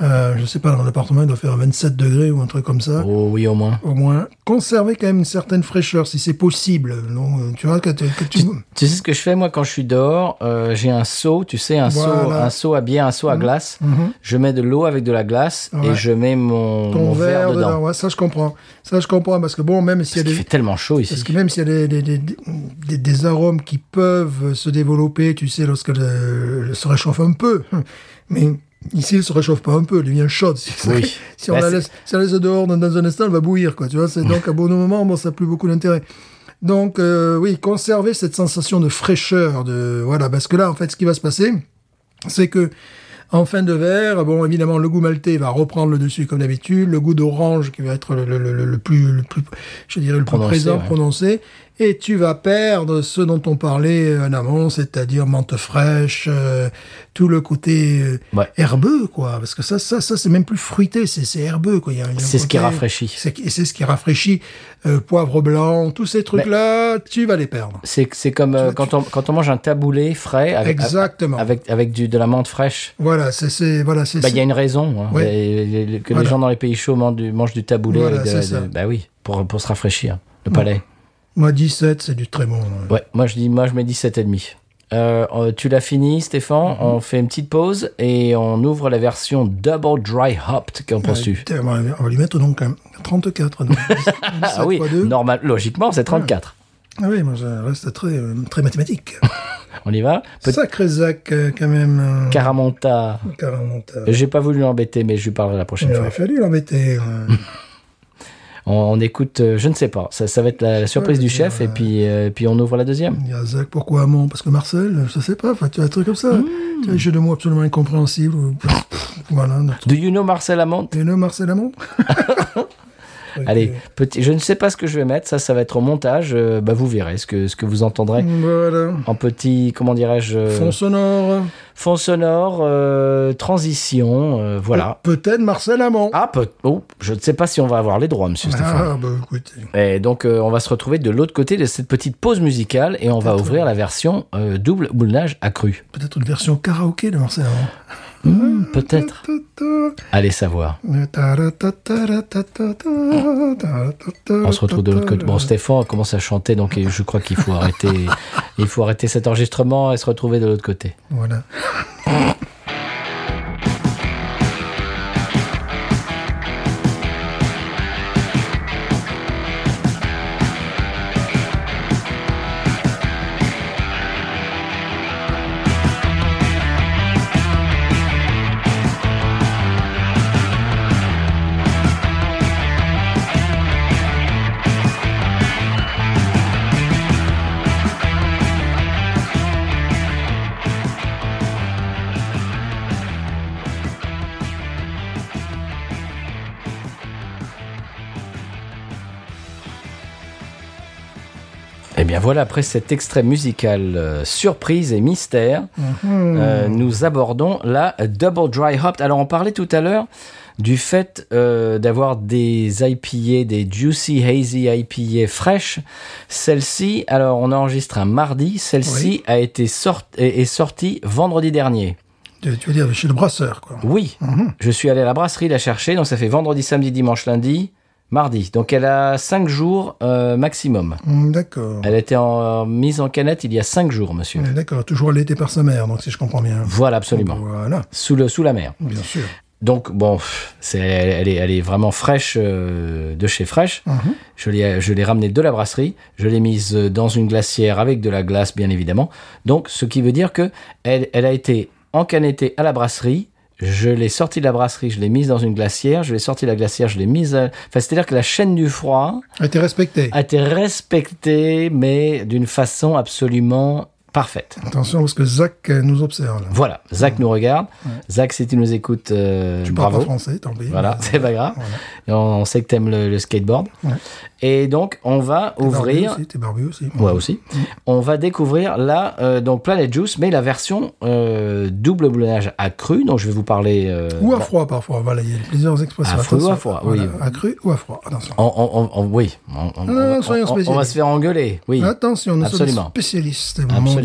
Speaker 2: euh, je sais pas dans l'appartement il doit faire 27 degrés ou un truc comme ça
Speaker 1: Oh, oui, au moins.
Speaker 2: au moins, conserver quand même une certaine fraîcheur, si c'est possible. Non, euh, tu vois, que, tu- que tu...
Speaker 1: Tu sais ce que je fais, moi, quand je suis dehors euh, J'ai un seau, tu sais, un, seau,
Speaker 2: Voilà. Mhm.
Speaker 1: un seau à bière, un seau à glace. Je mets de l'eau avec de la glace et
Speaker 2: Ouais.
Speaker 1: je mets mon,
Speaker 2: ton
Speaker 1: mon
Speaker 2: verre dedans.
Speaker 1: dedans.
Speaker 2: Ouais, ça, je comprends. Ça, je comprends parce que bon, même s'il y
Speaker 1: Parce
Speaker 2: a
Speaker 1: qu'il
Speaker 2: des,
Speaker 1: fait tellement chaud ici.
Speaker 2: parce que même s'il y a des, des, des- des- des arômes qui peuvent se développer, tu sais, lorsque le, le- se réchauffe un peu, Hum. mais ici, il se réchauffe pas un peu, il devient chaud. Si, [LAUGHS]
Speaker 1: Oui.
Speaker 2: si on
Speaker 1: Bah,
Speaker 2: la
Speaker 1: c'est- Mm.
Speaker 2: laisse, si on la laisse dehors dans, dans un instant, elle va bouillir, quoi. Tu vois, c'est donc à bon moment, bon, ça n'a plus beaucoup d'intérêt. Donc, euh, oui, conserver cette sensation de fraîcheur, de voilà, parce que là, en fait, ce qui va se passer, c'est que en fin de verre, bon évidemment le goût maltais va reprendre le dessus comme d'habitude, le goût d'orange qui va être le, le- le- le plus, le plus, je dirais le plus
Speaker 1: Prononcé,
Speaker 2: présent,
Speaker 1: ouais.
Speaker 2: prononcé, et tu vas perdre ce dont on parlait en amont, c'est-à-dire menthe fraîche, euh, tout le côté euh,
Speaker 1: Ouais.
Speaker 2: herbeux quoi, parce que ça, ça, ça c'est même plus fruité, c'est c'est herbeux quoi. Il y a- il y a un
Speaker 1: C'est ce qui
Speaker 2: côté-
Speaker 1: rafraîchit.
Speaker 2: C'est et c'est ce qui rafraîchit, euh, poivre blanc, tous
Speaker 1: Ben,
Speaker 2: ces trucs là, tu vas les perdre.
Speaker 1: C'est c'est comme euh,
Speaker 2: vois,
Speaker 1: quand, on, quand on mange un taboulé frais avec,
Speaker 2: Exactement.
Speaker 1: avec, avec du, de la menthe fraîche.
Speaker 2: Voilà, c'est- c'est voilà, c'est
Speaker 1: Bah, Il y a une raison hein.
Speaker 2: Ouais.
Speaker 1: Et- et- et- que les
Speaker 2: Voilà.
Speaker 1: gens dans les pays chauds mangent du, mangent du taboulé.
Speaker 2: Voilà,
Speaker 1: avec de-
Speaker 2: c'est
Speaker 1: de-
Speaker 2: ça. Mm.
Speaker 1: bah oui, pour, pour se rafraîchir hein, le palais.
Speaker 2: moi 17 c'est du très bon. ouais.
Speaker 1: Ouais, moi je dis, moi je mets 17 et demi. Euh, euh, tu l'as fini, Stéphane.
Speaker 2: Mm-hmm.
Speaker 1: On fait une petite pause et on ouvre la version double dry hopped. Qu'en penses-tu
Speaker 2: Putain, On va- on va lui mettre donc un
Speaker 1: [LAUGHS]
Speaker 2: 34. donc 17
Speaker 1: Ah oui,
Speaker 2: fois deux.
Speaker 1: normal, logiquement c'est 34.
Speaker 2: Ah oui, moi je reste très, euh, très
Speaker 1: [LAUGHS]
Speaker 2: mathématique.
Speaker 1: On y va. Peut-
Speaker 2: Sacré Zach, euh, quand même. euh,
Speaker 1: Caramonta.
Speaker 2: Caramonta.
Speaker 1: J'ai pas voulu l'embêter, mais je lui parlerai la prochaine
Speaker 2: Il
Speaker 1: fois.
Speaker 2: aurait fallu l'embêter. euh.
Speaker 1: On, on écoute, euh, je ne sais pas. Ça, ça va être la, la surprise
Speaker 2: Ouais,
Speaker 1: du
Speaker 2: je
Speaker 1: chef et
Speaker 2: dirais,
Speaker 1: puis, euh, puis on ouvre la deuxième.
Speaker 2: Il y a Zach, pourquoi Amon Parce que Marcel, je sais pas, enfin, tu as un truc comme
Speaker 1: Hmm.
Speaker 2: ça. Tu as un jeu de mots absolument incompréhensible. ou- voilà. notre-
Speaker 1: Do you know Marcel Amont
Speaker 2: Et le Marcel Amon truc.
Speaker 1: [LAUGHS] Allez, petit, je ne sais pas ce que je vais mettre, ça, ça va être au montage. euh, bah, vous verrez ce que, ce que vous entendrez
Speaker 2: Voilà.
Speaker 1: en petit, comment dirais-je, euh,
Speaker 2: Fond sonore.
Speaker 1: fond sonore, euh, transition, euh, voilà.
Speaker 2: Pe- Peut-être Marcel Amand.
Speaker 1: Ah, peut- oh, je ne sais pas si on va avoir les droits, monsieur Stéphane.
Speaker 2: Ah, bah écoutez.
Speaker 1: Et donc, euh, on va se retrouver de l'autre côté de cette petite pause musicale et on va ouvrir la version euh, double boulonnage accru.
Speaker 2: Peut-être une version karaoké de Marcel Amand. Mm.
Speaker 1: Peut-être. Allez savoir. On
Speaker 2: On
Speaker 1: se retrouve de l'autre côté. Bon, Stéphane commence à chanter, donc et je crois qu'il faut arrêter. Il faut arrêter cet enregistrement et se retrouver de l'autre côté.
Speaker 2: Voilà.
Speaker 1: Eh bien voilà, après cet extrait musical euh, surprise et mystère, euh, nous abordons la Double Dry Hop. Alors on parlait tout à l'heure du fait euh, d'avoir des IPA, des Juicy Hazy IPA fraîches. Celle-ci, alors on a enregistré un mardi, celle-ci
Speaker 2: Oui.
Speaker 1: a été sort- est est sortie vendredi dernier.
Speaker 2: Tu tu veux dire chez le brasseur, quoi.
Speaker 1: Oui, je suis allé à la brasserie la chercher, donc ça fait vendredi, samedi, dimanche, lundi, mardi. Donc elle a 5 jours euh, maximum.
Speaker 2: Mm, D'accord.
Speaker 1: Elle a été en- mise en canette il y a 5 jours, monsieur.
Speaker 2: Mm, D'accord. Toujours allaité par sa mère, donc si je comprends bien.
Speaker 1: Voilà, absolument.
Speaker 2: Voilà.
Speaker 1: Sous, le, sous la mer.
Speaker 2: Bien sûr.
Speaker 1: Donc, bon, pff, c'est, elle, est, elle est vraiment fraîche euh, de chez Fraîche. Je l'ai euh, Je l'ai ramenée de la brasserie. Je l'ai mise euh, dans une glacière avec de la glace, bien évidemment. Donc, ce qui veut dire que elle, elle a été encanettée à la brasserie. Je l'ai sortie de la brasserie, je l'ai mise dans une glacière, je l'ai sortie de la glacière, je l'ai mise. à- Enfin, c'est-à-dire que la chaîne du froid
Speaker 2: A été respecté.
Speaker 1: a été respectée, mais d'une façon absolument parfaite.
Speaker 2: Attention parce que Zach euh, nous observe. là.
Speaker 1: Voilà, Zach nous regarde. Zach, si tu nous écoutes, euh,
Speaker 2: Je parle
Speaker 1: bravo.
Speaker 2: pas français, tant pis.
Speaker 1: Voilà,
Speaker 2: Mais-
Speaker 1: c'est pas grave.
Speaker 2: Voilà.
Speaker 1: Et On, on sait que t'aimes le, le skateboard.
Speaker 2: Ouais.
Speaker 1: Et donc, on va
Speaker 2: T'es barbu
Speaker 1: ouvrir.
Speaker 2: aussi, T'es barbu aussi.
Speaker 1: Ouais, aussi. On va découvrir là, euh, donc Planet Juice, mais la version euh, double boulonnage accru. Donc, je vais vous parler. euh,
Speaker 2: Ou à
Speaker 1: bon,
Speaker 2: froid parfois. Voilà, il y a plusieurs expressions.
Speaker 1: À froid ou à
Speaker 2: Attention.
Speaker 1: froid,
Speaker 2: Voilà,
Speaker 1: oui.
Speaker 2: À cru ou à froid. Attention.
Speaker 1: on- on- on- on- oui. On, on-
Speaker 2: non, non,
Speaker 1: on-
Speaker 2: Euh, soyons
Speaker 1: on- on- on va
Speaker 2: spécialistes.
Speaker 1: se faire engueuler. Oui.
Speaker 2: Attention, nous sommes
Speaker 1: Absolument.
Speaker 2: des spécialistes
Speaker 1: Absolument.
Speaker 2: mondiaux.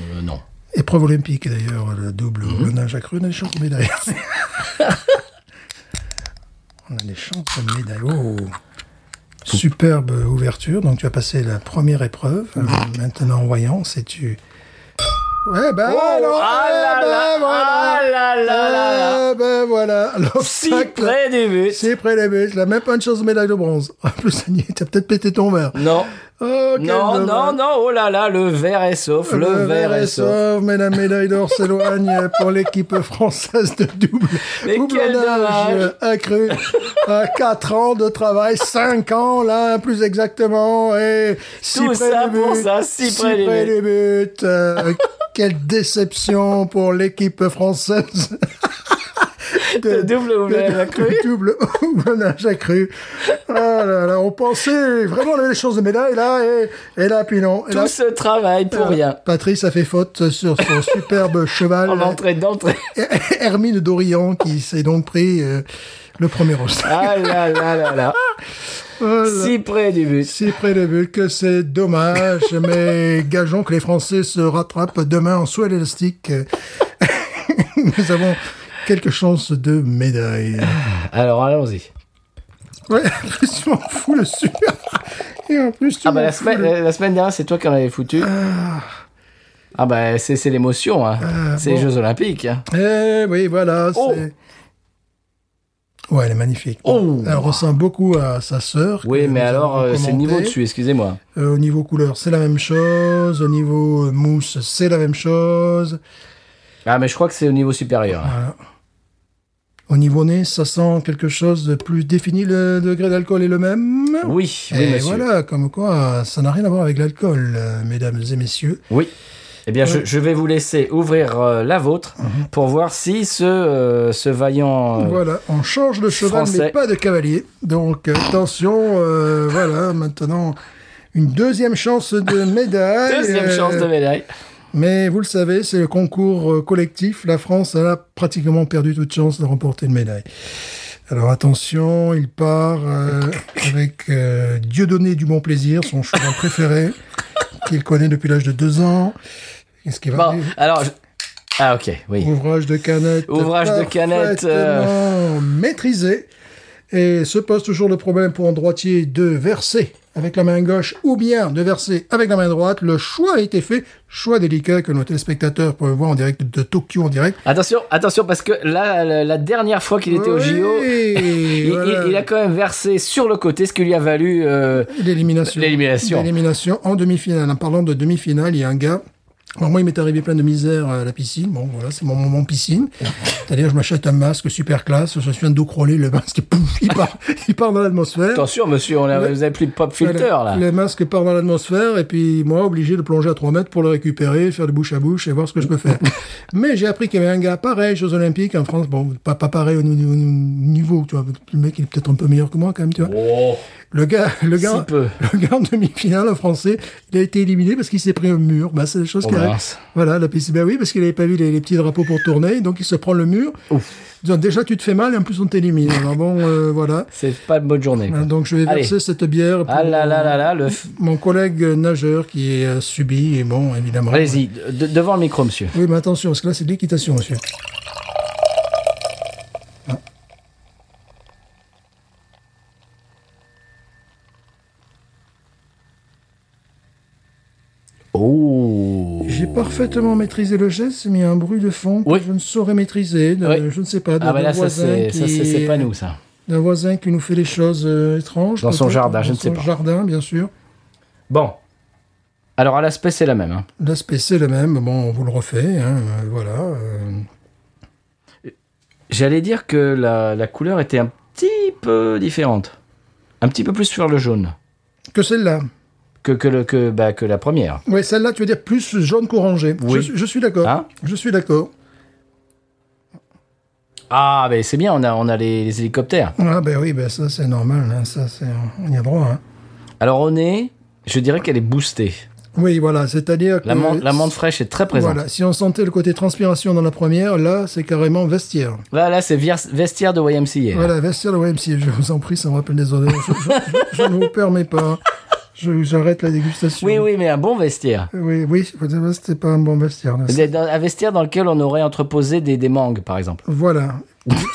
Speaker 1: Euh, non.
Speaker 2: Épreuve olympique d'ailleurs, le double
Speaker 1: Mhm.
Speaker 2: le nage à cru, on a des chances de médaille. [LAUGHS] on a des chances de médaille. Oh. Superbe ouverture, donc tu as passé la première épreuve. Euh,
Speaker 1: Mhm.
Speaker 2: Maintenant, voyons, si tu... Ouais, ben alors,
Speaker 1: ah
Speaker 2: eh
Speaker 1: là
Speaker 2: ben
Speaker 1: là,
Speaker 2: voilà,
Speaker 1: ah là là là là.
Speaker 2: Eh ben voilà,
Speaker 1: Si
Speaker 2: l'obstacle,
Speaker 1: près du but.
Speaker 2: c'est près des buts, la même pas une chance de médaille de bronze. [LAUGHS] En plus, tu as peut-être pété ton verre.
Speaker 1: Non.
Speaker 2: Oh, quel
Speaker 1: Non, non,
Speaker 2: dommage.
Speaker 1: non, oh là là, le verre est sauf, le, verre est sauf.
Speaker 2: mais la médaille d'or s'éloigne pour l'équipe française de double.
Speaker 1: Mais
Speaker 2: double
Speaker 1: quel
Speaker 2: nage,
Speaker 1: dommage.
Speaker 2: euh, accru. 4 ans de travail, 5 ans là, plus exactement. Et si
Speaker 1: Tout
Speaker 2: près
Speaker 1: ça
Speaker 2: du
Speaker 1: pour
Speaker 2: but,
Speaker 1: ça, si près du but.
Speaker 2: du but. Euh, quelle déception pour l'équipe
Speaker 1: [LAUGHS]
Speaker 2: française.
Speaker 1: Le double boulonnage accru.
Speaker 2: Le [LAUGHS] double boulonnage accru. Ah là là, on pensait vraiment on avait les chances de médaille là et, et là puis non. Et là,
Speaker 1: Tout ce travail
Speaker 2: Euh,
Speaker 1: pour rien.
Speaker 2: Patrice a fait faute sur
Speaker 1: [LAUGHS]
Speaker 2: son superbe cheval.
Speaker 1: En entrée d'entrée.
Speaker 2: Hermine d'Orient qui s'est donc pris euh, le premier obstacle.
Speaker 1: Ah là là là là.
Speaker 2: Voilà.
Speaker 1: Si près du but.
Speaker 2: Si près de but que c'est
Speaker 1: [LAUGHS]
Speaker 2: dommage, mais gageons que les Français se rattrapent demain en saut à élastique. [LAUGHS] Nous avons quelques chances de médaille.
Speaker 1: Ah. Alors allons-y.
Speaker 2: Ouais, [LAUGHS] en plus tu m'en fous le super. Et en plus tu
Speaker 1: Ah bah
Speaker 2: m'en
Speaker 1: la
Speaker 2: fous
Speaker 1: semaine,
Speaker 2: le-
Speaker 1: la semaine dernière, c'est toi qui en avais foutu. Ah bah c'est c'est l'émotion, hein. c'est les Jeux Olympiques. hein.
Speaker 2: Eh oui, voilà.
Speaker 1: Oh.
Speaker 2: c'est... Ouais, elle est magnifique.
Speaker 1: Oh.
Speaker 2: Elle ressemble beaucoup à sa sœur.
Speaker 1: Oui,
Speaker 2: que
Speaker 1: mais
Speaker 2: nous
Speaker 1: alors
Speaker 2: avons
Speaker 1: euh, c'est le
Speaker 2: commentée.
Speaker 1: niveau dessus, excusez-moi.
Speaker 2: Euh, au niveau couleur, c'est la même chose. Au niveau euh, mousse, c'est la même chose.
Speaker 1: Ah mais je crois que c'est au niveau supérieur.
Speaker 2: Au niveau nez, ça sent quelque chose de plus défini. Le degré d'alcool est le même.
Speaker 1: Oui, oui
Speaker 2: Et
Speaker 1: monsieur.
Speaker 2: voilà, comme quoi, ça n'a rien à voir avec l'alcool, euh, mesdames et messieurs.
Speaker 1: Oui, Eh bien, je, je vais vous laisser ouvrir euh, la vôtre pour voir si ce, euh, ce vaillant. euh,
Speaker 2: Voilà, on change de cheval,
Speaker 1: Français.
Speaker 2: mais pas de cavalier. Donc, attention, euh, voilà, maintenant, une deuxième
Speaker 1: [LAUGHS]
Speaker 2: chance de médaille.
Speaker 1: Deuxième
Speaker 2: euh,
Speaker 1: chance de médaille.
Speaker 2: Mais vous le savez, c'est le concours euh, collectif. La France elle a pratiquement perdu toute chance de remporter une médaille. Alors attention, il part euh, avec euh, Dieudonné du Bon Plaisir, son cheval préféré, qu'il connaît depuis l'âge de deux ans. Qu'est-ce qui va
Speaker 1: Bon,
Speaker 2: arriver
Speaker 1: alors. je- Ah, ok, oui.
Speaker 2: Ouvrage de canette.
Speaker 1: Ouvrage de canette, euh.
Speaker 2: parfaitement Maîtrisé. Et se pose toujours le problème pour un droitier de verser avec la main gauche ou bien de verser avec la main droite. Le choix a été fait. Choix délicat que nos téléspectateurs peuvent voir en direct de Tokyo en direct.
Speaker 1: Attention, attention, parce que là, la, la dernière fois qu'il était au JO,
Speaker 2: Oui,
Speaker 1: [LAUGHS] il,
Speaker 2: voilà.
Speaker 1: il- il a quand même versé sur le côté ce qui lui a valu. euh,
Speaker 2: L'élimination.
Speaker 1: L'élimination.
Speaker 2: L'élimination en demi-finale. En parlant de demi-finale, il y a un gars. Alors moi, il m'est arrivé plein de misère à la piscine. Bon, voilà, c'est mon moment piscine. C'est-à-dire, je m'achète un masque super classe. Je suis un dos crawlé, le masque, [LAUGHS] pouf, il part, il part dans l'atmosphère.
Speaker 1: Attention, monsieur, on a,
Speaker 2: Le-
Speaker 1: vous avez plus de pop filter
Speaker 2: Voilà,
Speaker 1: là.
Speaker 2: Le masque part dans l'atmosphère et puis moi, obligé de plonger à 3 mètres pour le récupérer, faire de bouche à bouche et voir ce que je
Speaker 1: [LAUGHS]
Speaker 2: peux faire. Mais j'ai appris qu'il y avait un gars pareil, Jeux Olympiques en France. Bon, pas, pas pareil au, niveau- au niveau, tu vois. Le mec, il est peut-être un peu meilleur que moi quand même, tu vois.
Speaker 1: Oh,
Speaker 2: Le gars, le
Speaker 1: Si
Speaker 2: gars,
Speaker 1: peu.
Speaker 2: le [LAUGHS] gars en demi-finale, un français, il a été éliminé parce qu'il s'est pris un mur. Bah, c'est des choses
Speaker 1: Oh,
Speaker 2: qui arrivent.
Speaker 1: mince.
Speaker 2: Voilà, la PC, ben oui, parce qu'il avait pas vu les, les petits drapeaux pour tourner, donc il se prend le mur. Disant, déjà, tu te fais mal et en plus, on t'élimine. Alors bon, euh, voilà. Hein,
Speaker 1: c'est pas une bonne journée. quoi.
Speaker 2: Donc, je vais
Speaker 1: Allez.
Speaker 2: verser cette bière pour
Speaker 1: Ah là là là là, le. f-
Speaker 2: mon collègue nageur qui est euh, subi, et bon, évidemment.
Speaker 1: Allez-y, de- devant le micro, monsieur.
Speaker 2: Oui, mais attention, parce que là, c'est de l'équitation, monsieur. Ah.
Speaker 1: Oh.
Speaker 2: J'ai parfaitement maîtrisé le geste, mais il y a un bruit de fond que
Speaker 1: Oui.
Speaker 2: je ne saurais maîtriser. de-
Speaker 1: Oui.
Speaker 2: Je ne sais pas. de-
Speaker 1: Ah, mais
Speaker 2: d'un
Speaker 1: là, ça,
Speaker 2: voisin
Speaker 1: c'est ça, c'est-
Speaker 2: qui-
Speaker 1: c'est pas nous, ça.
Speaker 2: D'un voisin qui nous fait des choses euh, étranges.
Speaker 1: Dans son
Speaker 2: peut-être,
Speaker 1: jardin,
Speaker 2: dans
Speaker 1: je ne sais
Speaker 2: son
Speaker 1: pas.
Speaker 2: jardin, bien sûr.
Speaker 1: Bon. Alors, à l'aspect, c'est la même. hein.
Speaker 2: L'aspect, c'est le même. Bon, on vous le refait. hein, euh, voilà. euh.
Speaker 1: J'allais dire que la, la couleur était un petit peu différente. Un petit peu plus sur le jaune
Speaker 2: Que celle-là.
Speaker 1: que, que, le, que, bah, que la première.
Speaker 2: Oui, celle-là, tu veux dire plus jaune qu'orangé.
Speaker 1: Oui.
Speaker 2: Je, suis- je suis d'accord.
Speaker 1: Hein
Speaker 2: je suis d'accord.
Speaker 1: Ah, mais c'est bien, on a, on a les, les hélicoptères.
Speaker 2: Ah, ben oui, ben ça, c'est normal. hein, Ça, c'est... On y a droit. hein.
Speaker 1: Alors, on est, je dirais qu'elle est boostée.
Speaker 2: Oui, voilà. C'est-à-dire que...
Speaker 1: La menthe- la menthe fraîche est très présente.
Speaker 2: Euh, Voilà, si on sentait le côté transpiration dans la première, là, c'est carrément vestiaire.
Speaker 1: Là, là c'est viers- vestiaire de YMCA.
Speaker 2: Voilà, vestiaire de YMCA, je vous en prie, ça me rappelle des odeurs. Je, je- je ne vous permets pas. Je- J'arrête la dégustation.
Speaker 1: Oui, oui, mais un bon vestiaire.
Speaker 2: Oui, oui, faut dire que c'était pas un bon vestiaire. n'est-ce pas
Speaker 1: Des- dans- Un vestiaire dans lequel on aurait entreposé des, des mangues, par exemple.
Speaker 2: Voilà.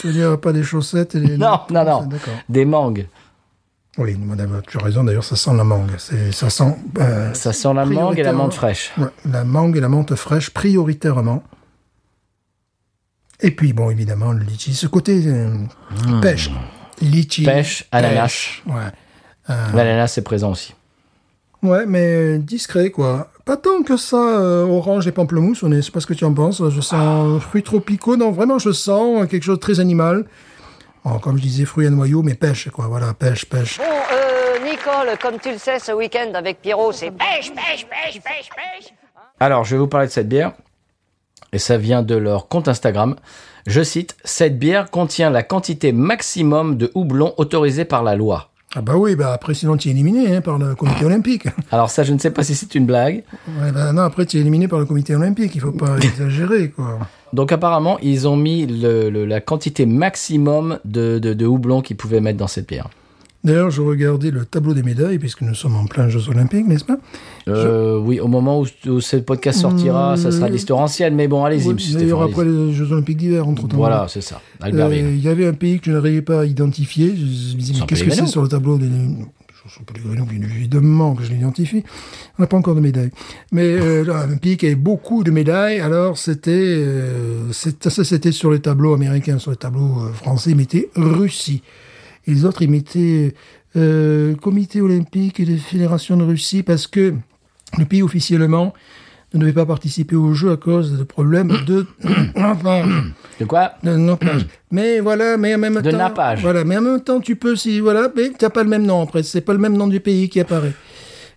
Speaker 2: tu veux dire pas des chaussettes et des...
Speaker 1: Eh Non, non, non.
Speaker 2: Mm-hmm. D'accord.
Speaker 1: Des mangues.
Speaker 2: Oui, madame, tu as raison, d'ailleurs, ça sent la mangue. C'est- Ça sent... euh,
Speaker 1: Ça sent la mangue et la
Speaker 2: Prioritairement.
Speaker 1: menthe fraîche.
Speaker 2: ouais, la mangue et la menthe fraîche, prioritairement. Et puis, bon, évidemment, le litchi. Ce côté euh, pêche. Litchi.
Speaker 1: Hmm. Pêche, ananas.
Speaker 2: Ouais. Ah.
Speaker 1: L'ananas est présent aussi.
Speaker 2: Ouais, mais euh, discret, quoi. Pas tant que ça, euh, orange et pamplemousse, on est, je sais pas ce que tu en penses, je sens fruits tropicaux, non, vraiment, je sens euh, quelque chose de très animal. Bon, comme je disais, fruits à noyaux, mais pêche, quoi, voilà, pêche, pêche.
Speaker 3: Bon, euh, Nicole, comme tu le sais, ce week-end avec Pierrot, c'est pêche, pêche, pêche, pêche, pêche.
Speaker 1: Alors, je vais vous parler de cette bière. Et ça vient de leur compte Instagram. Je cite Cette bière contient la quantité maximum de houblon autorisée par la loi.
Speaker 2: Ah bah oui, bah après, sinon tu es éliminé hein, par le comité olympique.
Speaker 1: Alors, ça, je ne sais pas si c'est une blague.
Speaker 2: Ouais, bah non, après, tu es éliminé par le comité olympique, il faut pas exagérer, quoi.
Speaker 1: Donc, apparemment, ils ont mis le- le- la quantité maximum de, de- de houblon qu'ils pouvaient mettre dans cette bière.
Speaker 2: D'ailleurs, je regardais le tableau des médailles, puisque nous sommes en plein Jeux olympiques, n'est-ce pas
Speaker 1: Euh, Oui, au moment où, où ce podcast sortira, ça
Speaker 2: Mmh.
Speaker 1: sera l'histoire ancienne. Mais bon, allez-y,
Speaker 2: Oui,
Speaker 1: monsieur
Speaker 2: D'ailleurs,
Speaker 1: Stéphane.
Speaker 2: après
Speaker 1: allez-y.
Speaker 2: les Jeux olympiques d'hiver, entre-temps.
Speaker 1: Voilà, c'est ça. Albertville.
Speaker 2: Euh, Il y avait un pays que je n'arrivais pas à identifier. Je me disais, mais
Speaker 1: Sans
Speaker 2: qu'est-ce que
Speaker 1: Pellegrino.
Speaker 2: c'est sur le tableau des... Je suis Pellegrino, bien évidemment que je l'identifie. On n'a pas encore de médaille. Mais euh, là, un pays qui avait beaucoup de médailles, alors c'était... euh, c'est- ça, c'était sur les tableaux américains, sur les tableaux euh, français, ils mettaient Russie. Et les autres, ils mettaient euh, Comité olympique et de Fédération de Russie, parce que le pays officiellement ne devait pas participer aux Jeux à cause de problèmes de... [COUGHS] enfin,
Speaker 1: De quoi
Speaker 2: de
Speaker 1: [CLEARS THROAT]
Speaker 2: nappage. mais voilà, mais en même
Speaker 1: De
Speaker 2: temps.
Speaker 1: nappage.
Speaker 2: Voilà, mais en même temps, tu peux, si, voilà, mais t'as pas le même nom après. C'est pas le même nom du pays qui apparaît.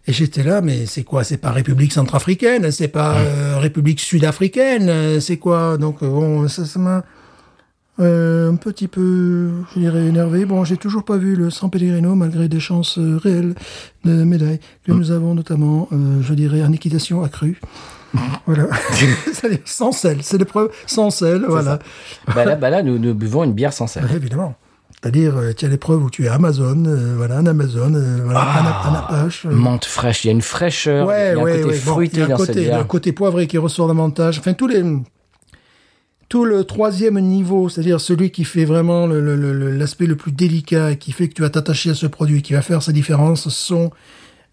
Speaker 2: Et j'étais là, mais c'est quoi C'est pas République centrafricaine, c'est pas euh, République sud-africaine, euh, c'est quoi Donc euh, bon, ça ça m'a euh, un petit peu, je dirais, énervé. Bon, j'ai toujours pas vu le San Pellegrino, malgré des chances euh, réelles de médailles que
Speaker 1: Mm.
Speaker 2: nous avons, notamment, euh, je dirais, en équitation
Speaker 1: [LAUGHS]
Speaker 2: accrue. Voilà. [LAUGHS] C'est-à-dire sans sel, c'est l'épreuve sans sel, voilà.
Speaker 1: Bah là, bah là nous, nous buvons une bière sans sel.
Speaker 2: Ouais, évidemment. C'est-à-dire, euh, tu as l'épreuve où tu es Amazon, euh, voilà, un Amazon, euh, voilà, un, Ap- un Apache. euh,
Speaker 1: Menthe fraîche, il y a une fraîcheur, Ah. il y a un côté
Speaker 2: Bon,
Speaker 1: fruité
Speaker 2: il y a un
Speaker 1: dans
Speaker 2: côté,
Speaker 1: cette
Speaker 2: il y a un
Speaker 1: bière.
Speaker 2: côté poivré qui ressort davantage. Enfin, tous les, tout le troisième niveau, c'est-à-dire celui qui fait vraiment le- le- le- le- l'aspect le, plus délicat, et qui fait que tu vas t'attacher à ce produit, qui va faire sa différence, sont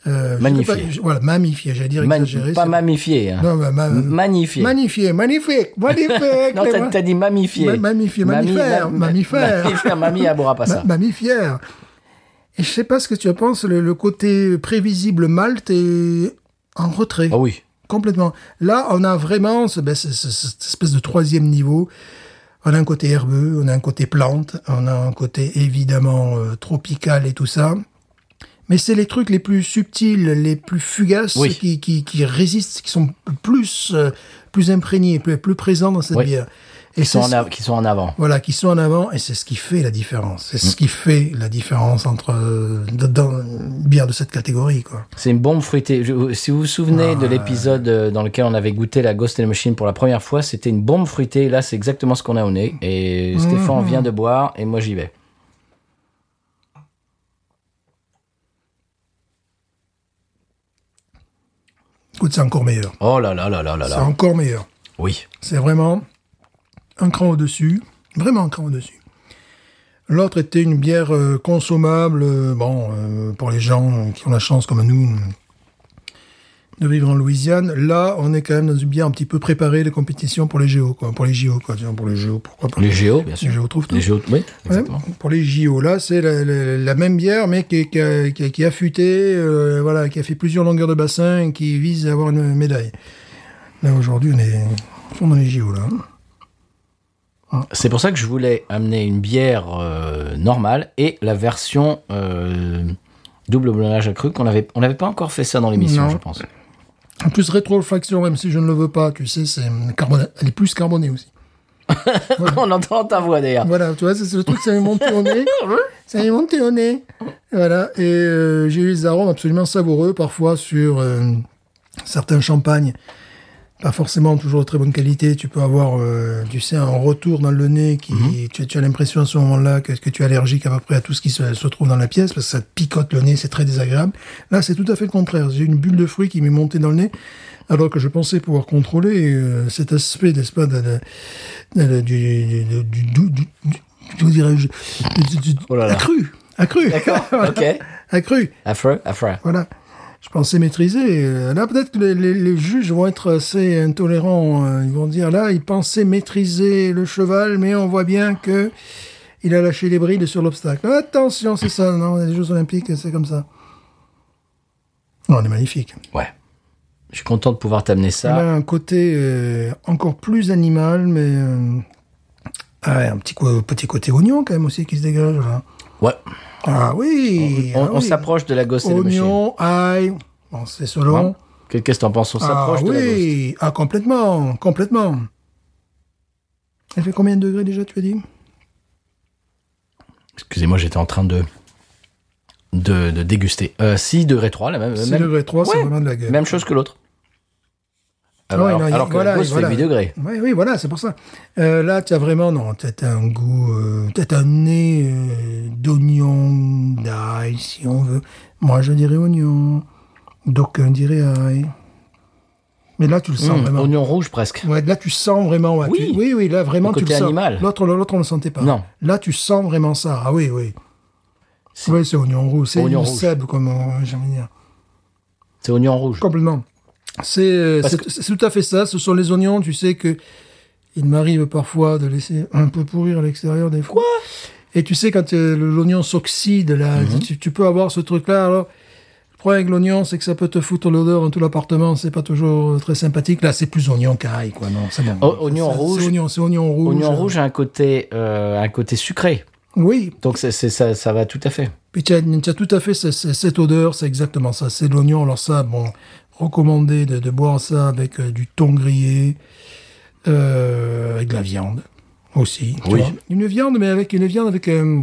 Speaker 2: euh, je sais
Speaker 1: Magnifiés.
Speaker 2: pas, je- voilà, magnifiés. J'allais dire
Speaker 1: Mani-
Speaker 2: exagéré.
Speaker 1: pas
Speaker 2: c'est-
Speaker 1: mamifié. hein.
Speaker 2: Non, mais ma-
Speaker 1: Magnifié.
Speaker 2: magnifié, magnifique,
Speaker 1: [LAUGHS]
Speaker 2: magnifique.
Speaker 1: non,
Speaker 2: les
Speaker 1: t'as,
Speaker 2: voix.
Speaker 1: t'as dit mamifié.
Speaker 2: Ma- mamifié,
Speaker 1: Mamie-
Speaker 2: mammifère,
Speaker 1: ma- ma- [LAUGHS]
Speaker 2: mammifère.
Speaker 1: Mammifère, mamie, elle boira pas
Speaker 2: Ma-
Speaker 1: ça.
Speaker 2: Mammifère. Et je sais pas ce que tu en penses, le, le côté prévisible Malte est en retrait.
Speaker 1: Ah oui.
Speaker 2: Complètement. Là, on a vraiment ce, ben, ce- ce- ce- cette espèce de troisième niveau. On a un côté herbeux, on a un côté plante, on a un côté évidemment euh, tropical et tout ça. Mais c'est les trucs les plus subtils, les plus fugaces
Speaker 1: Oui.
Speaker 2: qui, qui, qui résistent, qui sont plus, euh, plus imprégnés, plus, plus présents dans cette
Speaker 1: Oui.
Speaker 2: bière. Et
Speaker 1: Qui sont,
Speaker 2: c'est
Speaker 1: en
Speaker 2: ce-
Speaker 1: av- qui sont en avant.
Speaker 2: voilà, qui sont en avant, et c'est ce qui fait la différence. C'est
Speaker 1: Mm.
Speaker 2: ce qui fait la différence entre euh, dans, une bière de cette catégorie, quoi.
Speaker 1: C'est une bombe fruitée. Je- si vous vous souvenez
Speaker 2: Ah.
Speaker 1: de l'épisode euh, dans lequel on avait goûté la Ghost in the Machine pour la première fois, c'était une bombe fruitée. Là, c'est exactement ce qu'on a au nez. Et Stéphane
Speaker 2: Mmh.
Speaker 1: vient de boire et moi j'y vais.
Speaker 2: Écoute, c'est encore meilleur.
Speaker 1: Oh là là là là là
Speaker 2: C'est
Speaker 1: là.
Speaker 2: encore meilleur.
Speaker 1: Oui.
Speaker 2: C'est vraiment un cran au-dessus. Vraiment un cran au-dessus. L'autre était une bière euh, consommable, euh, bon, euh, pour les gens qui ont la chance, comme nous, de vivre en Louisiane. Là, on est quand même dans une bière un petit peu préparée de compétition pour les JO, quoi. Pour les JO, quoi. Tiens, Pour les JO, pourquoi pas
Speaker 1: Les géos, bien
Speaker 2: Les
Speaker 1: sûr.
Speaker 2: JO trouvent tout.
Speaker 1: Les géos, oui,
Speaker 2: Ouais,
Speaker 1: exactement.
Speaker 2: pour les JO, là, c'est la, la- la même bière, mais qui, est- qui a, qui a- qui a affûté, euh, voilà, qui a fait plusieurs longueurs de bassin et qui vise à avoir une médaille. Là, aujourd'hui, on est au fond dans les JO, là.
Speaker 1: C'est pour ça que je voulais amener une bière euh, normale et la version euh, double blonnage accru qu'on avait. On n'avait pas encore fait ça dans l'émission,
Speaker 2: Non.
Speaker 1: je pense. [LAUGHS]
Speaker 2: En plus, rétrofraction, même si je ne le veux pas, tu sais, c'est carbonée. Elle est plus carbonée aussi.
Speaker 1: On entend ta voix
Speaker 2: [LAUGHS]
Speaker 1: d'ailleurs.
Speaker 2: Voilà, tu vois, c'est c'est le truc, ça m'est monté au nez. Ça m'est monté au nez. Voilà, et euh, j'ai eu des arômes absolument savoureux, parfois sur euh, certains champagnes. Pas forcément toujours de très bonne qualité. Tu peux avoir, euh, tu sais, un retour dans le nez qui,
Speaker 1: Mhm.
Speaker 2: tu, tu as l'impression à ce moment-là que, que tu es allergique à peu près à tout ce qui se, se trouve dans la pièce parce que ça te picote le nez, c'est très désagréable. Là, c'est tout à fait le contraire. J'ai une bulle de fruits qui m'est montée dans le nez alors que je pensais pouvoir contrôler euh, cet aspect, n'est-ce pas, de, de- euh, du, du, du, du, du, du- du- comment dirais-je, du- du- du-
Speaker 1: Oh là là.
Speaker 2: accru, accru,
Speaker 1: D'accord.
Speaker 2: Voilà.
Speaker 1: ok.
Speaker 2: accru.
Speaker 1: Afro, afro.
Speaker 2: Voilà. Je pensais maîtriser. Euh, Là, peut-être que les, les- les juges vont être assez intolérants. Euh, Ils vont dire là, ils pensaient maîtriser le cheval, mais on voit bien que il a lâché les brides sur l'obstacle. Attention, c'est ça. Non, les Jeux Olympiques, c'est comme ça. Non, elle est magnifique.
Speaker 1: Ouais. Je suis content de pouvoir t'amener
Speaker 2: Elle
Speaker 1: ça.
Speaker 2: a un côté euh, encore plus animal, mais euh, ah ouais, un petit, co- petit côté oignon quand même aussi qui se dégage. là.
Speaker 1: Ouais.
Speaker 2: Ah oui,
Speaker 1: On,
Speaker 2: ah
Speaker 1: on
Speaker 2: oui.
Speaker 1: s'approche de la Ghost in the Machine.
Speaker 2: Oignon, ail, bon, c'est selon.
Speaker 1: Hein Que- Qu'est-ce que t'en penses On
Speaker 2: ah
Speaker 1: s'approche de la Ghost.
Speaker 2: oui, ah complètement, complètement. Elle fait combien de degrés déjà, tu as dit
Speaker 1: Excusez-moi, j'étais en train de de, de déguster. Euh, 6 degrés 3, la même.
Speaker 2: C'est
Speaker 1: même-
Speaker 2: degré 3, c'est
Speaker 1: Ouais.
Speaker 2: vraiment de la gueule.
Speaker 1: Même chose que l'autre. Alors,
Speaker 2: Ouais,
Speaker 1: alors-
Speaker 2: non, il-
Speaker 1: alors que
Speaker 2: voilà,
Speaker 1: la Ghost
Speaker 2: voilà.
Speaker 1: fait 8 degrés.
Speaker 2: Oui, oui, voilà, c'est pour ça. Euh, là, tu as vraiment, non, tu as un goût, euh, tu as un nez euh, d'oignon, d'ail, si on veut. Moi, je dirais oignon. D'aucuns diraient ail. Mais là, tu le sens
Speaker 1: Mmh,
Speaker 2: vraiment.
Speaker 1: oignon rouge presque.
Speaker 2: Ouais, là, tu sens vraiment. ouais, tu-
Speaker 1: Oui.
Speaker 2: oui, oui, là, vraiment,
Speaker 1: Le
Speaker 2: tu le
Speaker 1: côté
Speaker 2: sens.
Speaker 1: animal.
Speaker 2: L'autre, l'autre, on ne le sentait pas.
Speaker 1: Non.
Speaker 2: Là, tu sens vraiment ça. Ah oui, oui.
Speaker 1: C'est-
Speaker 2: Oui, c'est oignon rouge. C'est
Speaker 1: Oignon
Speaker 2: une
Speaker 1: rouge.
Speaker 2: sèbe, comme on- j'ai envie de dire.
Speaker 1: C'est oignon rouge.
Speaker 2: Complètement. C'est euh,
Speaker 1: Parce
Speaker 2: c'est- c'est tout à fait ça. Ce sont les oignons. Tu sais que il m'arrive parfois de laisser un peu pourrir à l'extérieur des fois. Et tu sais quand euh, le- l'oignon s'oxyde là,
Speaker 1: Mhm.
Speaker 2: tu, tu peux avoir ce truc là. Alors le problème avec l'oignon, c'est que ça peut te foutre l'odeur dans tout l'appartement. C'est pas toujours euh, très sympathique. Là, c'est plus oignon qu'ail quoi. Non, c'est bon.
Speaker 1: O- oignon
Speaker 2: C'est-
Speaker 1: rouge.
Speaker 2: C'est oignon, c'est oignon rouge.
Speaker 1: Oignon rouge a un côté, euh, un côté sucré.
Speaker 2: Oui,
Speaker 1: Donc c'est- c'est- ça, ça va tout à fait.
Speaker 2: puis tu as, tu as tout à fait ce- ce- cette odeur, c'est exactement ça. C'est l'oignon. Alors ça, bon, recommandé de, de boire ça avec euh, du thon grillé, euh, avec de la viande aussi. tu
Speaker 1: Oui.
Speaker 2: vois. Une viande, mais avec une viande avec, euh,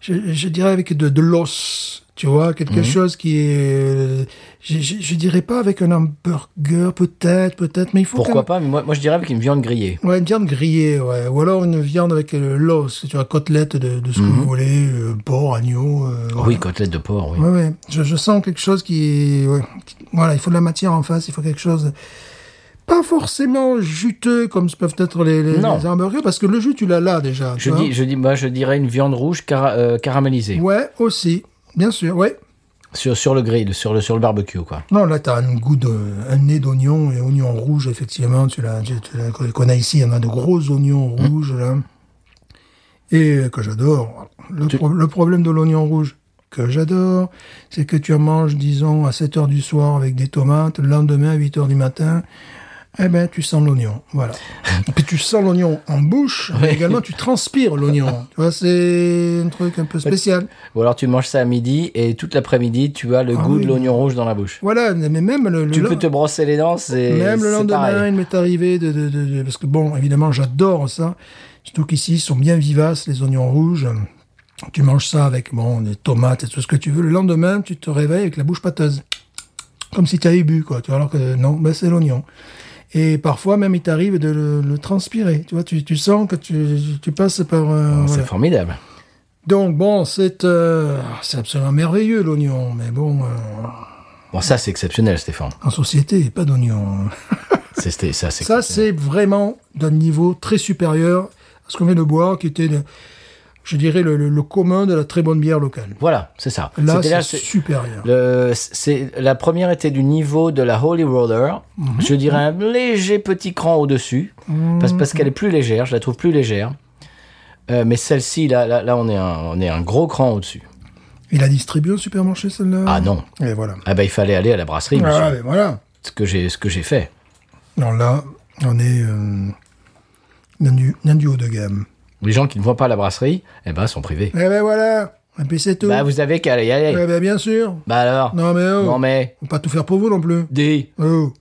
Speaker 2: je, je dirais avec de, de l'os. Tu vois,
Speaker 1: Mhm.
Speaker 2: quelque chose qui est, euh, je, je, je dirais pas avec un hamburger, peut-être, peut-être, mais il faut quand
Speaker 1: Pourquoi pas Mais moi, moi, je dirais avec une viande grillée.
Speaker 2: Ouais, une viande grillée, ouais. Ou alors une viande avec euh, l'os, tu vois, côtelette de, de ce
Speaker 1: Mhm.
Speaker 2: que vous voulez, euh, porc, agneau. euh,
Speaker 1: Oui, côtelette de porc, oui.
Speaker 2: Ouais, ouais. Je, je sens quelque chose qui, est- ouais. qui- Voilà, il faut de la matière en face, il faut quelque chose. Pas forcément juteux comme ce peuvent être les, les,
Speaker 1: Non.
Speaker 2: les hamburgers, parce que le jus, tu l'as là déjà. tu
Speaker 1: Je,
Speaker 2: vois.
Speaker 1: dis, je, dis, moi, je dirais une viande rouge cara- euh, caramélisée
Speaker 2: Ouais, aussi. Bien sûr, ouais.
Speaker 1: sur, sur le grill, sur le, sur le barbecue, quoi.
Speaker 2: Non, là, t'as un goût de, un nez d'oignon et oignon rouge, effectivement. Tu l'as, tu, tu l'as- qu'on a ici, on a de gros oignons rouges, là. Et euh, que j'adore. Le, pro- le problème de l'oignon rouge, que j'adore, c'est que tu en manges, disons, à 7 heures du soir avec des tomates, le lendemain, à 8 heures du matin. Eh ben, tu sens l'oignon, voilà. Et puis tu sens l'oignon en bouche, mais également tu transpires l'oignon. Tu vois, c'est un truc un peu spécial.
Speaker 1: Ou alors tu manges ça à midi et toute l'après-midi, tu as le
Speaker 2: Ah
Speaker 1: goût
Speaker 2: oui.
Speaker 1: de l'oignon rouge dans la bouche.
Speaker 2: Voilà, mais même le... le-
Speaker 1: Tu peux te brosser les dents, c'est
Speaker 2: Même le
Speaker 1: c'est
Speaker 2: lendemain,
Speaker 1: pareil.
Speaker 2: il m'est arrivé de, de- de- de- Parce que bon, évidemment, j'adore ça. Surtout qu'ici, ils sont bien vivaces, les oignons rouges. Tu manges ça avec, bon, des tomates et tout ce que tu veux. Le lendemain, tu te réveilles avec la bouche pâteuse. Comme si tu avais bu, quoi. Tu vois, alors que non, ben, c'est l'oignon. Et parfois, même, il t'arrive de le, le transpirer. Tu vois, tu, tu sens que tu, tu passes par... euh,
Speaker 1: Ah, C'est
Speaker 2: voilà.
Speaker 1: formidable.
Speaker 2: Donc, bon, c'est euh, c'est absolument merveilleux, l'oignon. Mais bon, euh,
Speaker 1: Bon, ça, c'est exceptionnel, Stéphane.
Speaker 2: en société, pas d'oignon.
Speaker 1: C'est- C'était ça, c'est
Speaker 2: Ça,
Speaker 1: exceptionnel.
Speaker 2: c'est vraiment d'un niveau très supérieur à ce qu'on vient de boire, qui était, le- je dirais, le, le- le commun de la très bonne bière locale.
Speaker 1: Voilà, c'est ça.
Speaker 2: Là,
Speaker 1: C'était là,
Speaker 2: c'est
Speaker 1: c'est-
Speaker 2: supérieur.
Speaker 1: Le- c'est- la première était du niveau de la Holy Roller.
Speaker 2: Mhm.
Speaker 1: Je dirais un léger petit cran au-dessus, parce, parce qu'elle est plus légère, je la trouve plus légère. Euh, mais celle-ci, là, là, là, on, est un, on est un gros cran au-dessus.
Speaker 2: Il a distribué au supermarché, celle-là
Speaker 1: Ah non,
Speaker 2: Et voilà.
Speaker 1: ah ben, il fallait aller à la brasserie, monsieur.
Speaker 2: Ah, mais voilà.
Speaker 1: ce que j'ai ce que j'ai fait.
Speaker 2: Alors là, on est euh, dans, du, dans du haut de gamme.
Speaker 1: Les gens qui ne vont pas à la brasserie, eh ben, sont privés.
Speaker 2: Eh ben voilà Et puis c'est tout.
Speaker 1: Bah, vous avez qu'à aller y aller.
Speaker 2: Eh ben bien sûr
Speaker 1: Bah alors
Speaker 2: Non mais oh
Speaker 1: Non, mais...
Speaker 2: Faut pas tout faire pour vous non plus.
Speaker 1: Dis
Speaker 2: Oh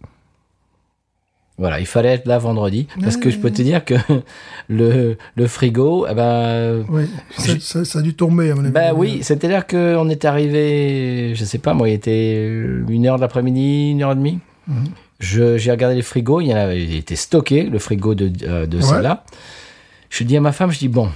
Speaker 1: Voilà, il fallait être là vendredi, parce que je peux te dire que [LAUGHS] le, le frigo, eh ben...
Speaker 2: Oui, ça, ça- ça a dû tomber à mon avis.
Speaker 1: Bah oui, c'est-à-dire qu'on est arrivé, je sais pas moi, il était euh, une heure de l'après-midi, une heure et demie.
Speaker 2: Mhm.
Speaker 1: Je- J'ai regardé les frigos, il y en avait, il était stocké, le frigo de, euh, de
Speaker 2: Ouais.
Speaker 1: celle-là. Je dis à ma femme, je dis bon,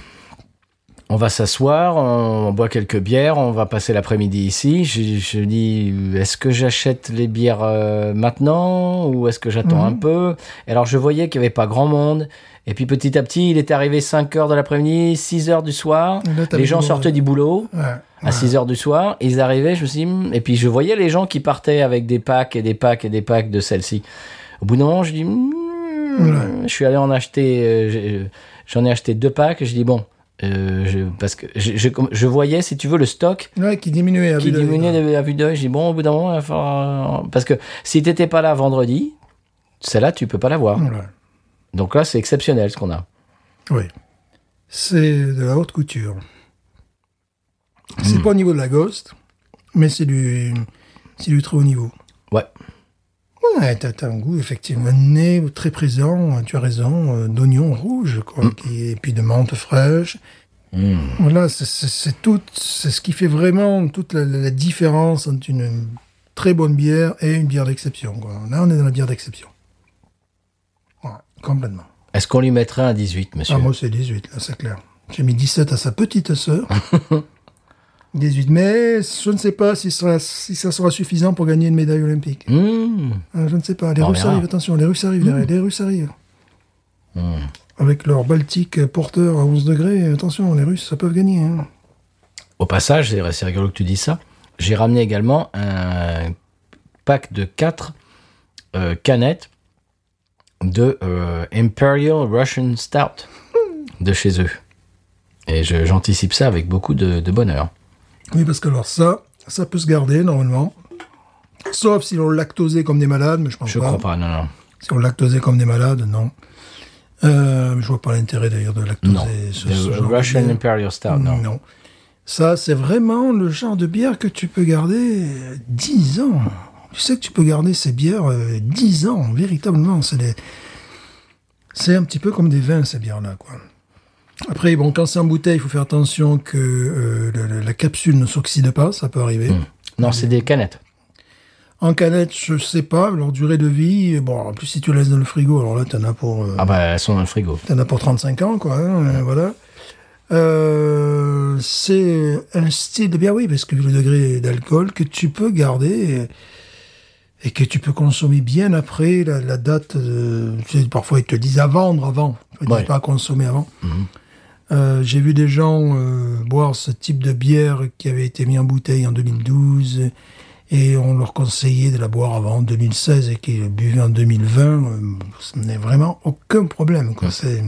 Speaker 1: on va s'asseoir, on, on boit quelques bières, on va passer l'après-midi ici. Je, je dis, est-ce que j'achète les bières euh, maintenant ou est-ce que j'attends un
Speaker 2: Mhm.
Speaker 1: peu Et Alors je voyais qu'il n'y avait pas grand monde. Et puis petit à petit, il est arrivé 5 heures de l'après-midi, 6 heures du soir.
Speaker 2: Et là, t'avais
Speaker 1: les
Speaker 2: du
Speaker 1: gens
Speaker 2: monde,
Speaker 1: sortaient
Speaker 2: ouais.
Speaker 1: du boulot
Speaker 2: Ouais,
Speaker 1: à 6 heures du soir, ils arrivaient, je me suis dit, hmm, et puis je voyais les gens qui partaient avec des packs et des packs et des packs de celles-ci. Au bout d'un moment, je dis, hmm, je suis allé en acheter, euh, j'ai- j'en ai acheté deux packs, et je dis, bon, euh, je, parce que je, je, je voyais, si tu veux, le stock
Speaker 2: Ouais, qui diminuait à
Speaker 1: qui
Speaker 2: vue d'œil.
Speaker 1: diminuait de- à vue d'œil, je dis, bon, au bout d'un moment, il va falloir- parce que si t'étais pas là vendredi, celle-là, tu peux pas la voir.
Speaker 2: Voilà.
Speaker 1: Donc là, c'est exceptionnel ce qu'on a.
Speaker 2: Oui. C'est de la haute couture. C'est pas au niveau de la Ghost, mais c'est du, c'est du très haut niveau.
Speaker 1: Ouais.
Speaker 2: Ouais, t'as, t'as un goût, effectivement, un nez très présent, tu as raison, euh, d'oignons rouges, quoi, qui- et puis de menthe fraîche. Voilà, c'est, c'est- c'est tout, c'est ce qui fait vraiment toute la, la- la différence entre une très bonne bière et une bière d'exception, quoi. Là, on est dans la bière d'exception. Ouais, complètement.
Speaker 1: Est-ce qu'on lui mettrait un 18, monsieur
Speaker 2: Ah, moi, c'est 18, là, c'est clair. J'ai mis 17 à sa
Speaker 1: [LAUGHS]
Speaker 2: petite sœur. 18, mais je ne sais pas si, ça- si ça sera suffisant pour gagner une médaille olympique.
Speaker 1: Hmm.
Speaker 2: Euh, Je ne sais pas. Les
Speaker 1: On
Speaker 2: Russes
Speaker 1: verra. Hmm.
Speaker 2: arrivent, attention, les Russes arrivent, les- les Russes arrivent. Avec leur Baltique porteur à 11 degrés, attention, les Russes, ça peut gagner. hein.
Speaker 1: Au passage, c'est c'est rigolo que tu dis ça. J'ai ramené également un pack de 4 canettes de euh, Imperial Russian Stout de chez eux. Et je- j'anticipe ça avec beaucoup de, de bonheur.
Speaker 2: Oui, parce que alors ça, ça peut se garder normalement. Sauf si l'on lactosait comme des malades, mais je pense
Speaker 1: Je
Speaker 2: pas.
Speaker 1: crois pas, non, non.
Speaker 2: Si on lactosait comme des malades, non. Euh, je vois pas l'intérêt d'ailleurs de
Speaker 1: Non.
Speaker 2: lactosé. ce- ce
Speaker 1: The
Speaker 2: genre de
Speaker 1: Russian
Speaker 2: bière.
Speaker 1: Imperial Stout, Ah, non.
Speaker 2: Ça, c'est vraiment le genre de bière que tu peux garder euh, 10 ans. Tu sais que tu peux garder ces bières euh, 10 ans, véritablement. C'est des- c'est un petit peu comme des vins, ces bières-là. quoi. Après, bon, quand c'est en bouteille, il faut faire attention que euh, le- le- la capsule ne s'oxyde pas, ça peut arriver.
Speaker 1: Non, c'est des canettes.
Speaker 2: En canette, je sais pas, leur durée de vie, bon, en plus si tu laisses dans le frigo, alors là, t'en as pour... euh,
Speaker 1: Ah bah, elles sont dans le frigo.
Speaker 2: T'en as pour 35 ans, quoi. hein, euh, Voilà. Euh, c'est un style de bière, oui, parce que vu le degré d'alcool, que tu peux garder et, et que tu peux consommer bien après la, la date. De, tu sais, parfois, ils te disent à vendre avant. Ils te
Speaker 1: Ouais.
Speaker 2: disent pas à consommer avant. Euh, J'ai vu des gens euh, boire ce type de bière qui avait été mis en bouteille en 2012 et on leur conseillait de la boire avant 2016 et qu'ils buvaient en 2020. euh, Ce n'est vraiment aucun problème. quoi. C'est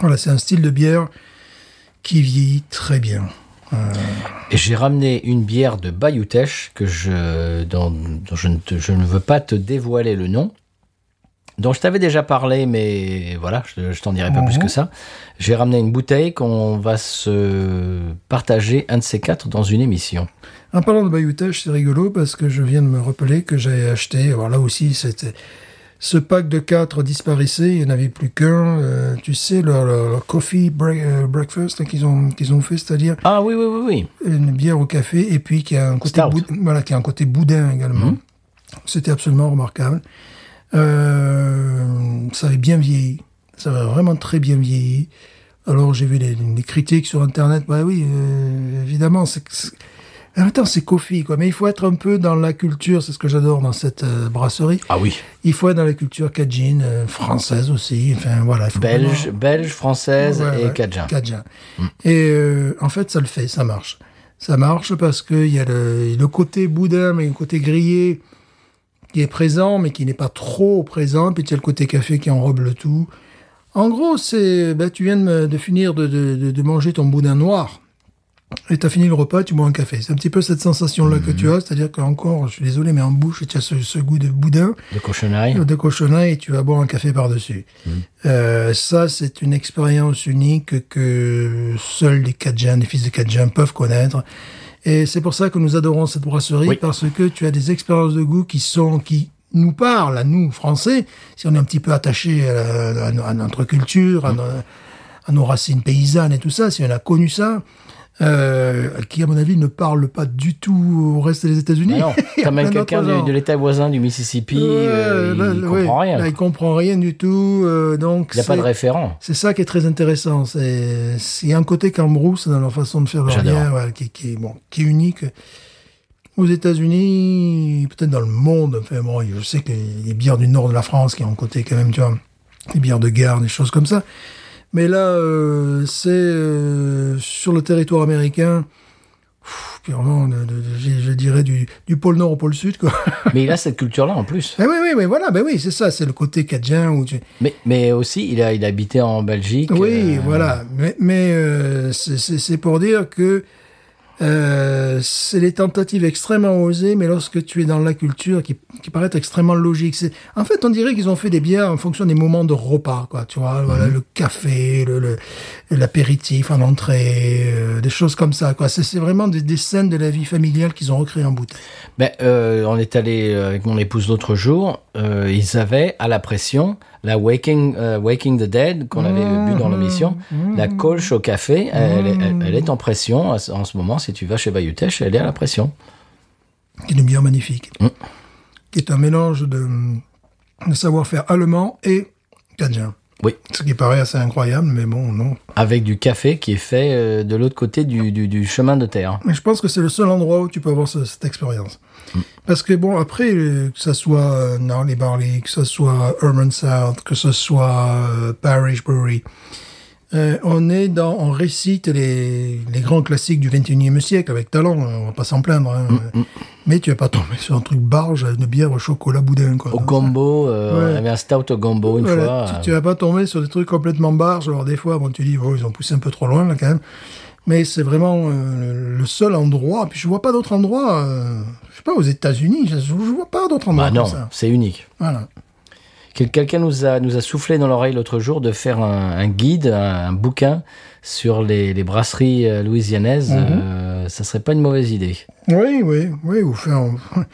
Speaker 2: voilà, c'est un style de bière qui vieillit très bien.
Speaker 1: Et j'ai ramené une bière de Bayoutech que je, dont, dont je, ne te- je ne veux pas te dévoiler le nom, dont je t'avais déjà parlé, mais voilà, je, je t'en dirai pas plus que ça. J'ai ramené une bouteille qu'on va se partager un de ces quatre dans une émission.
Speaker 2: En parlant de bailloutage, c'est rigolo parce que je viens de me rappeler que j'avais acheté, alors là aussi, c'était, ce pack de quatre disparaissait, il n'y en avait plus qu'un, euh, tu sais, leur, leur- leur coffee break- euh, breakfast là, qu'ils ont, qu'ils ont fait, c'est-à-dire
Speaker 1: Ah oui, oui, oui, oui.
Speaker 2: une bière au café et puis qui a un côté,
Speaker 1: Stout. Mhm.
Speaker 2: boud- voilà, qui a un côté boudin également. C'était absolument remarquable. Euh, ça avait bien vieilli. Ça avait vraiment très bien vieilli. Alors j'ai vu des, des critiques sur Internet. Bah oui, euh, évidemment, c'est... c'est- En même temps, c'est Kofi, quoi. Mais il faut être un peu dans la culture, c'est ce que j'adore dans cette euh, brasserie.
Speaker 1: Ah oui.
Speaker 2: Il faut être dans la culture cajun, euh, française aussi. Enfin, voilà. il faut
Speaker 1: Belge,
Speaker 2: vraiment-
Speaker 1: belge, française
Speaker 2: Ouais,
Speaker 1: et Mm.
Speaker 2: ouais,
Speaker 1: cajun.
Speaker 2: Cajun. Et euh, en fait, ça le fait, ça marche. Ça marche parce qu'il y a le, le côté boudin, mais le côté grillé qui est présent, mais qui n'est pas trop présent. Puis tu as le côté café qui enrobe le tout. En gros, c'est bah, tu viens de, me- de finir de, de- de- de manger ton boudin noir. Et tu as fini le repas, tu bois un café. C'est un petit peu cette sensation-là
Speaker 1: Mm.
Speaker 2: que tu as. C'est-à-dire qu'encore, je suis désolé, mais en bouche, tu as ce, ce goût de boudin
Speaker 1: De cochonnerie.
Speaker 2: de cochonnet et tu vas boire un café par-dessus.
Speaker 1: Mmh.
Speaker 2: Euh, ça, c'est une expérience unique que seuls les Cajuns, les fils de Cajuns peuvent connaître. Et c'est pour ça que nous adorons cette brasserie,
Speaker 1: Oui.
Speaker 2: parce que tu as des expériences de goût qui sont, qui nous parlent, à nous, Français, si on est un petit peu attaché à, la- à no- à notre culture,
Speaker 1: Mmh.
Speaker 2: à, no- à nos racines paysannes et tout ça, si on a connu ça, euh, qui, à mon avis, ne parle pas du tout au reste des États-Unis.
Speaker 1: Mais Ah
Speaker 2: [LAUGHS]
Speaker 1: non,
Speaker 2: Il y a
Speaker 1: t'as même
Speaker 2: plein d'autres
Speaker 1: quelqu'un
Speaker 2: genres.
Speaker 1: du- de l'état voisin du Mississippi,
Speaker 2: Ouais,
Speaker 1: euh,
Speaker 2: là,
Speaker 1: il
Speaker 2: là,
Speaker 1: comprend
Speaker 2: ouais.
Speaker 1: rien.
Speaker 2: Là, il comprend rien du tout. euh, donc,
Speaker 1: Il n'y a pas de
Speaker 2: c'est-
Speaker 1: référent.
Speaker 2: C'est ça qui est très intéressant. C'est c'est- il y a un côté cambrousse dans leur façon de faire leur
Speaker 1: J'adore.
Speaker 2: bière, ouais, qui, qui est bon, qui est unique. Aux États-Unis, peut-être dans le monde. Enfin bon, je sais que les bières du nord de la France qui ont un côté quand même, tu vois, les bières de gare, des choses comme ça. Mais là, euh, c'est euh, sur le territoire américain. pff, Purement, de- de- de- je, je dirais du, du pôle nord au pôle sud, quoi.
Speaker 1: Mais il a cette culture-là en plus.
Speaker 2: Ah oui, oui, oui, voilà, ben oui, c'est ça, c'est le côté cadien où tu...
Speaker 1: Mais, mais aussi, il a, il habitait en Belgique.
Speaker 2: Oui,
Speaker 1: euh,
Speaker 2: voilà, mais, mais euh, c'est- c'est c'est pour dire que euh, c'est des tentatives extrêmement osées, mais lorsque tu es dans la culture, qui, qui paraît extrêmement logique. C'est- En fait, on dirait qu'ils ont fait des bières en fonction des moments de repas, quoi, tu vois, voilà, le café, le- le- l'apéritif en entrée, euh, des choses comme ça, quoi. C'est c'est vraiment des, des scènes de la vie familiale qu'ils ont recréées en bouteille.
Speaker 1: Ben, euh, on est allé euh, avec mon épouse l'autre jour. euh, ils avaient à la pression la Waking, euh, Waking the Dead qu'on
Speaker 2: Mmh,
Speaker 1: avait bu dans l'émission. La colche au café, elle, est- elle- elle est en pression à ce- en ce moment. Si tu vas chez Bayutech, elle est à la pression.
Speaker 2: qui est une bière magnifique,
Speaker 1: Mm.
Speaker 2: qui est un mélange de, de savoir-faire allemand et cadien.
Speaker 1: Oui.
Speaker 2: Ce qui paraît assez incroyable, mais bon, non.
Speaker 1: Avec du café qui est fait euh, de l'autre côté du, du- du chemin de terre.
Speaker 2: Mais je pense que c'est le seul endroit où tu peux avoir ce- cette expérience.
Speaker 1: Mm.
Speaker 2: Parce que bon, après, euh, que ça soit euh, Gnarly Barley, que ça soit Urban South, que ce soit euh, Parish Brewery, euh, on est dans, on récite les, les grands classiques du 21e siècle avec talent, euh, on va pas s'en plaindre. hein.
Speaker 1: Mm,
Speaker 2: Mais tu vas pas tomber sur un truc barge, une bière au chocolat boudin, quoi.
Speaker 1: Au
Speaker 2: Donc,
Speaker 1: gombo, euh,
Speaker 2: Ah, Ouais.
Speaker 1: on avait un stout au gombo une
Speaker 2: Voilà,
Speaker 1: fois. euh,
Speaker 2: tu, tu vas pas tomber sur des trucs complètement barges. Alors des fois, bon, tu dis, bon, ils ont poussé un peu trop loin là quand même. Mais c'est vraiment euh, le seul endroit. Puis je vois pas d'autres endroits. euh, je sais pas aux États-Unis, je, je vois pas d'autres endroits
Speaker 1: Bah non,
Speaker 2: comme ça.
Speaker 1: c'est unique.
Speaker 2: Voilà.
Speaker 1: Quel- Quelqu'un nous a, nous a soufflé dans l'oreille l'autre jour de faire un, un guide, un, un bouquin sur les, les brasseries euh, louisianaises.
Speaker 2: Mhm.
Speaker 1: Euh, ça serait pas une mauvaise idée.
Speaker 2: Oui, oui, oui, ou faire, [LAUGHS] ou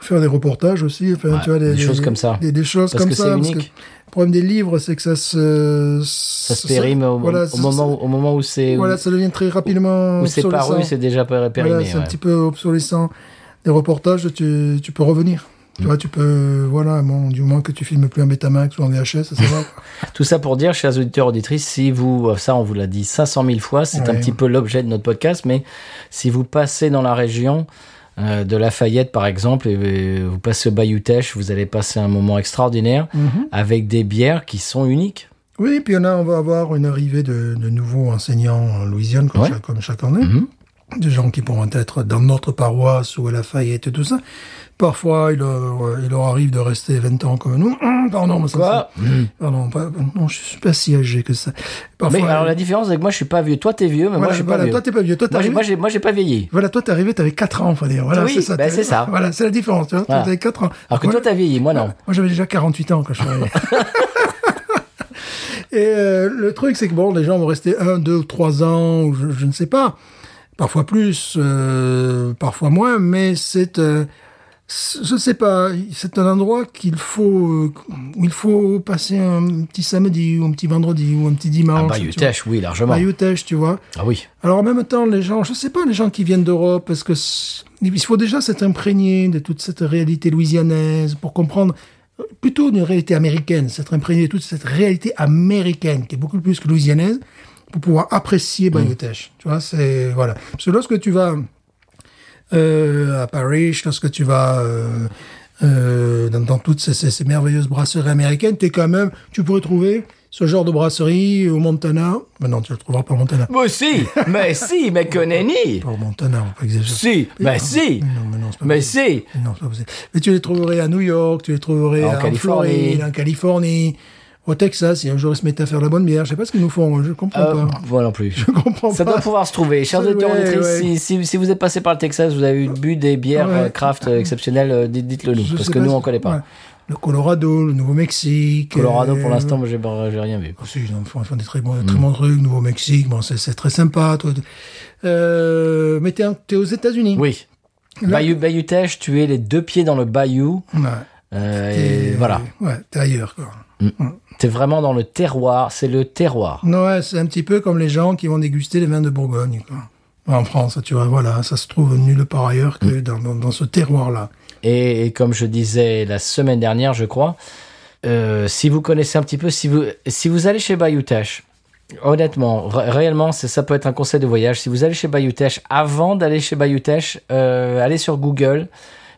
Speaker 2: faire des reportages aussi, enfin,
Speaker 1: Ouais,
Speaker 2: tu vois,
Speaker 1: des choses comme ça.
Speaker 2: Des, des choses
Speaker 1: Parce
Speaker 2: comme
Speaker 1: que
Speaker 2: ça.
Speaker 1: c'est
Speaker 2: parce
Speaker 1: unique.
Speaker 2: le problème des livres, c'est que ça se.
Speaker 1: Ça se périme au, au moment, où- au moment où c'est
Speaker 2: Voilà, ça devient très rapidement.
Speaker 1: où c'est paru,
Speaker 2: obsolescent.
Speaker 1: c'est déjà périmé.
Speaker 2: Voilà, c'est un
Speaker 1: ouais.
Speaker 2: petit peu obsolescent. Des reportages, tu, tu peux revenir. Tu vois, tu peux. Voilà, bon, du moment que tu filmes plus en Betamax ou en VHS, ça, ça va. quoi.
Speaker 1: Tout ça pour dire, chers auditeurs, auditrices, si vous, euh, ça on vous l'a dit 500 000 fois, c'est un
Speaker 2: Ouais.
Speaker 1: petit peu l'objet de notre podcast, mais si vous passez dans la région euh, de Lafayette, par exemple, et euh, vous passez au Bayou Teche, vous allez passer un moment extraordinaire
Speaker 2: Mhm.
Speaker 1: avec des bières qui sont uniques.
Speaker 2: [LAUGHS] Oui, puis on, a, on va avoir une arrivée de, de nouveaux enseignants en Louisiane, comme,
Speaker 1: Ouais.
Speaker 2: chaque, comme chaque année. Des gens qui pourront être dans notre paroisse ou à Lafayette et tout ça. Parfois, il leur, il leur arrive de rester 20 ans comme nous. Hum, Pardon, mais ça,
Speaker 1: Quoi
Speaker 2: c'est- Pardon, pas- non, je suis pas si âgé que ça. Parfois,
Speaker 1: mais alors la différence, c'est que moi je suis pas vieux, toi t'es vieux, mais moi
Speaker 2: voilà,
Speaker 1: je suis
Speaker 2: voilà,
Speaker 1: pas vieux.
Speaker 2: toi, t'es pas vieux. Toi,
Speaker 1: Moi, j'ai-
Speaker 2: t'arrives-
Speaker 1: moi, j'ai- moi j'ai pas vieilli.
Speaker 2: Voilà, toi, t'es arrivé, t'avais 4 ans, Fadé. Voilà,
Speaker 1: Oui,
Speaker 2: c'est ça.
Speaker 1: ben,
Speaker 2: t'es-
Speaker 1: c'est ça.
Speaker 2: Voilà, c'est la différence. Tu vois,
Speaker 1: Voilà.
Speaker 2: t'avais 4 ans.
Speaker 1: Alors que
Speaker 2: Moi,
Speaker 1: toi t'as vieilli, moi non.
Speaker 2: moi, j'avais déjà 48 ans quand je
Speaker 1: [LAUGHS]
Speaker 2: suis arrivé. Et euh, le truc, c'est que bon, les gens vont rester 1, 2, 3 ans, ou je, je ne sais pas. Parfois plus, euh, parfois moins, mais c'est. euh, c- je ne sais pas, c'est un endroit qu'il faut, euh, où il faut passer un petit samedi, ou un petit vendredi, ou un petit
Speaker 1: Ah,
Speaker 2: dimanche.
Speaker 1: Bayou
Speaker 2: tu vois. Bah,
Speaker 1: Teche, oui, largement.
Speaker 2: Bayou Teche, tu vois.
Speaker 1: Ah oui.
Speaker 2: Alors en même temps, les gens, je sais pas, les gens qui viennent d'Europe, parce que c- il faut déjà s'être imprégné de toute cette réalité louisianaise pour comprendre euh, plutôt une réalité américaine, s'être imprégné de toute cette réalité américaine qui est beaucoup plus que louisianaise pour pouvoir apprécier Bayou Teche. Tu vois, c'est voilà. Parce que lorsque tu vas euh, à Paris, lorsque tu vas euh, euh, dans, dans toutes ces, ces- ces merveilleuses brasseries américaines, t'es quand même, tu pourrais trouver ce genre de brasserie au Montana. Mais non, tu le trouveras pas au Montana.
Speaker 1: Mais si,
Speaker 2: [LAUGHS]
Speaker 1: mais si, mais que nenni.
Speaker 2: Pas au Montana, on va pas exagérer.
Speaker 1: Si, mais si,
Speaker 2: Non, mais non, c'est pas
Speaker 1: mais
Speaker 2: possible.
Speaker 1: si.
Speaker 2: Non, c'est pas possible. Mais tu les trouverais à New York, tu les trouverais
Speaker 1: En
Speaker 2: en,
Speaker 1: Californie.
Speaker 2: Floride, en Californie, au Texas, si un jour ils se mettent à faire la bonne bière. Je sais pas ce qu'ils nous font, je comprends
Speaker 1: Euh,
Speaker 2: pas.
Speaker 1: moi non plus.
Speaker 2: Je comprends
Speaker 1: Ça
Speaker 2: pas.
Speaker 1: doit pouvoir se trouver. Chers
Speaker 2: Ouais,
Speaker 1: auditeurs, auditrices,
Speaker 2: ouais.
Speaker 1: si, si- si vous êtes passé par le Texas, vous avez eu bu des bières
Speaker 2: Ouais.
Speaker 1: euh, craft euh, exceptionnelles, euh, dites- dites-le nous,
Speaker 2: Je
Speaker 1: parce
Speaker 2: sais
Speaker 1: que
Speaker 2: pas
Speaker 1: nous,
Speaker 2: si-
Speaker 1: on connaît pas.
Speaker 2: Ouais. Le Colorado, le Nouveau-Mexique.
Speaker 1: Colorado,
Speaker 2: euh,
Speaker 1: pour l'instant, Mm. moi, j'ai bah, j'ai rien vu.
Speaker 2: Aussi, ils en font, ils font des très bons, très bons trucs. Nouveau-Mexique, bon, c'est- c'est très sympa. toi. Euh, mais t'es en- t'es aux États-Unis.
Speaker 1: Oui. Bayou, Bayou Teche, tu es les deux pieds dans le bayou.
Speaker 2: Ouais.
Speaker 1: euh,
Speaker 2: T'es-
Speaker 1: et voilà.
Speaker 2: Ouais, t'es ailleurs, quoi.
Speaker 1: T'es vraiment dans le terroir. C'est le terroir.
Speaker 2: Non, ouais, c'est un petit peu comme les gens qui vont déguster les vins de Bourgogne, quoi. En France, tu vois, voilà, ça se trouve nulle part ailleurs que
Speaker 1: Mm.
Speaker 2: dans, dans, dans ce terroir-là.
Speaker 1: Ah Et, et comme je disais la semaine dernière, je crois, euh, si vous connaissez un petit peu, si vous, si vous allez chez Bayou Teche, honnêtement, ré- réellement, c'est- ça peut être un conseil de voyage. Si vous allez chez Bayou Teche, avant d'aller chez Bayou Teche, euh, allez sur Google,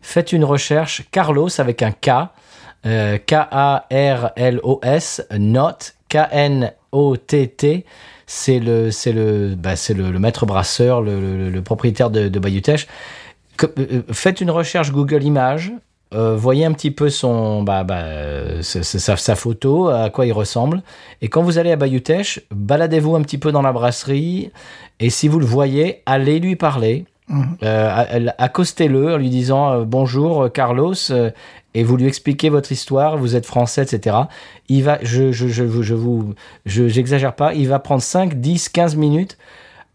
Speaker 1: faites une recherche Carlos avec un K, euh, K-A-R-L-O-S, Not, K-N-O-T-T. C'est le, c'est le, bah, c'est le, le maître brasseur, le, le- le propriétaire de, de Bayou Teche. Que- euh, faites une recherche Google Images, euh, voyez un petit peu son, bah, bah, euh, sa- sa, sa photo, à quoi il ressemble. Et quand vous allez à Bayutech, baladez-vous un petit peu dans la brasserie. Et si vous le voyez, allez lui parler. Euh, à- à- accostez-le en lui disant euh, bonjour euh, Carlos euh, et vous lui expliquez votre histoire, vous êtes français, etc. Il va, je, je, je, vous- je vous, je- j'exagère pas, il va prendre 5, 10, 15 minutes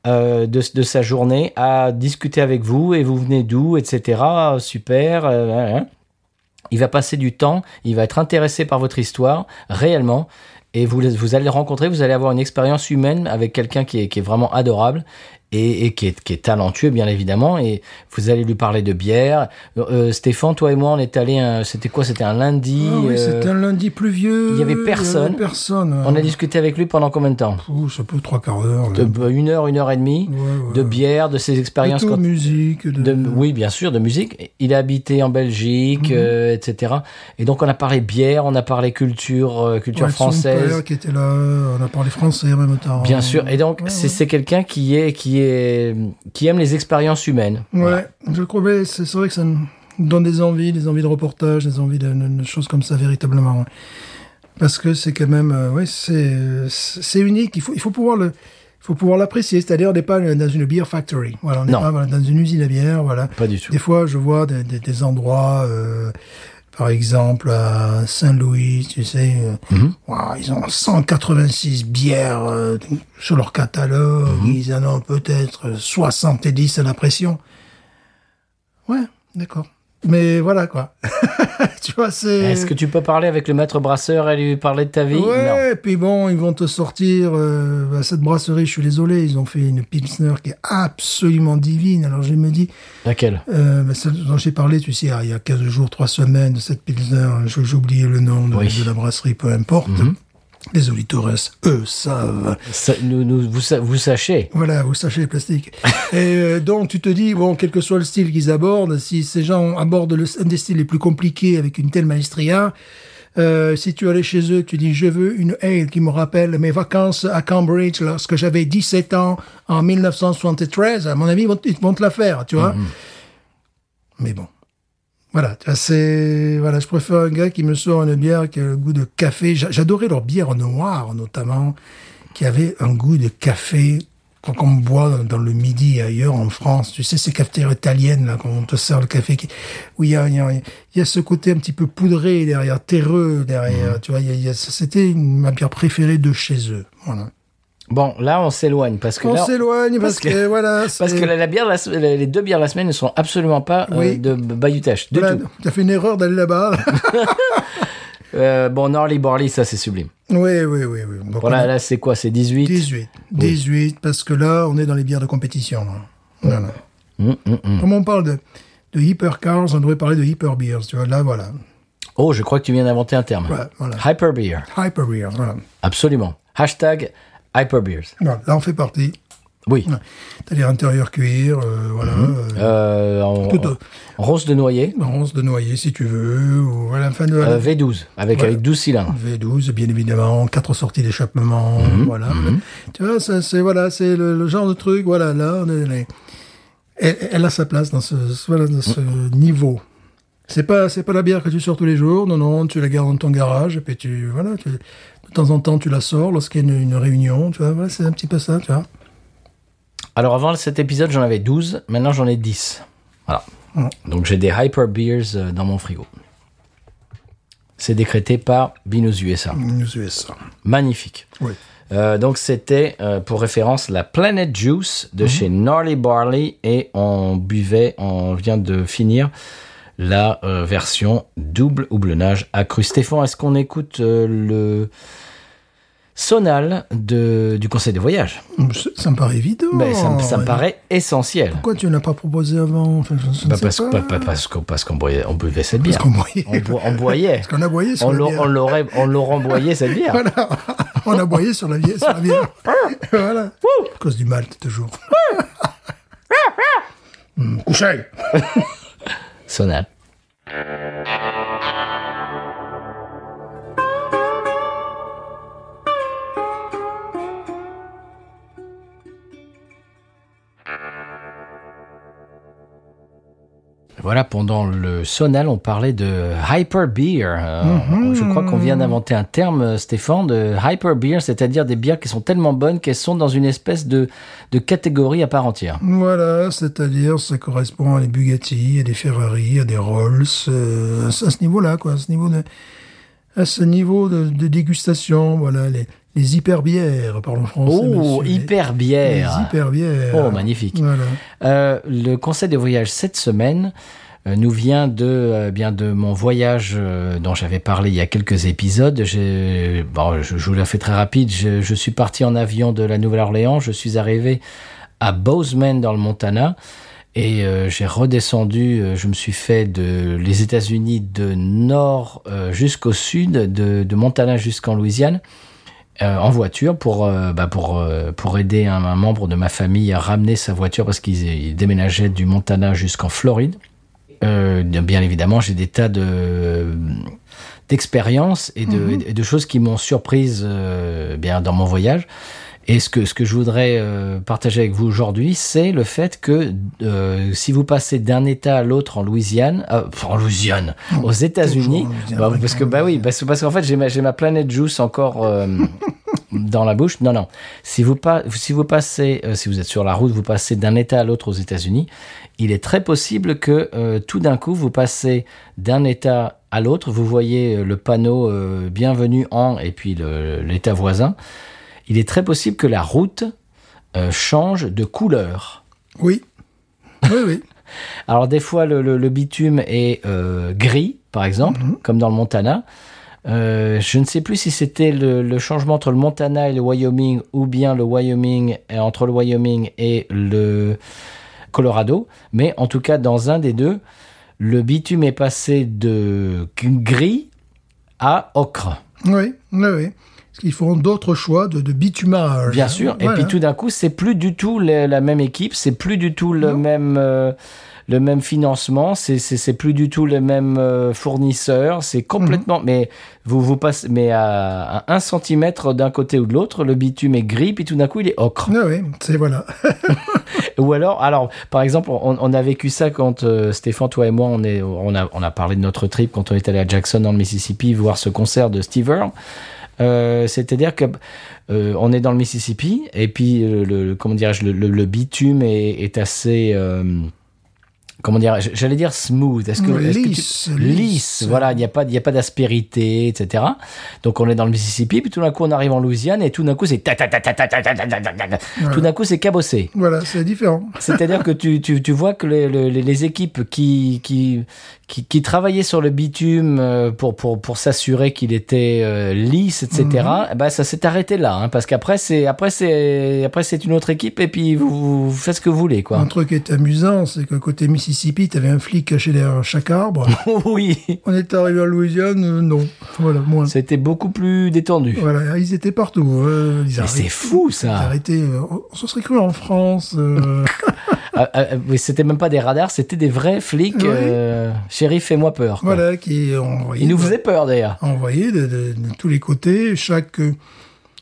Speaker 1: euh, de, de sa journée à discuter avec vous et vous venez d'où, etc. Ah, Super. euh, hein, hein. Il va passer du temps, il va être intéressé par votre histoire, réellement. Et vous, vous allez le rencontrer, vous allez avoir une expérience humaine avec quelqu'un qui est, qui est vraiment adorable et, et qui, est, qui est talentueux, bien évidemment. Et vous allez lui parler de bière. Euh, euh, Stéphane, toi et moi, on est allé, c'était quoi C'était un lundi.
Speaker 2: Ah oui,
Speaker 1: euh,
Speaker 2: c'était un lundi pluvieux.
Speaker 1: il y avait personne.
Speaker 2: personne.
Speaker 1: on a discuté avec lui pendant combien de temps
Speaker 2: Ouh, ça peut trois quarts d'heure. là.
Speaker 1: De- bah, Une heure, une heure et demie.
Speaker 2: Ouais, ouais.
Speaker 1: De bière, de ses
Speaker 2: De
Speaker 1: expériences
Speaker 2: tout,
Speaker 1: quand-
Speaker 2: musique. De...
Speaker 1: de, oui, bien sûr, de musique. Il a habité en
Speaker 2: Mhm.
Speaker 1: Belgique, euh, etc. Et donc on a parlé bière, on a parlé culture, euh,
Speaker 2: Ouais,
Speaker 1: culture
Speaker 2: son
Speaker 1: française.
Speaker 2: père qui était là, on a parlé français en même temps.
Speaker 1: Bien sûr. Et donc
Speaker 2: Ouais,
Speaker 1: c'est c'est quelqu'un qui est qui est qui aime les expériences humaines.
Speaker 2: Ouais,
Speaker 1: Voilà.
Speaker 2: je le trouvais, c'est c'est vrai que ça nous donne des envies, des envies de reportage, des envies de, de- de choses comme ça, véritablement. ouais. Parce que c'est quand même, euh, ouais, c'est euh, c'est c'est unique, il faut, il faut pouvoir le. faut pouvoir l'apprécier, c'est-à-dire on n'est pas dans une beer factory, voilà, on n'est
Speaker 1: Non.
Speaker 2: pas voilà, dans une usine à bière, voilà.
Speaker 1: Pas du tout.
Speaker 2: Des fois, je vois des, des- des endroits, euh, Par exemple, à Saint-Louis, tu sais,
Speaker 1: Mhm.
Speaker 2: waouh, ils ont 186 bières euh, sur leur catalogue.
Speaker 1: Mhm.
Speaker 2: Ils en ont peut-être 70 à la pression. Ouais, d'accord. Mais voilà, quoi. [LAUGHS] tu vois, c'est...
Speaker 1: Est-ce que tu peux parler avec le maître brasseur et lui parler de ta vie
Speaker 2: Ouais, puis bon, ils vont te sortir euh, à cette brasserie, je suis désolé, ils ont fait une Pilsner qui est absolument divine. Alors je me
Speaker 1: Non.
Speaker 2: dis,
Speaker 1: Laquelle
Speaker 2: euh, bah, celle dont j'ai parlé, tu sais, il y a 15 jours, 3 semaines, de cette Pilsner, je- j'ai oublié le nom de,
Speaker 1: Oui.
Speaker 2: de la brasserie, peu importe. Les auditeurs, eux, savent.
Speaker 1: Ça, nous, nous- vous, sa- vous sachez.
Speaker 2: Voilà, au sachet plastique. Et euh, donc, tu te dis, bon, quel que soit le style qu'ils abordent, si ces gens abordent le, un des styles les plus compliqués avec une telle maestria, euh, si tu allais chez eux, tu dis, je veux une ale qui me rappelle mes vacances à Cambridge lorsque j'avais 17 ans en 1973, à mon avis, ils vont, ils vont te la faire, tu vois. Mais bon. Voilà, tu vois, c'est voilà, je préfère un gars qui me sort une bière qui a le goût de café. J'a- J'adorais leur bière noire notamment, qui avait un goût de café qu'on qu'on boit dans le midi et ailleurs en France. Tu sais ces cafetières italiennes là, quand on te sert le café, qui... où il y a, il y, a, il y a ce côté un petit peu poudré derrière, terreux
Speaker 1: Mmh.
Speaker 2: derrière. Tu vois, il y a- il y a- c'était une- ma bière préférée de chez eux. Voilà.
Speaker 1: Bon, là, on s'éloigne parce que
Speaker 2: On
Speaker 1: là,
Speaker 2: s'éloigne parce, que, voilà,
Speaker 1: parce
Speaker 2: c'est-
Speaker 1: que la, la bière, de la se- les deux bières de la semaine ne sont absolument pas euh,
Speaker 2: Oui.
Speaker 1: de Bayutech. Du
Speaker 2: voilà,
Speaker 1: tout.
Speaker 2: t'as fait une erreur d'aller là-bas. [LAUGHS]
Speaker 1: Euh, bon, Norley Borley, ça, c'est sublime.
Speaker 2: oui, oui, oui, oui. Donc, on-
Speaker 1: Voilà, là, c'est quoi C'est 18
Speaker 2: 18. 18, parce que là, on est dans les bières de compétition. là. Voilà. Comme on parle de, de hypercars, on devrait parler de hyperbeers. Tu vois, là, voilà.
Speaker 1: Oh, je crois que tu viens d'inventer un terme.
Speaker 2: Ouais, voilà.
Speaker 1: Hyperbeer.
Speaker 2: Hyperbeers, voilà.
Speaker 1: Absolument. Hashtag hyperbeers.
Speaker 2: Voilà, Là, on fait partie.
Speaker 1: Oui.
Speaker 2: Ouais. C'est-à-dire intérieur cuir, euh, voilà. euh,
Speaker 1: Euh, en,
Speaker 2: Tout, euh,
Speaker 1: en rose de noyer,
Speaker 2: bronze de noyer, si tu veux. Ou, voilà, enfin, de,
Speaker 1: euh, V12, avec, avec 12 cylindres.
Speaker 2: V12, bien évidemment, quatre sorties d'échappement,
Speaker 1: Mhm.
Speaker 2: voilà. Tu vois, ça, c'est voilà, c'est le, le genre de truc, voilà, là, on est- on est- elle, elle a sa place dans ce, ce- voilà, dans ce
Speaker 1: Mhm.
Speaker 2: niveau. C'est pas, c'est pas la bière que tu sors tous les jours, non, non, tu la gardes dans ton garage, et puis tu, voilà, tu- de temps en temps, tu la sors lorsqu'il y a une, une réunion, tu vois, voilà, c'est un petit peu ça, tu vois.
Speaker 1: Alors avant cet épisode, j'en avais 12, maintenant j'en ai 10. Voilà.
Speaker 2: Mhm.
Speaker 1: Donc j'ai des hyperbeers euh, dans mon frigo. C'est décrété par Binous USA.
Speaker 2: Nous USA.
Speaker 1: Magnifique.
Speaker 2: Oui.
Speaker 1: Euh, donc c'était euh, pour référence la Planet Juice
Speaker 2: Mhm.
Speaker 1: de chez Gnarly Barley et on buvait, on vient de finir la euh, version double houblonnage accru. Stéphane, est-ce qu'on écoute euh, le sonal de, du conseil de voyage
Speaker 2: Ça- Ça me paraît évident.
Speaker 1: Ben, ça, me- ça me paraît essentiel.
Speaker 2: Oh. Pourquoi tu ne l'as pas proposé avant Enfin, je- je ne
Speaker 1: Bah,
Speaker 2: sais
Speaker 1: parce,
Speaker 2: pas.
Speaker 1: pas- pas- parce qu'on parce qu'on boyait- on buvait cette
Speaker 2: Parce
Speaker 1: bière.
Speaker 2: qu'on boyait.
Speaker 1: On, bo- on boyait.
Speaker 2: [LAUGHS] Parce qu'on a boyé sur
Speaker 1: On
Speaker 2: la
Speaker 1: l'au-
Speaker 2: bière.
Speaker 1: on l'aurait on l'aurait emboyé cette bière.
Speaker 2: [LAUGHS] Voilà, on a boyé sur la bière. Sur
Speaker 1: [LAUGHS]
Speaker 2: la bière. voilà. À cause du malt, toujours. [LAUGHS] Hmm, Couché
Speaker 1: Sonal. Voilà, pendant le sonal, on parlait de hyper beer. Euh, Je crois qu'on vient d'inventer un terme, euh, Stéphane, de hyper beer, c'est-à-dire des bières qui sont tellement bonnes qu'elles sont dans une espèce de, de catégorie à part entière.
Speaker 2: Voilà, c'est-à-dire, ça correspond à des Bugatti, à des Ferrari, à des Rolls, euh, à ce à ce niveau-là, quoi, à ce niveau de, à ce niveau de, de dégustation, voilà, les, les hyperbières, parlons français.
Speaker 1: Oh,
Speaker 2: monsieur, les-
Speaker 1: hyper
Speaker 2: Les
Speaker 1: bière
Speaker 2: hyperbières.
Speaker 1: Oh, magnifique.
Speaker 2: Voilà.
Speaker 1: Euh, le conseil de voyage cette semaine euh, nous vient de euh, bien de mon voyage euh, dont j'avais parlé il y a quelques épisodes. J'ai- Bon, je, je vous la fais très rapide. Je, je suis parti en avion de la Nouvelle-Orléans. Je suis arrivé à Bozeman dans le Montana et euh, j'ai redescendu. euh, je me suis fait de les États-Unis de nord euh, jusqu'au sud, de, de Montana jusqu'en Louisiane euh, en voiture pour, euh, bah, pour, euh, pour aider un, un membre de ma famille à ramener sa voiture parce qu'ils ils déménageaient du Montana jusqu'en Floride. Euh, bien évidemment, j'ai des tas de d'expériences et de,
Speaker 2: Mhm.
Speaker 1: et de choses qui m'ont surprise euh, bien dans mon voyage. Et ce que, ce que je voudrais euh, partager avec vous aujourd'hui, c'est le fait que euh, si vous passez d'un État à l'autre en Louisiane, euh, en Louisiane, aux États-Unis,
Speaker 2: en Louisiane,
Speaker 1: bah,
Speaker 2: oui,
Speaker 1: parce que
Speaker 2: en
Speaker 1: bah oui, parce, parce qu'en fait j'ai ma, j'ai ma planète juice encore
Speaker 2: [LAUGHS]
Speaker 1: euh, dans la bouche. Non non, si vous pas, si vous passez, euh, si vous êtes sur la route, vous passez d'un État à l'autre aux États-Unis, il est très possible que euh, tout d'un coup vous passez d'un État à l'autre. Vous voyez le panneau euh, Bienvenue en et puis le- l'état voisin. Il est très possible que la route euh, change de couleur.
Speaker 2: Oui. Oui, oui.
Speaker 1: Alors des fois le, le- le bitume est euh, gris, par exemple, comme dans le Montana. Euh, je ne sais plus si c'était le, le changement entre le Montana et le Wyoming, ou bien le Wyoming euh, entre le Wyoming et le Colorado, mais en tout cas dans un des deux, le bitume est passé de gris à ocre,
Speaker 2: Oui, oui, oui. Parce qu'ils feront d'autres choix de, de bitumage.
Speaker 1: bien sûr. Et
Speaker 2: Voilà.
Speaker 1: puis tout d'un coup, c'est plus du tout la, la même équipe, c'est plus du tout le
Speaker 2: Non.
Speaker 1: même euh, le même financement, c'est c'est c'est plus du tout le même euh, fournisseur, c'est
Speaker 2: Mhm.
Speaker 1: complètement. Mais vous vous passez, mais à, à un centimètre d'un côté ou de l'autre, le bitume est gris, puis tout d'un coup, il est ocre.
Speaker 2: Ah Oui, oui, c'est voilà.
Speaker 1: Ou alors, alors, par exemple, on, on a vécu ça quand euh, Stéphane, toi et moi, on, est, on, a, on a parlé de notre trip quand on est allé à Jackson dans le Mississippi voir ce concert de Steve Earle. Euh, C'est-à-dire que euh, on est dans le Mississippi et puis euh, le, le- comment dirais-je le, le- le bitume est, est assez euh, comment dire j'allais dire smooth est-ce que, est-ce que tu-
Speaker 2: Lisse,
Speaker 1: lisse
Speaker 2: lisse.
Speaker 1: voilà il n'y a pas il y a pas d'aspérité etc donc on est dans le Mississippi puis tout d'un coup on arrive en Louisiane et tout d'un coup c'est ta ta ta ta ta ta ta ta ta ta ta. tout d'un coup c'est cabossé
Speaker 2: Voilà, c'est différent.
Speaker 1: c'est-à-dire que tu, tu, tu vois que les, les, les équipes qui, qui, qui, qui travaillaient sur le bitume euh, pour, pour, pour s'assurer qu'il était euh, lisse, etc.,
Speaker 2: Mhm.
Speaker 1: eh ben, ça s'est arrêté là. hein, parce qu'après, c'est après, c'est- après, c'est une autre équipe et puis vous, vous faites ce que vous voulez.
Speaker 2: Un [LAUGHS]
Speaker 1: quoi.
Speaker 2: truc qui est amusant, c'est que côté Mississippi, t'avais un flic caché derrière chaque
Speaker 1: [LAUGHS]
Speaker 2: arbre.
Speaker 1: oui,
Speaker 2: On est arrivé à Louisiane, euh, non. Voilà, moins.
Speaker 1: c'était beaucoup plus détendu.
Speaker 2: Voilà, ils étaient partout. euh, ils
Speaker 1: Mais
Speaker 2: arrêtaient-
Speaker 1: c'est fou
Speaker 2: ils
Speaker 1: ça.
Speaker 2: arrêtaient, euh, on se serait cru en France.
Speaker 1: [LAUGHS]
Speaker 2: euh,
Speaker 1: Ah, ah, ah, mais c'était même pas des radars, c'était des vrais flics.
Speaker 2: Oui.
Speaker 1: euh, Shérif, fais-moi peur. quoi.
Speaker 2: voilà, qui on voyait,
Speaker 1: Ils nous faisaient peur d'ailleurs.
Speaker 2: on voyait de, de- de tous les côtés, chaque euh,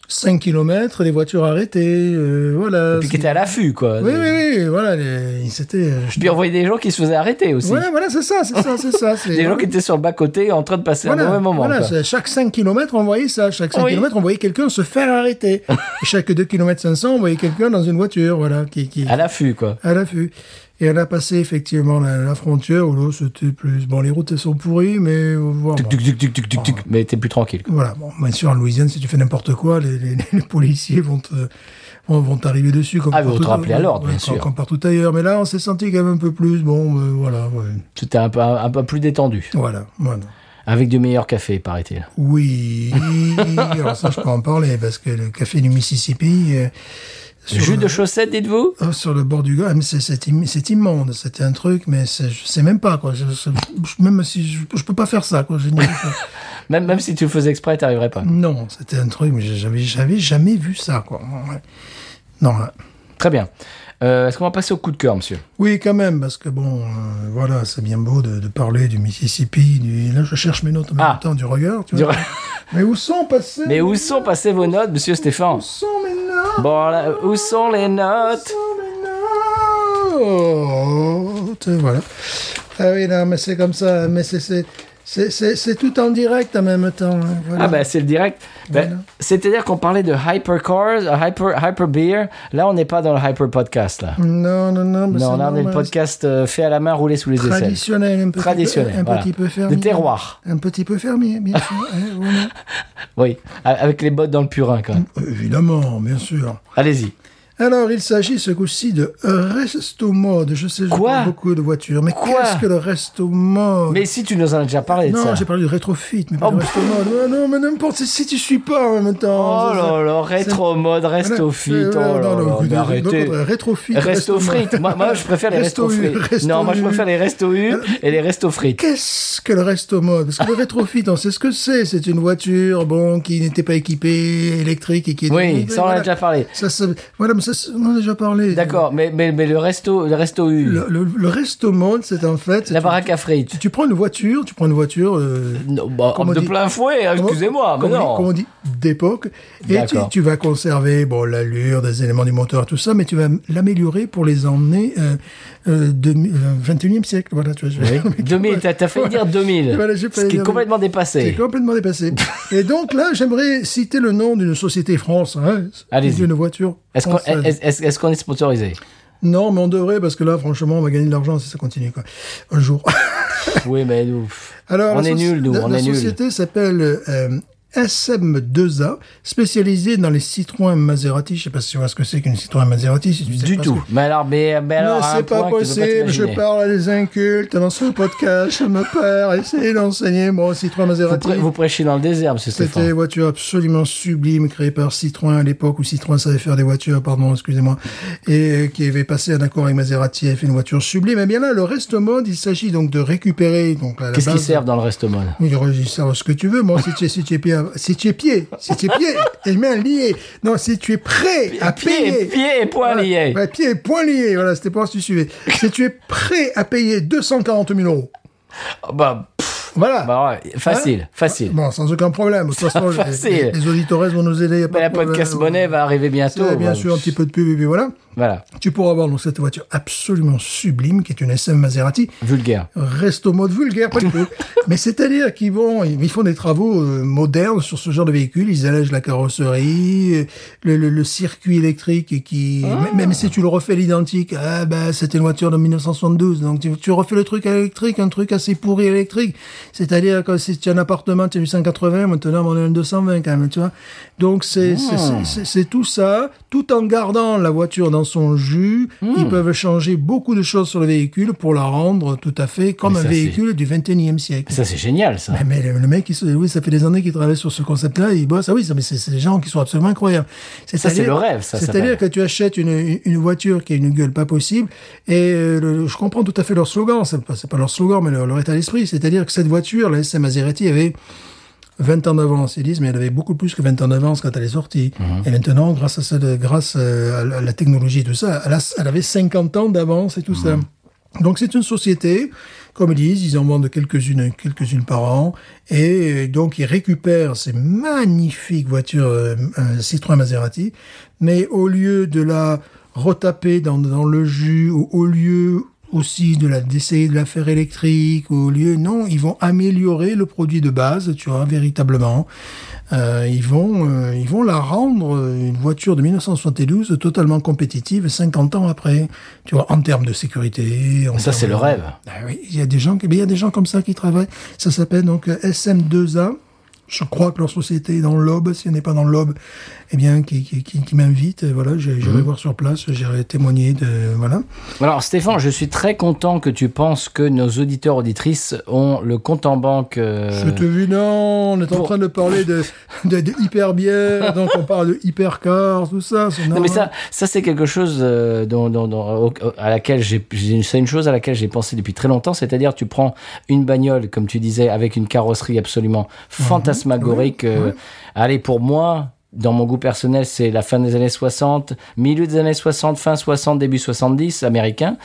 Speaker 2: 5 km, des voitures arrêtées. euh, voilà.
Speaker 1: Et Puis qui étaient à l'affût quoi.
Speaker 2: Oui, oui, oui, voilà, les- ils s'étaient. euh,
Speaker 1: Puis on voyait des gens qui se faisaient arrêter aussi.
Speaker 2: Ouais, voilà, c'est ça, c'est ça,
Speaker 1: [LAUGHS]
Speaker 2: c'est ça. c'est-
Speaker 1: Des gens qui étaient sur le bas-côté en train de passer
Speaker 2: Voilà,
Speaker 1: un mauvais moment.
Speaker 2: voilà,
Speaker 1: quoi.
Speaker 2: c'est- chaque 5 km, on voyait ça. Chaque 5
Speaker 1: Oui.
Speaker 2: km, on voyait quelqu'un se
Speaker 1: [LAUGHS]
Speaker 2: faire arrêter. Et chaque 2 km 500, on voyait quelqu'un dans une voiture, voilà, qui, qui
Speaker 1: À l'affût, quoi.
Speaker 2: à l'affût. Et elle a passé effectivement la, la frontière où l'eau c'était plus. Bon, les routes elles sont pourries, mais euh, voilà.
Speaker 1: Tuc, tuc, tuc, tuc, tuc, tuc, tuc. Mais t'es plus tranquille. quoi.
Speaker 2: Voilà, bon, bien sûr, en Louisiane, si tu fais n'importe quoi, les, les- [LAUGHS] les policiers vont te- vont, vont t'arriver dessus. Comme
Speaker 1: Ah, ils vont
Speaker 2: partout-
Speaker 1: te rappeler à l'ordre, bien
Speaker 2: comme-
Speaker 1: sûr.
Speaker 2: Comme partout ailleurs. Mais là, on s'est senti quand même un peu plus. Bon, euh, voilà, ouais.
Speaker 1: C'était un peu, un peu plus détendu.
Speaker 2: voilà, voilà.
Speaker 1: Avec du meilleur café, paraît-il.
Speaker 2: Oui, alors ça, je peux en parler parce que le café du Mississippi, euh, sur,
Speaker 1: Jus
Speaker 2: le,
Speaker 1: de chaussette, dites-vous
Speaker 2: oh, sur le bord du Gard, mais c'est- c'est im- c'est immonde. C'était un truc, mais c'est- je sais même pas quoi. Je, je- je- même si je, je peux pas faire ça, quoi.
Speaker 1: [LAUGHS]
Speaker 2: Je n'y arrive pas.
Speaker 1: même, même si tu le faisais exprès, t'arriverais pas.
Speaker 2: non, c'était un truc, mais j'avais j'avais jamais vu ça, quoi. Ouais. Non. hein. ouais.
Speaker 1: Très bien. Euh, Est-ce qu'on va passer au coup de cœur, monsieur
Speaker 2: Oui, quand même, parce que bon, euh, voilà, c'est bien beau de, de parler du Mississippi. Du... Là, je cherche mes notes en même
Speaker 1: Ah.
Speaker 2: temps du regard. Tu
Speaker 1: Du
Speaker 2: vois.
Speaker 1: re-
Speaker 2: Mais où sont passés
Speaker 1: Mais où sont passées vos notes, monsieur Stéphane
Speaker 2: Où sont mes notes
Speaker 1: Bon, là, où sont les notes
Speaker 2: Note, Oh, Voilà. Ah oui, non, mais c'est comme ça. Mais c'est- c'est- c'est c'est- c'est tout en direct en même temps. hein, voilà.
Speaker 1: Ah bah c'est le direct. Ben, C'est-à-dire qu'on parlait de hypercars, euh, hyper, hyper beer. Là, on n'est pas dans le hyper podcast, là.
Speaker 2: Non, non, non. mais
Speaker 1: non,
Speaker 2: Bah, c'est
Speaker 1: là, on est le
Speaker 2: normal.
Speaker 1: podcast euh, fait à la main, roulé sous les aisselles.
Speaker 2: Traditionnel, un petit
Speaker 1: Traditionnel,
Speaker 2: peu, un
Speaker 1: voilà.
Speaker 2: petit peu
Speaker 1: De
Speaker 2: fermier.
Speaker 1: terroir.
Speaker 2: Un petit peu fermier, bien sûr. hein, voilà.
Speaker 1: Oui, a- avec les bottes dans le purin quand même.
Speaker 2: Évidemment, bien sûr.
Speaker 1: Allez-y.
Speaker 2: Alors, il s'agit ce coup-ci de resto mode. Je sais, je
Speaker 1: Quoi
Speaker 2: parle beaucoup de voitures, mais
Speaker 1: Quoi
Speaker 2: qu'est-ce que le resto mode
Speaker 1: Mais si tu nous en as déjà parlé de ça.
Speaker 2: Non, j'ai parlé du rétrofit, mais pas
Speaker 1: Oh,
Speaker 2: du resto mode. Ouais, non, mais n'importe si, si tu suis pas en même temps.
Speaker 1: Oh
Speaker 2: ça, ça-
Speaker 1: là là, rétro mode, resto fit,
Speaker 2: Euh,
Speaker 1: oh là
Speaker 2: non, non,
Speaker 1: là,
Speaker 2: écoutez,
Speaker 1: mais arrêtez.
Speaker 2: donc, euh, rétro fit,
Speaker 1: Resto
Speaker 2: resto
Speaker 1: frites, moi, moi je préfère les resto
Speaker 2: Resto U,
Speaker 1: frites.
Speaker 2: resto
Speaker 1: Non, moi je
Speaker 2: U.
Speaker 1: préfère les resto U et les resto frites.
Speaker 2: Qu'est-ce que le resto mode Parce que le rétrofit, on sait ce que c'est. C'est une voiture, bon, qui n'était pas équipée électrique et qui. est
Speaker 1: Oui,
Speaker 2: devenue-
Speaker 1: ça on en a
Speaker 2: voilà.
Speaker 1: déjà parlé.
Speaker 2: Ça, ça- voilà, mais ça, ça, on en a déjà parlé.
Speaker 1: D'accord, mais, mais, mais le resto, le resto U,
Speaker 2: Le, le, le resto mode, c'est en fait.
Speaker 1: la
Speaker 2: tu-
Speaker 1: baraque à
Speaker 2: tu,
Speaker 1: frites.
Speaker 2: tu prends une voiture, tu prends une voiture. euh,
Speaker 1: Non, bah,
Speaker 2: Comme on
Speaker 1: de
Speaker 2: dit-
Speaker 1: plein fouet, hein,
Speaker 2: Comment-
Speaker 1: excusez-moi, mais
Speaker 2: comme on dit-
Speaker 1: non.
Speaker 2: Comme on dit, d'époque. Et tu,
Speaker 1: D'accord.
Speaker 2: tu vas conserver bon, l'allure des éléments du moteur, tout ça, mais tu vas m- l'améliorer pour les emmener euh, euh, de- euh, 21e siècle. Voilà, tu vois, je [LAUGHS] vais-
Speaker 1: 2000, t'as t'as failli dire 2000,
Speaker 2: Voilà, j'ai
Speaker 1: ce
Speaker 2: failli
Speaker 1: qui est
Speaker 2: dire-
Speaker 1: complètement
Speaker 2: C'est
Speaker 1: dépassé.
Speaker 2: complètement dépassé.
Speaker 1: [LAUGHS]
Speaker 2: Et donc là, j'aimerais citer le nom d'une société française.
Speaker 1: Allez-y.
Speaker 2: Une voiture.
Speaker 1: Est-ce qu'on
Speaker 2: française.
Speaker 1: est, est, est qu'on est sponsorisé
Speaker 2: Non, mais on devrait, parce que là, franchement, on va gagner de l'argent si ça continue, quoi. Un jour.
Speaker 1: Oui, mais nous, pff, on
Speaker 2: la
Speaker 1: est
Speaker 2: soci-
Speaker 1: nuls, nous,
Speaker 2: La,
Speaker 1: on
Speaker 2: la
Speaker 1: est nuls.
Speaker 2: société s'appelle euh, SM2A, spécialisée dans les Citroën Maserati. Je sais pas si tu vois ce que c'est qu'une Citroën Maserati. Si tu sais
Speaker 1: Du
Speaker 2: pas
Speaker 1: tout.
Speaker 2: Ce que-
Speaker 1: Mais alors, mais, mais
Speaker 2: Non,
Speaker 1: alors, à un
Speaker 2: c'est pas
Speaker 1: point que tu peux
Speaker 2: possible, je
Speaker 1: t'imaginer.
Speaker 2: parle à des incultes dans ce podcast, je me perds, essayez d'enseigner, moi, Citroën
Speaker 1: Vous,
Speaker 2: Maserati.
Speaker 1: prê- vous prêchez dans le désert, monsieur
Speaker 2: C'était une
Speaker 1: Stéphane.
Speaker 2: voiture absolument sublime créée par Citroën à l'époque où Citroën savait faire des voitures, pardon, excusez-moi, et euh, qui avait passé un accord avec Maserati et fait une voiture sublime. Et bien là, le reste mode, il s'agit donc de récupérer donc la, la
Speaker 1: Qu'est-ce qu'ils
Speaker 2: base-
Speaker 1: servent dans le reste monde
Speaker 2: il registre ce que tu veux. Moi, si tu es, si tu es pied, si tu es pied, si tu es
Speaker 1: [LAUGHS]
Speaker 2: pied, et mains liées. Non, si tu es prêt à
Speaker 1: Pieds,
Speaker 2: payer.
Speaker 1: pieds et poings
Speaker 2: Voilà.
Speaker 1: liés.
Speaker 2: Ouais, pieds et poings liés. Voilà, c'était pour si
Speaker 1: [LAUGHS]
Speaker 2: tu suivais. si tu es prêt à payer 240 000 euros.
Speaker 1: Oh, Bah, pff,
Speaker 2: Voilà.
Speaker 1: bah ouais, facile,
Speaker 2: Hein
Speaker 1: facile.
Speaker 2: Bon, sans aucun problème. De toute
Speaker 1: [LAUGHS]
Speaker 2: façon, les-
Speaker 1: Facile.
Speaker 2: les, les auditeurs vont nous aider. y a pas
Speaker 1: Mais la
Speaker 2: de problème.
Speaker 1: podcast monnaie va arriver
Speaker 2: C'est,
Speaker 1: bientôt.
Speaker 2: Bien
Speaker 1: bah,
Speaker 2: sûr, un petit peu de pub et puis voilà.
Speaker 1: Voilà,
Speaker 2: Tu pourras avoir donc cette voiture absolument sublime qui est une SM Maserati.
Speaker 1: vulgaire.
Speaker 2: reste au mode vulgaire, pas du tout. Mais c'est-à-dire qu'ils vont, ils font des travaux euh, modernes sur ce genre de véhicule. Ils allègent la carrosserie, euh, le, le- le circuit électrique qui, m- même si tu le refais à l'identique, ah bah c'était une voiture de 1972, donc tu, tu refais le truc à électrique, un truc assez pourri électrique. C'est-à-dire que si tu as un appartement, tu as du 180, maintenant on est un 220 quand même, tu vois. Donc c'est c'est- c'est- c'est- c'est tout ça, tout en gardant la voiture dans son jus.
Speaker 1: Mmh.
Speaker 2: Ils peuvent changer beaucoup de choses sur le véhicule pour la rendre tout à fait comme
Speaker 1: Mais
Speaker 2: un
Speaker 1: ça,
Speaker 2: véhicule du 21e siècle.
Speaker 1: Ça, c'est génial, ça.
Speaker 2: Ah, Mais le, le mec, il se- oui, ça fait des années qu'il travaille sur ce concept-là, il bosse. Ah oui, ça, mais c'est c'est des gens qui sont absolument incroyables.
Speaker 1: Ça, c'est
Speaker 2: C'est-à-dire-
Speaker 1: le rêve, ça s'appelle.
Speaker 2: C'est-à-dire que tu achètes une, une voiture qui a une gueule pas possible, et euh, le- je comprends tout à fait leur slogan. C'est pas, c'est pas leur slogan, mais leur, leur état d'esprit. C'est-à-dire que cette voiture, la SM Maserati, avait 20 ans d'avance. Ils disent, mais elle avait beaucoup plus que 20 ans d'avance quand elle est sortie. Et maintenant, grâce à cette, grâce euh, à la- à la technologie et tout ça, elle, a- elle avait 50 ans d'avance et tout ça. Donc c'est une société, comme ils disent, ils en vendent quelques-unes, quelques-unes par an, et euh, donc ils récupèrent ces magnifiques voitures euh, euh, Citroën Maserati, mais au lieu de la retaper dans, dans le jus, au, au lieu aussi de la d'essayer de la faire électrique au lieu non ils vont améliorer le produit de base tu vois véritablement Euh, ils vont euh, ils vont la rendre euh, une voiture de 1972 totalement compétitive 50 ans après tu vois en termes de sécurité en
Speaker 1: Ça,
Speaker 2: termes
Speaker 1: c'est le
Speaker 2: de-
Speaker 1: rêve.
Speaker 2: Ah oui il y a des gens qui- mais il y a des gens comme ça qui travaillent ça s'appelle donc euh, SM2A je crois que leur société est dans l'aube, si elle n'est pas dans l'aube, eh bien, qui, qui, qui, qui m'invite, euh, voilà, j'ai- j'irai
Speaker 1: Mhm.
Speaker 2: voir sur place, j'irai témoigner de, voilà.
Speaker 1: Alors Stéphane, je suis très content que tu penses que nos auditeurs auditrices ont le compte en banque. euh,
Speaker 2: Je te vu, non, on est en
Speaker 1: pour-
Speaker 2: train de parler de, de, de hyperbière, donc on parle de hypercar, tout ça. c'est
Speaker 1: Non mais
Speaker 2: normal.
Speaker 1: ça, ça c'est quelque chose euh, dont, dont- dont- au- à laquelle j'ai, j'ai- c'est une chose à laquelle j'ai pensé depuis très longtemps. C'est-à-dire, tu prends une bagnole, comme tu disais, avec une carrosserie absolument fantasmagorique. euh, Allez, pour moi, dans mon goût personnel, c'est la fin des années 60, milieu des années 60, fin 60, début 70, américain.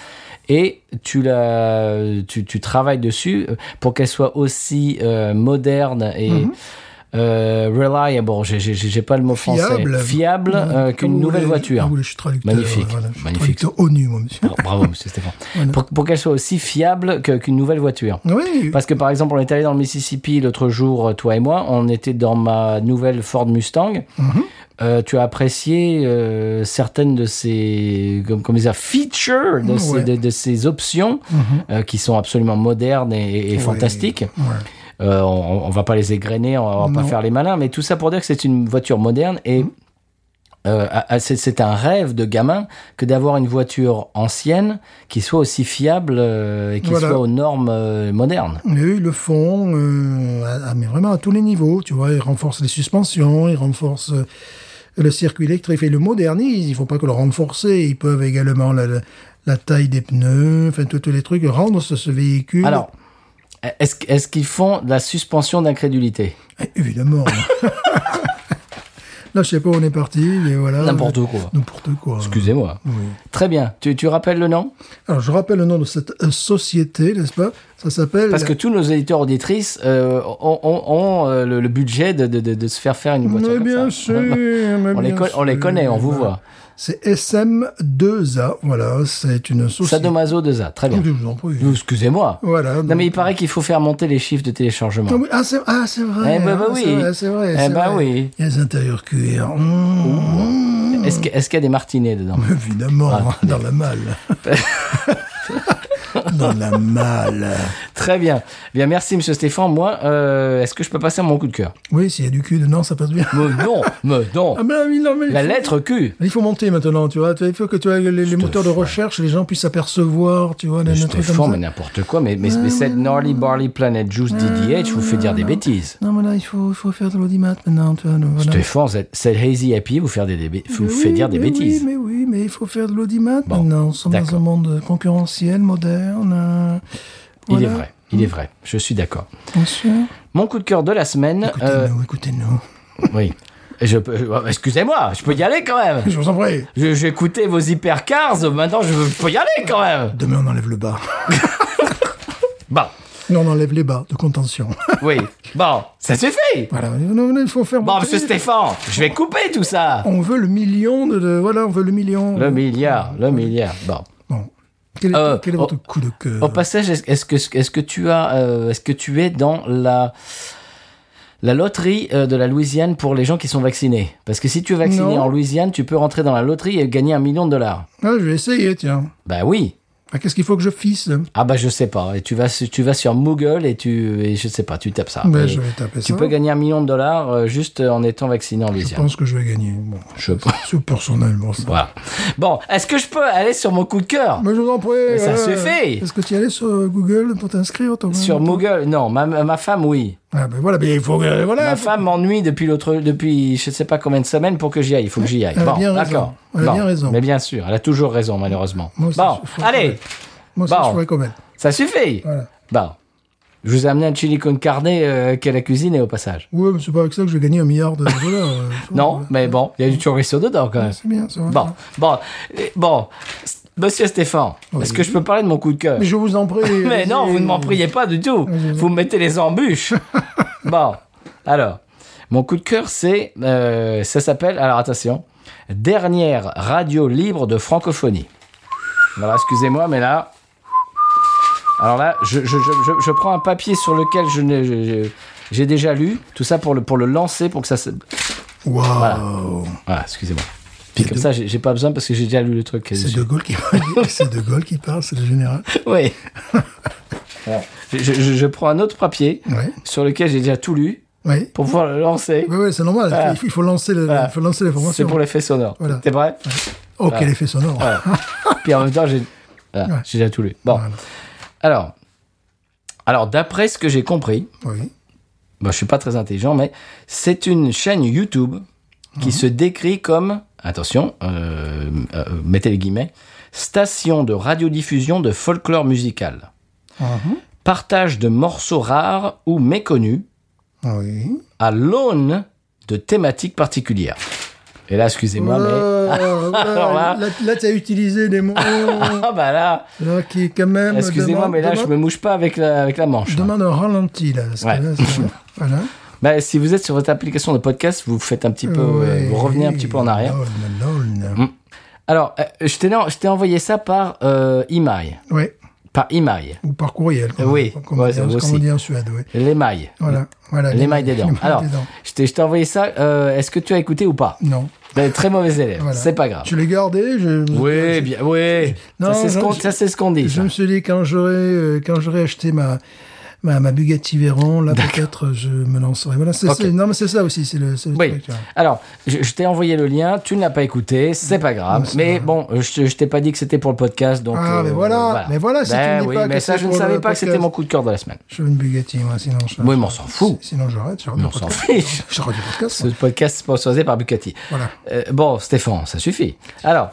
Speaker 1: Et tu la, tu, tu travailles dessus euh, pour qu'elle soit aussi euh, moderne et
Speaker 2: Mhm.
Speaker 1: euh, reliable. J'ai, j'ai, j'ai pas le mot
Speaker 2: Fiable.
Speaker 1: français. Fiable
Speaker 2: Ouais,
Speaker 1: euh,
Speaker 2: comme
Speaker 1: qu'une
Speaker 2: vous
Speaker 1: nouvelle
Speaker 2: voulez.
Speaker 1: voiture.
Speaker 2: Ah oui, je suis traducteur.
Speaker 1: Magnifique,
Speaker 2: voilà, je suis
Speaker 1: magnifique.
Speaker 2: traducteur ONU, moi, monsieur.
Speaker 1: Alors, bravo, monsieur
Speaker 2: [LAUGHS]
Speaker 1: Stéphane. Pour, pour qu'elle soit aussi fiable que- qu'une nouvelle voiture.
Speaker 2: Oui,
Speaker 1: Parce que par exemple, on est allé dans le Mississippi l'autre jour, euh, toi et moi, on était dans ma nouvelle Ford Mustang.
Speaker 2: Mhm.
Speaker 1: Euh, tu as apprécié euh, certaines de ces comme, comme dire, features, de,
Speaker 2: Ouais.
Speaker 1: ces, de, de ces options euh, qui sont absolument modernes et, et
Speaker 2: Ouais.
Speaker 1: fantastiques.
Speaker 2: Mhm. Ouais.
Speaker 1: Euh, on, on va pas les égrener, on va
Speaker 2: Non. Mhm.
Speaker 1: pas faire les malins, mais tout ça pour dire que c'est une voiture moderne et euh, à- à- c'est- c'est un rêve de gamin que d'avoir une voiture ancienne qui soit aussi fiable euh, et qui
Speaker 2: Voilà.
Speaker 1: soit aux normes euh, modernes.
Speaker 2: Mais eux, ils le font, euh, à- à- mais vraiment à tous les niveaux. Tu vois, ils renforcent les suspensions, ils renforcent euh, le circuit électrique, ils le modernisent. Ils ne font pas que le renforcer, ils peuvent également la, la- la taille des pneus, enfin, tous tous les trucs, rendre ce, ce véhicule.
Speaker 1: Alors, est-ce qu- est-ce qu'ils font de la suspension d'incrédulité
Speaker 2: Eh,
Speaker 1: [LAUGHS]
Speaker 2: Évidemment. Là, je sais pas, où on est parti, mais voilà.
Speaker 1: N'importe quoi.
Speaker 2: N'importe quoi.
Speaker 1: Excusez-moi. Très bien. Tu, tu rappelles le nom
Speaker 2: Alors, je rappelle le nom de cette euh, société, n'est-ce pas Ça s'appelle.
Speaker 1: Parce que tous nos éditeurs auditrices euh, ont, ont- ont, euh, le, le budget de, de- de- de se faire faire une voiture.
Speaker 2: Mais
Speaker 1: comme
Speaker 2: bien
Speaker 1: ça.
Speaker 2: sûr, mais
Speaker 1: [LAUGHS] On les,
Speaker 2: bien
Speaker 1: con- on les
Speaker 2: sûr,
Speaker 1: connaît, on vous
Speaker 2: voilà.
Speaker 1: voit.
Speaker 2: C'est SM2A, voilà, c'est une société.
Speaker 1: Sadomaso de ZA, très bien.
Speaker 2: Je vous en prie.
Speaker 1: Vous, Excusez-moi.
Speaker 2: Voilà.
Speaker 1: Non,
Speaker 2: donc-
Speaker 1: mais il paraît qu'il faut faire monter les chiffres de téléchargement.
Speaker 2: Ah oui, Ah, c'est ah, c'est vrai.
Speaker 1: Eh ben, bah
Speaker 2: ah, c'est
Speaker 1: oui.
Speaker 2: vrai, c'est vrai.
Speaker 1: Eh
Speaker 2: c'est
Speaker 1: ben
Speaker 2: vrai.
Speaker 1: oui.
Speaker 2: Il y a les intérieurs cuir. hein. Mmh.
Speaker 1: Est-ce que- est-ce qu'il y a des martinets dedans
Speaker 2: [LAUGHS] Évidemment,
Speaker 1: Ah,
Speaker 2: hein, dans
Speaker 1: [LAUGHS]
Speaker 2: la malle. dans la malle.
Speaker 1: Très bien. Eh Bien, merci, monsieur Stéphane. Moi, euh, est-ce que je peux passer à mon coup de cœur
Speaker 2: Oui, s'il y a du cul dedans, ça passe bien.
Speaker 1: Mais non, mais non.
Speaker 2: Ah ben, oui, non, mais il
Speaker 1: La
Speaker 2: faut-
Speaker 1: lettre Q.
Speaker 2: Il faut monter maintenant, tu vois. Il faut que tu vois, les, les moteurs de recherche, les gens puissent s'apercevoir, tu vois, les, les trucs
Speaker 1: Stéphane, mais
Speaker 2: comme ça.
Speaker 1: n'importe quoi. Mais, mais, mais cette Gnarly Barley Planet Juice DDH vous fait dire des bêtises.
Speaker 2: Non, mais là, il faut, il faut faire de l'audimat maintenant, tu vois. donc, voilà.
Speaker 1: Stéphane, cette, cette Hazy Happy vous, faire des, des bé- vous
Speaker 2: Mais
Speaker 1: fait
Speaker 2: oui,
Speaker 1: dire des
Speaker 2: mais
Speaker 1: bêtises.
Speaker 2: Oui, mais oui, mais il faut faire de l'audimat
Speaker 1: Bon,
Speaker 2: maintenant. Nous sommes dans
Speaker 1: d'accord.
Speaker 2: un monde concurrentiel, moderne. euh,
Speaker 1: Il est
Speaker 2: voilà.
Speaker 1: vrai. Il est vrai. Je suis d'accord.
Speaker 2: Bien sûr.
Speaker 1: Mon coup de cœur de la semaine. euh,
Speaker 2: Écoutez-nous, écoutez-nous.
Speaker 1: oui. Je peux- euh, Excusez-moi, je peux y aller quand même.
Speaker 2: Je vous en prie.
Speaker 1: Je- J'ai écouté vos hypercars, euh, maintenant je je peux y aller quand même.
Speaker 2: Demain, on enlève le bas.
Speaker 1: Bon,
Speaker 2: Non, on enlève les bas de contention.
Speaker 1: oui. Bon, ça suffit.
Speaker 2: voilà. Non, mais il faut faire.
Speaker 1: Bon,
Speaker 2: monter.
Speaker 1: monsieur Stéphane, je vais couper tout ça.
Speaker 2: On veut le million de, de- Voilà, on veut le million.
Speaker 1: Le milliard, le milliard. Bon.
Speaker 2: Bon. Quel est,
Speaker 1: Euh,
Speaker 2: quel est votre
Speaker 1: au-
Speaker 2: coup de cœur
Speaker 1: Au passage, est-ce est-ce que, est-ce que tu as, euh, est-ce que tu es dans la, la loterie euh, de la Louisiane pour les gens qui sont vaccinés Parce que si tu es vacciné
Speaker 2: Non.
Speaker 1: en Louisiane, tu peux rentrer dans la loterie et gagner un million de dollars.
Speaker 2: Ah, je vais essayer, tiens.
Speaker 1: Bah oui.
Speaker 2: Ah, Qu'est-ce qu'il faut que je fisse
Speaker 1: Ah bah je sais pas. Et tu vas, su- tu vas sur Google et tu, et je sais pas, tu tapes ça.
Speaker 2: Ben,
Speaker 1: Et
Speaker 2: je vais taper
Speaker 1: tu
Speaker 2: ça.
Speaker 1: peux gagner un million de dollars euh, juste en étant vacciné en
Speaker 2: Je
Speaker 1: Louisiane.
Speaker 2: pense que je vais gagner. Bon,
Speaker 1: Je pense.
Speaker 2: c'est personnel, bon, ça.
Speaker 1: Voilà. Bon, est-ce que je peux aller sur mon coup de cœur
Speaker 2: Mais je vous en prie.
Speaker 1: ça
Speaker 2: voilà.
Speaker 1: suffit.
Speaker 2: Est-ce que tu y allais sur euh, Google pour t'inscrire, toi
Speaker 1: Sur Google Non, ma, ma femme, oui.
Speaker 2: Ah, ben voilà, mais il faut. euh, voilà.
Speaker 1: Ma femme m'ennuie depuis l'autre, depuis je ne sais pas combien de semaines pour que j'y aille. Il faut que j'y aille.
Speaker 2: Elle a
Speaker 1: Bon,
Speaker 2: bien raison.
Speaker 1: d'accord.
Speaker 2: Elle a
Speaker 1: Bon,
Speaker 2: bien raison.
Speaker 1: Mais bien sûr, elle a toujours raison, malheureusement.
Speaker 2: Moi aussi,
Speaker 1: bon,
Speaker 2: je- je-
Speaker 1: allez,
Speaker 2: Moi, ça,
Speaker 1: Bon.
Speaker 2: je ferais quand même.
Speaker 1: ça suffit.
Speaker 2: Voilà.
Speaker 1: Bon, je vous ai amené un chili con carne euh, qu'elle a cuisiné au passage.
Speaker 2: Ouais, mais c'est pas avec ça que je vais gagner un milliard de dollars. euh, tu vois,
Speaker 1: Non,
Speaker 2: voilà.
Speaker 1: mais bon, il y a du chorizo dedans quand même.
Speaker 2: C'est bien, ça. va.
Speaker 1: Bon, bon, eh, bon. S- Monsieur Stéphane, est-ce que je peux parler de mon coup de cœur
Speaker 2: Mais je vous en prie.
Speaker 1: [LAUGHS] Mais non, vous ne m'en priez pas du tout. Vous me mettez les
Speaker 2: [LAUGHS]
Speaker 1: embûches. bon, alors, mon coup de cœur, c'est. euh, ça s'appelle, alors attention, Dernière radio libre de francophonie. Alors, excusez-moi, mais là. Alors là, je, je- je- je- je prends un papier sur lequel je n'ai- je- je- j'ai déjà lu, tout ça pour le, pour le lancer, pour que ça se.
Speaker 2: Waouh.
Speaker 1: Voilà, excusez-moi. Puis comme ça, j'ai j'ai pas besoin parce que j'ai déjà lu le truc.
Speaker 2: C'est De Gaulle qui parle. c'est De Gaulle qui parle, c'est le général.
Speaker 1: [LAUGHS]
Speaker 2: [LAUGHS]
Speaker 1: Oui. Voilà. je, je- je prends un autre papier
Speaker 2: Ouais.
Speaker 1: sur lequel j'ai déjà tout lu
Speaker 2: Oui.
Speaker 1: pour pouvoir le lancer.
Speaker 2: Oui, oui, c'est normal. il faut- Il, faut, lancer le-
Speaker 1: Voilà.
Speaker 2: il faut lancer les
Speaker 1: Ah. C'est
Speaker 2: formations.
Speaker 1: pour Ah. l'effet sonore.
Speaker 2: Voilà.
Speaker 1: T'es prêt
Speaker 2: Oh, quel effet sonore.
Speaker 1: Puis en même temps, j'ai voilà,
Speaker 2: Ouais.
Speaker 1: j'ai déjà tout lu. Bon.
Speaker 2: Voilà.
Speaker 1: Alors, alors d'après ce que j'ai compris,
Speaker 2: Oui.
Speaker 1: bon, je suis pas très intelligent, mais c'est une chaîne YouTube qui
Speaker 2: Mhm.
Speaker 1: se décrit comme, attention, euh, euh, mettez les guillemets, station de radiodiffusion de folklore musical.
Speaker 2: Mhm.
Speaker 1: Partage de morceaux rares ou méconnus
Speaker 2: Oui.
Speaker 1: à l'aune de thématiques particulières. Et là, excusez-moi, mais... [LAUGHS]
Speaker 2: Wow,
Speaker 1: Alors là-
Speaker 2: Ah, là, là, tu as utilisé
Speaker 1: [LAUGHS]
Speaker 2: des mots
Speaker 1: Ah bah là,
Speaker 2: là, qui, quand même.
Speaker 1: excusez-moi,
Speaker 2: demandent-
Speaker 1: mais là, je me
Speaker 2: demandent-
Speaker 1: mouche pas avec la, avec la manche. hein.
Speaker 2: demandent un ralenti, là. parce que
Speaker 1: Ouais.
Speaker 2: là,
Speaker 1: [LAUGHS]
Speaker 2: c'est- voilà.
Speaker 1: Bah, si vous êtes sur votre application de podcast, vous faites un petit peu, euh, vous revenez un petit peu en arrière. Mm.
Speaker 2: Lol, lol.
Speaker 1: Alors, euh, je t'ai je t'ai envoyé ça par euh, email,
Speaker 2: Ouais.
Speaker 1: par email,
Speaker 2: Ou par courriel. Comme,
Speaker 1: Oui,
Speaker 2: Comme,
Speaker 1: ouais,
Speaker 2: on, dit,
Speaker 1: ça
Speaker 2: comme
Speaker 1: aussi.
Speaker 2: on dit en Suède, oui.
Speaker 1: l'email,
Speaker 2: Voilà. voilà
Speaker 1: l'email des dents.
Speaker 2: l'émail
Speaker 1: Alors,
Speaker 2: des dents.
Speaker 1: je t'ai je t'ai envoyé ça. euh, Est-ce que tu as écouté ou pas
Speaker 2: Non.
Speaker 1: T'es Très mauvais élève.
Speaker 2: Voilà.
Speaker 1: C'est pas grave.
Speaker 2: Je l'ai gardé. Je,
Speaker 1: Oui, bien, oui.
Speaker 2: Non,
Speaker 1: ça c'est ce
Speaker 2: non,
Speaker 1: qu'on
Speaker 2: je-
Speaker 1: ça, c'est ce qu'on dit.
Speaker 2: Je
Speaker 1: ça.
Speaker 2: me suis dit, quand j'aurai, euh, quand j'aurai acheté ma, ma, ma Bugatti Veyron, là, peut-être, je me lancerai. Voilà, c'est,
Speaker 1: Ok.
Speaker 2: c'est- non, mais c'est ça aussi, c'est le, c'est le
Speaker 1: Oui.
Speaker 2: truc, hein. là.
Speaker 1: Alors, je, je t'ai envoyé le lien, tu ne l'as pas écouté, c'est pas grave. mais bon, euh, je, je t'ai pas dit que c'était pour le podcast, donc. euh,
Speaker 2: Ah, mais voilà, mais voilà, si tu
Speaker 1: Ben
Speaker 2: me dis
Speaker 1: oui,
Speaker 2: pas
Speaker 1: mais
Speaker 2: que
Speaker 1: ça,
Speaker 2: c'est
Speaker 1: je ne
Speaker 2: pour le
Speaker 1: savais pas que c'était
Speaker 2: podcast.
Speaker 1: mon coup de cœur de la semaine.
Speaker 2: Je veux une Bugatti, moi, sinon je.
Speaker 1: Oui, mais on s'en fout.
Speaker 2: Sinon, j'arrête, j'arrête.
Speaker 1: Mais
Speaker 2: le
Speaker 1: on s'en
Speaker 2: podcast. hein.
Speaker 1: fiche.
Speaker 2: J'arrête le podcast.
Speaker 1: Ce podcast sponsorisé par Bucati.
Speaker 2: Voilà.
Speaker 1: Euh, bon, Stéphane, ça suffit. Alors,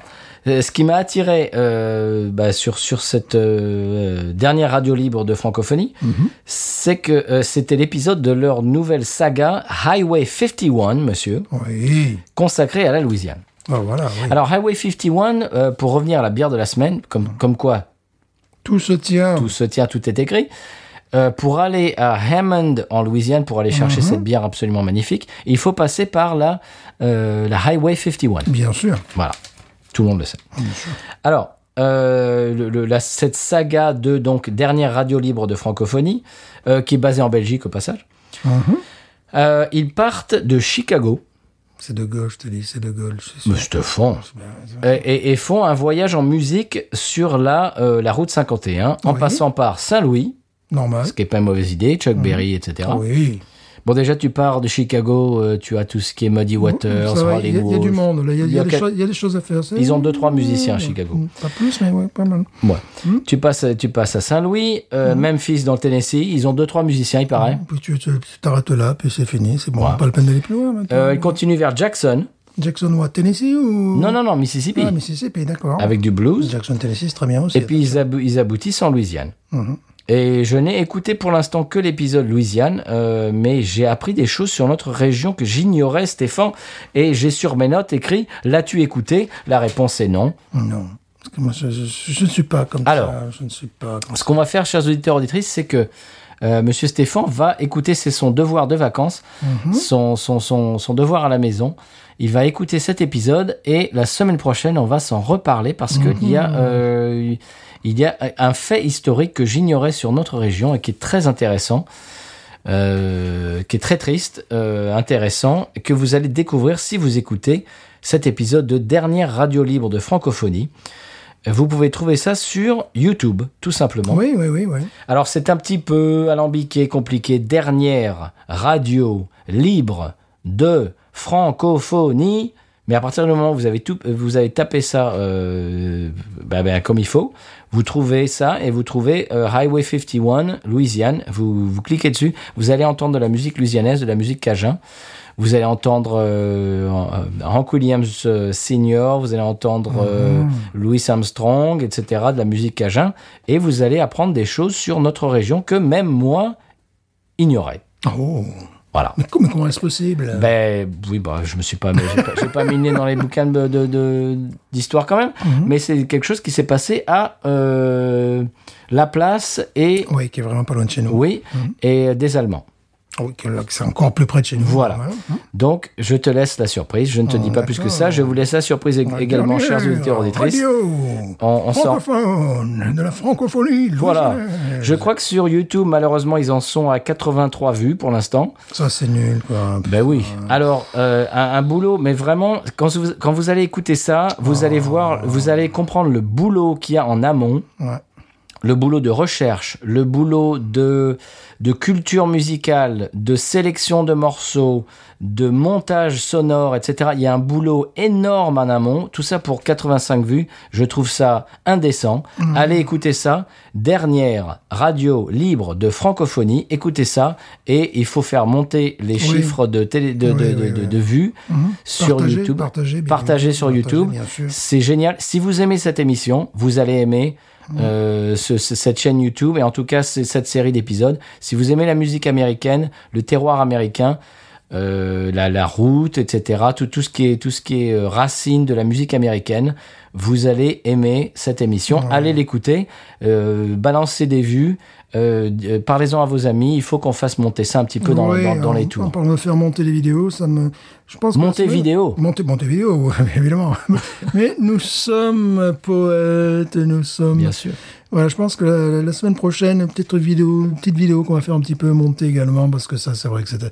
Speaker 1: euh, ce qui m'a attiré euh, bah, sur, sur cette euh, dernière radio libre de francophonie,
Speaker 2: Mhm.
Speaker 1: c'est que euh, c'était l'épisode de leur nouvelle saga Highway 51, monsieur,
Speaker 2: Oui.
Speaker 1: consacrée à la Louisiane.
Speaker 2: Ah, voilà, oui.
Speaker 1: [LAUGHS] Alors, Highway 51, euh, pour revenir à la bière de la semaine, comme, comme quoi
Speaker 2: Tout se tient.
Speaker 1: tout se tient, tout est écrit. Euh, pour aller à Hammond en Louisiane pour aller chercher cette bière absolument magnifique, il faut passer par la, euh, la Highway 51.
Speaker 2: Bien sûr.
Speaker 1: Voilà, tout le monde le sait. Alors, euh, le- le- la- cette saga de donc dernière radio libre de francophonie, euh, qui est basée en Belgique au passage,
Speaker 2: Mhm.
Speaker 1: euh, ils partent de Chicago
Speaker 2: C'est de gauche, je te dis, c'est de gauche. c'est sûr.
Speaker 1: Mais c'était fond. Et, Euh, et- et font un voyage en musique sur la, euh, la route 51, en
Speaker 2: Oui.
Speaker 1: passant par Saint-Louis,
Speaker 2: Normal.
Speaker 1: ce qui est pas une mauvaise idée, Chuck Berry, etc.
Speaker 2: Mm. Oui.
Speaker 1: Bon, déjà, tu pars de Chicago, euh, tu as tout ce qui est Muddy Waters,
Speaker 2: Mm. Ça va,
Speaker 1: Rolling
Speaker 2: Il y, a- il y a du
Speaker 1: Wolf.
Speaker 2: monde, là. Il y a, il y a des
Speaker 1: quel-
Speaker 2: choses- Mm. il y a des choses à faire. C'est-
Speaker 1: Ils ont deux, trois musiciens à Chicago.
Speaker 2: Oh, Pas plus, mais ouais, pas mal.
Speaker 1: Ouais.
Speaker 2: Mm.
Speaker 1: Tu, passes, tu passes à Saint-Louis, euh, Memphis dans le Tennessee, ils ont deux, trois musiciens, il paraît.
Speaker 2: Puis tu tu- tu t'arrêtes là, puis c'est fini. C'est bon,
Speaker 1: Ouais.
Speaker 2: pas la peine d'aller plus loin maintenant.
Speaker 1: Euh, ils continuent vers Jackson.
Speaker 2: Jackson ou à Tennessee ou
Speaker 1: Non, non, non, Mississippi.
Speaker 2: Ah, Mississippi, d'accord.
Speaker 1: Avec du blues.
Speaker 2: Jackson, Tennessee, c'est très bien aussi.
Speaker 1: Et puis ils, abou- ils aboutissent en Louisiane.
Speaker 2: Mhm.
Speaker 1: Et je n'ai écouté pour l'instant que l'épisode Louisiane, euh, mais j'ai appris des choses sur notre région que j'ignorais, Stéphane. Et j'ai sur mes notes écrit L'as-tu écouté La réponse est non.
Speaker 2: Non, parce que moi, je, je- je ne suis pas comme
Speaker 1: Alors.
Speaker 2: ça. Je ne suis pas comme ça.
Speaker 1: Ce qu'on va faire, chers auditeurs auditrices, c'est que euh, Monsieur Stéphane va écouter, c'est son devoir de vacances, son, son, son, son devoir à la maison. Il va écouter cet épisode et la semaine prochaine, on va s'en reparler parce que il y a euh, il y a un fait historique que j'ignorais sur notre région et qui est très intéressant. euh, qui est très triste, euh, intéressant, que vous allez découvrir si vous écoutez cet épisode de Dernière Radio Libre de Francophonie. Vous pouvez trouver ça sur YouTube, tout simplement.
Speaker 2: Oui, oui, oui, oui.
Speaker 1: Alors c'est un petit peu alambiqué, compliqué. Dernière radio libre de francophonie. Mais à partir du moment où vous avez, tout, vous avez tapé ça euh, bah, bah, comme il faut, vous trouvez ça et vous trouvez euh, Highway 51, Louisiane. Vous, vous cliquez dessus, vous allez entendre de la musique louisianaise, de la musique cajun. Vous allez entendre euh, euh, Hank Williams euh, Senior, vous allez entendre euh, Louis Armstrong, etc., de la musique cajun, et vous allez apprendre des choses sur notre région que même moi ignorais.
Speaker 2: Oh,
Speaker 1: Voilà.
Speaker 2: mais comment, comment est-ce possible
Speaker 1: Ben oui, bah, je me suis pas, j'ai pas, j'ai pas miné dans les bouquins de- de- de- d'histoire quand même, mais c'est quelque chose qui s'est passé à euh, La Place et
Speaker 2: Oui, qui est vraiment pas loin de chez nous. Ah
Speaker 1: oui et euh, des Allemands.
Speaker 2: Oui, que là, que c'est encore plus près de chez nous.
Speaker 1: Voilà. hein. Mmh. Ah,
Speaker 2: Ouais.
Speaker 1: Donc, je te laisse la surprise. Je ne te dis pas plus que ça. Je vous laisse la surprise ég- également, chers auditeurs auditrices.
Speaker 2: Radio
Speaker 1: On- on sort.
Speaker 2: Francophone de la francophonie.
Speaker 1: Voilà.
Speaker 2: louisianaise.
Speaker 1: Je crois que sur YouTube, malheureusement, ils en sont à 83 vues pour l'instant.
Speaker 2: Ça, c'est nul, quoi.
Speaker 1: Ben oui. Alors, euh, un, un boulot, mais vraiment, quand vous, quand vous allez écouter ça, vous allez voir, vous allez comprendre le boulot qu'il y a en amont.
Speaker 2: Ouais.
Speaker 1: le boulot de recherche, le boulot de, de culture musicale, de sélection de morceaux, de montage sonore, etc. Il y a un boulot énorme en amont. Tout ça pour 85 vues. Je trouve ça indécent.
Speaker 2: Mmh.
Speaker 1: Allez écouter ça. Dernière radio libre de francophonie. Écoutez ça. Et il faut faire monter les chiffres de, télé, de, de-
Speaker 2: Oui,
Speaker 1: de-
Speaker 2: oui,
Speaker 1: de-
Speaker 2: oui.
Speaker 1: de vues sur
Speaker 2: Partagez,
Speaker 1: YouTube.
Speaker 2: partagez, bien
Speaker 1: Partagez
Speaker 2: sûr,
Speaker 1: sur
Speaker 2: partagez,
Speaker 1: YouTube.
Speaker 2: bien sûr.
Speaker 1: C'est génial. Si vous aimez cette émission, vous allez aimer euh, ce- ce- cette chaîne YouTube et en tout cas c'est cette série d'épisodes. Si vous aimez la musique américaine, le terroir américain, euh, la, la route, etc., tout, tout ce qui est, tout ce qui est euh, racine de la musique américaine, vous allez aimer cette émission. Allez l'écouter, euh, balancez des vues, euh, d- euh, parlez-en à vos amis. Il faut qu'on fasse monter ça un petit peu dans,
Speaker 2: Ouais,
Speaker 1: dans- dans
Speaker 2: en-
Speaker 1: les
Speaker 2: En
Speaker 1: tours.
Speaker 2: parlant de faire monter les vidéos, ça me. Je pense que-
Speaker 1: Monter vidéo.
Speaker 2: Monter, monter vidéo, [LAUGHS] ouais,
Speaker 1: [LAUGHS]
Speaker 2: évidemment. Mais nous sommes poètes, nous sommes.
Speaker 1: Bien sûr.
Speaker 2: Voilà, je pense que la, la semaine prochaine, peut-être une vidéo, une petite vidéo qu'on va faire un petit peu monter également, parce que ça, c'est vrai que c'était.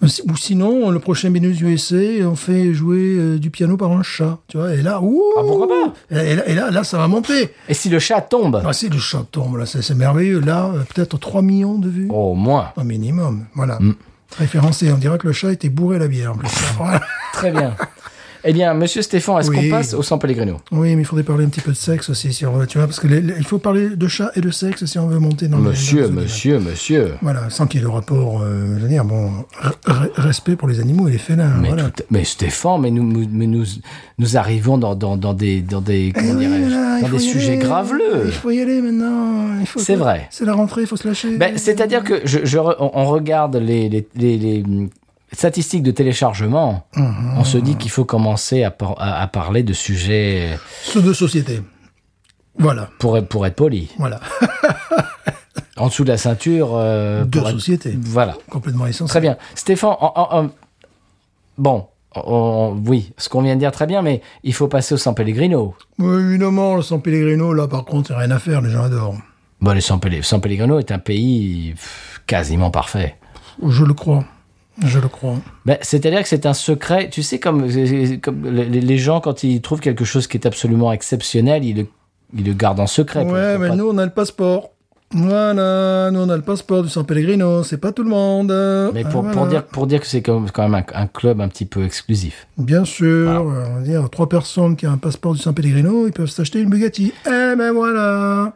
Speaker 2: Mais si- Ou sinon, le prochain Minus USA, on fait jouer euh, du piano par un chat, tu vois, et là, ouh
Speaker 1: Ah, pourquoi pas
Speaker 2: Et, là, et là, là, ça va monter
Speaker 1: Et si le chat tombe
Speaker 2: Ah, c'est le chat tombe, là, c'est c'est merveilleux. Là, euh, peut-être 3 millions de vues.
Speaker 1: Oh, moins.
Speaker 2: Au minimum, voilà.
Speaker 1: Mm.
Speaker 2: Référencé, on dirait que le chat était bourré à la bière.
Speaker 1: [LAUGHS]
Speaker 2: en plus. Voilà.
Speaker 1: Très bien. Eh bien, monsieur Stéphane, est-ce
Speaker 2: Oui.
Speaker 1: qu'on passe au San Pellegrino
Speaker 2: Oui, mais il faudrait parler un petit peu de sexe aussi, si on veut, tu vois, parce que les- les- il faut parler de chat et de sexe si on veut monter dans le-
Speaker 1: Monsieur,
Speaker 2: dans le...
Speaker 1: monsieur, monsieur.
Speaker 2: Voilà, sans qu'il y ait de rapport, euh, je veux dire, bon, re- re- respect pour les animaux et les félins,
Speaker 1: Mais,
Speaker 2: voilà.
Speaker 1: tout- mais Stéphane, mais nous, nous- mais nous, nous arrivons dans, dans, dans des, dans des, comment dirais-je,
Speaker 2: Eh Voilà, il
Speaker 1: dans
Speaker 2: faut
Speaker 1: des
Speaker 2: y
Speaker 1: sujets
Speaker 2: aller,
Speaker 1: graveleux.
Speaker 2: Il faut y aller maintenant. il faut-
Speaker 1: C'est vrai.
Speaker 2: C'est la rentrée, il faut se lâcher.
Speaker 1: Ben, C'est-à-dire que je, je re- on on regarde les, les, les- les, mm, statistiques de téléchargement.
Speaker 2: Mhm.
Speaker 1: On se dit qu'il faut commencer à, par- à- à parler de sujets
Speaker 2: Ceux de société. Voilà,
Speaker 1: pour, être- pour être poli.
Speaker 2: voilà.
Speaker 1: En dessous de la ceinture. euh,
Speaker 2: de
Speaker 1: [LAUGHS] pour être-
Speaker 2: société.
Speaker 1: Voilà.
Speaker 2: Complètement essentiel.
Speaker 1: Très bien. Stéphane, en- en- en- bon, on- oui, ce qu'on vient de dire, très bien, mais il faut passer au San Pellegrino.
Speaker 2: Oui, évidemment, le San Pellegrino, là, par contre, il n'y a rien à faire, les gens adorent.
Speaker 1: Bon, le San, Pelle- San Pellegrino est un pays pff, quasiment parfait.
Speaker 2: Je le crois. Je le crois.
Speaker 1: Ben, C'est-à-dire que c'est un secret, tu sais, comme, comme les les gens, quand ils trouvent quelque chose qui est absolument exceptionnel, ils le, ils le gardent en secret. pour-
Speaker 2: Ouais,
Speaker 1: pour
Speaker 2: mais
Speaker 1: pas-
Speaker 2: nous, on a le passeport. Voilà, nous, on a le passeport du San Pellegrino, c'est pas tout le monde.
Speaker 1: Mais
Speaker 2: Ah,
Speaker 1: pour,
Speaker 2: voilà.
Speaker 1: pour, dire, pour dire que c'est quand même, quand même un, un club un petit peu exclusif.
Speaker 2: Bien sûr, euh, on va dire, trois personnes qui ont un passeport du San Pellegrino, ils peuvent s'acheter une Bugatti. Eh ben voilà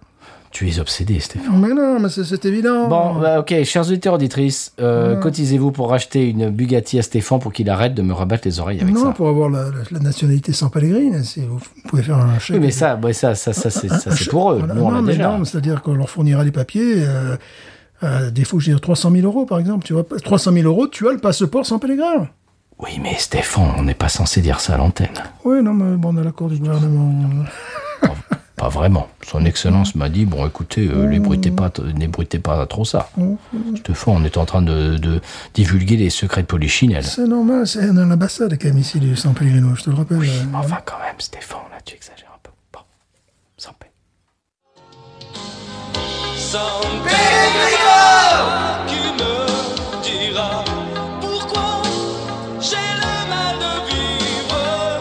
Speaker 1: Tu es obsédé, Stéphane.
Speaker 2: Mais non, mais c'est- c'est évident
Speaker 1: Bon, bah, ok, chers auditeurs, auditrices, euh,
Speaker 2: Hmm.
Speaker 1: cotisez-vous pour racheter une Bugatti à Stéphane pour qu'il arrête de me rabattre les oreilles avec
Speaker 2: Non,
Speaker 1: ça.
Speaker 2: pour avoir la, la- la nationalité San Pellegrino, si vous pouvez faire un chèque.
Speaker 1: Oui, mais ça, bah, ça, ça, ça, c'est ça,
Speaker 2: Un
Speaker 1: c'est
Speaker 2: chèque-
Speaker 1: pour eux.
Speaker 2: voilà.
Speaker 1: Nous, on
Speaker 2: non,
Speaker 1: l'a
Speaker 2: mais
Speaker 1: déjà.
Speaker 2: non, mais c'est-à-dire qu'on leur fournira les papiers, euh, euh, des fois, je dirais 300 000 euros, par exemple. Tu vois, 300 000 euros, tu as le passeport San Pellegrino.
Speaker 1: Oui, mais Stéphane, on n'est pas censé dire ça à l'antenne.
Speaker 2: Oui, non, mais bon, on a l'accord du gouvernement.
Speaker 1: pas, pas vraiment. Son Excellence m'a dit bon, écoutez, euh,
Speaker 2: Hmm.
Speaker 1: n'ébruitez pas, n'ébruitez pas trop ça. Stéphane, on est en train de, de divulguer les secrets de Polichinelle.
Speaker 2: C'est normal, c'est dans l'ambassade quand même ici du San Pellegrino, je te le rappelle.
Speaker 1: Oui, mais enfin, quand même, Stéphane, là, tu exagères un peu. Bon, sans paix.
Speaker 4: San Pellegrino Qui me dira pourquoi j'ai le mal de vivre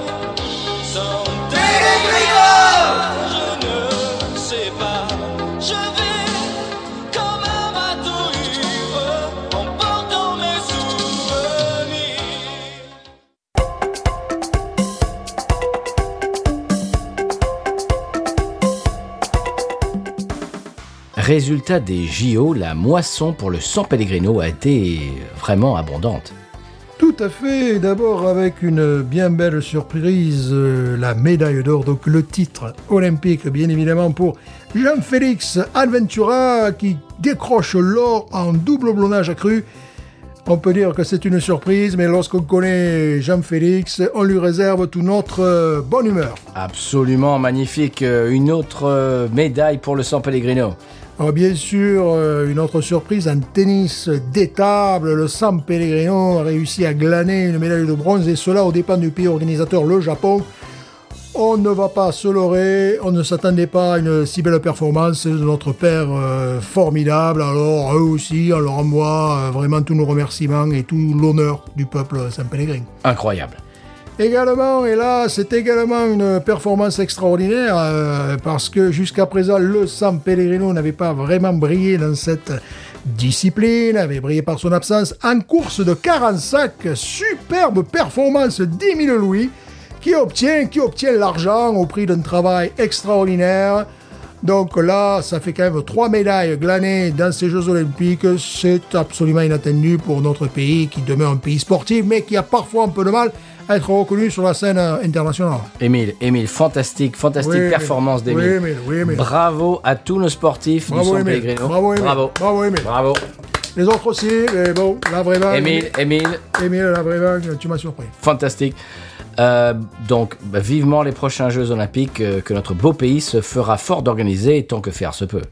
Speaker 4: San Pellegrino Je ne sais pas Je vais comme un bateau ivre En portant mes souvenirs
Speaker 1: Résultat des JO, la moisson pour le San Pellegrino a été vraiment abondante.
Speaker 2: Tout à fait, d'abord avec une bien belle surprise, euh, la médaille d'or, donc le titre olympique bien évidemment pour Jean-Félix Alventura qui décroche l'or en double blonnage accru. On peut dire que c'est une surprise, mais lorsqu'on connaît Jean-Félix, on lui réserve toute notre euh, bonne humeur.
Speaker 1: Absolument magnifique. euh, Une autre euh, médaille pour le San Pellegrino.
Speaker 2: Alors, Oh, bien sûr, euh, une autre surprise en tennis d'étable. Le San Pellegrino a réussi à glaner une médaille de bronze et cela aux dépens du pays organisateur, le Japon. On ne va pas se leurrer, on ne s'attendait pas à une si belle performance de notre père euh, formidable. Alors eux aussi, on leur envoie euh, vraiment tous nos remerciements et tout l'honneur du peuple San Pellegrino.
Speaker 1: Incroyable.
Speaker 2: Également, et là, c'est également une performance extraordinaire euh, parce que jusqu'à présent, le San Pellegrino n'avait pas vraiment brillé dans cette discipline, avait brillé par son absence en course de 45. Superbe performance, 10 000 louis, qui obtient, qui obtient l'argent au prix d'un travail extraordinaire. Donc là, ça fait quand même trois médailles glanées dans ces Jeux Olympiques. C'est absolument inattendu pour notre pays qui demeure un pays sportif, mais qui a parfois un peu de mal à être reconnu sur la scène euh, internationale.
Speaker 1: Émile, Émile, fantastique, fantastique
Speaker 2: Oui,
Speaker 1: performance
Speaker 2: oui,
Speaker 1: d'Émile.
Speaker 2: Émile, oui, Émile.
Speaker 1: Bravo à tous nos sportifs
Speaker 2: Bravo,
Speaker 1: du San
Speaker 2: Émile.
Speaker 1: Pellegrino.
Speaker 2: Bravo, Émile.
Speaker 1: Bravo.
Speaker 2: Bravo, Émile.
Speaker 1: Bravo.
Speaker 2: Les autres aussi, mais bon, la vraie vague.
Speaker 1: Émile, Émile,
Speaker 2: Émile, la vraie vague, tu m'as surpris.
Speaker 1: fantastique. Euh, donc, bah, vivement les prochains Jeux Olympiques euh, que notre beau pays se fera fort d'organiser tant que faire se peut.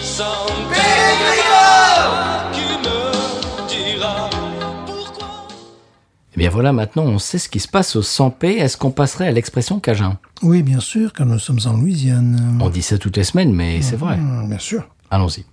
Speaker 4: San Pellegrino Qui me dira pourquoi
Speaker 1: Eh bien voilà, maintenant on sait ce qui se passe au 100p. Est-ce qu'on passerait à l'expression Cajun
Speaker 2: Oui, bien sûr, quand nous sommes en Louisiane. Hmm,
Speaker 1: On dit ça toutes les semaines, mais c'est vrai.
Speaker 2: Bien sûr.
Speaker 1: Allons-y.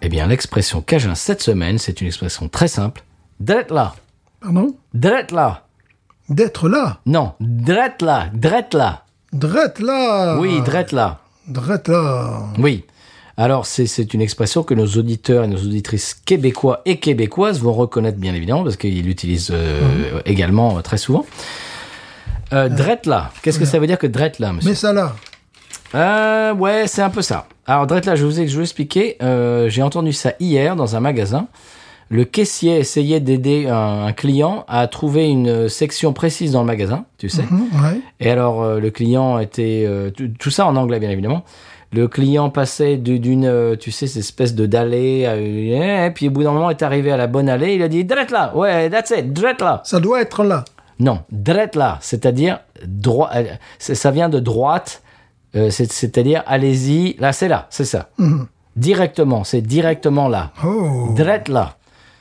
Speaker 1: Eh bien, l'expression Cajun cette semaine, c'est une expression très simple. Drette là
Speaker 2: Pardon
Speaker 1: Drette là
Speaker 2: D'être là
Speaker 1: Non, drette là Drette là
Speaker 2: Drette là
Speaker 1: Oui, drette là
Speaker 2: Drette là
Speaker 1: Oui. Alors, c'est- c'est une expression que nos auditeurs et nos auditrices québécois et québécoises vont reconnaître, bien évidemment, parce qu'ils l'utilisent euh, également euh, très souvent. Euh, drette là. Qu'est-ce que ça veut dire que drette là, monsieur
Speaker 2: Mais ça là
Speaker 1: Euh, ouais, c'est un peu ça. Alors, Drette, là, je vous ai, je vous ai expliqué, euh, j'ai entendu ça hier dans un magasin. Le caissier essayait d'aider un, un client à trouver une section précise dans le magasin, tu sais.
Speaker 2: Mhm, ouais.
Speaker 1: Et alors, euh, le client était... euh, tout- tout ça en anglais, bien évidemment. Le client passait du- d'une, euh, tu sais, cette espèce de d'allée à une... Et puis, au bout d'un moment, est arrivé à la bonne allée. Il a dit, Drette là Ouais, that's it, Drette là
Speaker 2: Ça doit être là.
Speaker 1: non, droite là, c'est-à-dire droit. euh, c'est- Ça vient de droite, euh, c'est- c'est-à-dire allez-y. Là, c'est là, c'est ça. Directement, c'est directement là.
Speaker 2: Oh.
Speaker 1: Droite là,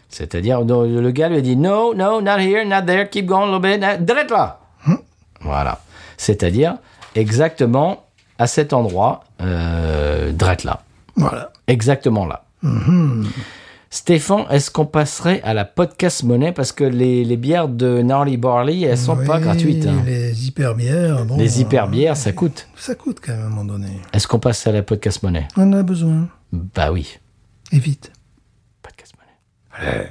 Speaker 1: c'est-à-dire donc, le gars lui a dit no, no, not here, not there, keep going a little bit. not- Droite là. Voilà, c'est-à-dire exactement à cet endroit, euh, droite là,
Speaker 2: Voilà.
Speaker 1: exactement là.
Speaker 2: Mhm.
Speaker 1: Stéphane, est-ce qu'on passerait à la podcast monnaie parce que les, les bières de Gnarly Barley, elles sont pas
Speaker 2: Oui,
Speaker 1: gratuites. hein.
Speaker 2: Les hyperbières, bon. euh,
Speaker 1: Les hyperbières, ça coûte.
Speaker 2: Ça coûte quand même à un moment donné.
Speaker 1: Est-ce qu'on passe à la podcast monnaie
Speaker 2: On en a besoin.
Speaker 1: Bah oui,
Speaker 2: Et vite.
Speaker 1: podcast monnaie.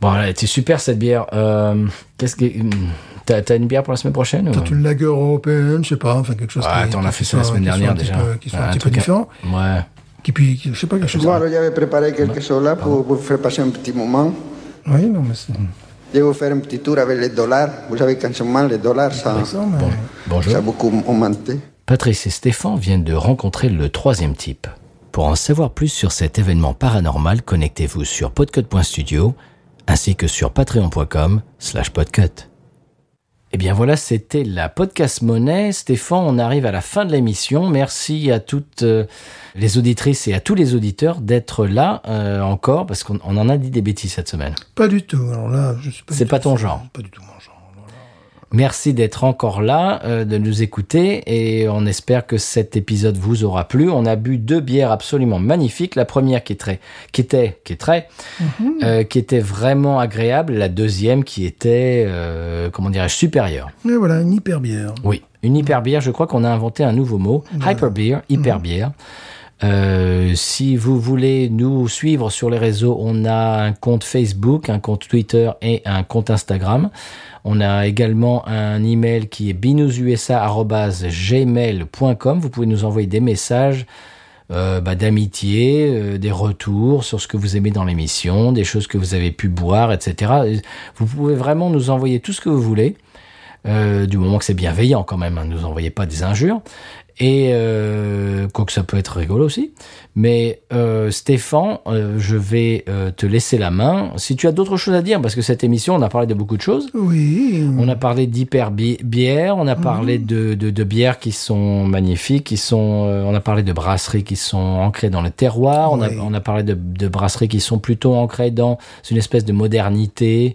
Speaker 1: Bon, elle était super cette bière. Euh, Qu'est-ce que hum, t'as t'as une bière pour la semaine prochaine ou-
Speaker 2: T'as une lager européenne, je sais pas, enfin quelque chose
Speaker 1: Ouais,
Speaker 2: qui,
Speaker 1: attends, on a
Speaker 2: qui
Speaker 1: fait ça la
Speaker 2: soit-
Speaker 1: semaine
Speaker 2: qui soit
Speaker 1: dernière
Speaker 2: un petit
Speaker 1: déjà.
Speaker 2: peu- qui soit un,
Speaker 1: Ouais,
Speaker 2: petit peu
Speaker 1: truc à-
Speaker 2: différent.
Speaker 1: Ouais.
Speaker 2: Qui puis, qui- je sais pas, quelque chose.
Speaker 5: Voilà, j'avais préparé quelque chose là pour vous faire passer un petit moment.
Speaker 2: Oui, non, mais c'est
Speaker 1: Mm.
Speaker 5: Je vais vous faire un petit tour avec les dollars. Vous savez qu'en ce moment, les dollars, ça,
Speaker 2: ça, mais.
Speaker 1: Bonjour.
Speaker 5: ça a beaucoup augmenté.
Speaker 1: Patrice et Stéphane viennent de rencontrer le troisième type. Pour en savoir plus sur cet événement paranormal, connectez-vous sur podcut.studio ainsi que sur patreon.com slash podcut. Eh bien voilà, c'était la podcast monnaie. Stéphane, on arrive à la fin de l'émission. Merci à toutes euh, les auditrices et à tous les auditeurs d'être là euh, encore parce qu'on on en a dit des bêtises cette semaine.
Speaker 2: Pas du tout. Alors là, je sais pas. du
Speaker 1: C'est
Speaker 2: tout.
Speaker 1: pas ton genre.
Speaker 2: C'est Pas du tout mon genre. voilà.
Speaker 1: Merci d'être encore là, euh, de nous écouter et on espère que cet épisode vous aura plu. On a bu deux bières absolument magnifiques. La première qui est très, qui était, qui est très, euh, qui était vraiment agréable. La deuxième qui était, euh, comment dirais-je, supérieure.
Speaker 2: Mais voilà, une hyperbière.
Speaker 1: Oui, une hyperbière. Je crois qu'on a inventé un nouveau mot, hyperbeer, hyperbière. Euh, si vous voulez nous suivre sur les réseaux, on a un compte Facebook, un compte Twitter et un compte Instagram. On a également un email qui est binoususa@gmail.com. Vous pouvez nous envoyer des messages euh, bah, d'amitié, euh, des retours sur ce que vous aimez dans l'émission, des choses que vous avez pu boire, etc. Vous pouvez vraiment nous envoyer tout ce que vous voulez. Euh, du moment que c'est bienveillant quand même, hein, ne nous envoyez pas des injures. Et euh, quoique ça peut être rigolo aussi. Mais euh, Stéphane, euh, je vais euh, te laisser la main. Si tu as d'autres choses à dire, parce que cette émission, on a parlé de beaucoup de choses.
Speaker 2: Oui.
Speaker 1: On a parlé d'hyperbière, on a parlé de, de, de bières qui sont magnifiques, qui sont, euh, on a parlé de brasseries qui sont ancrées dans le terroir, on, a,
Speaker 2: Oui.
Speaker 1: on a parlé de, de brasseries qui sont plutôt ancrées dans une espèce de modernité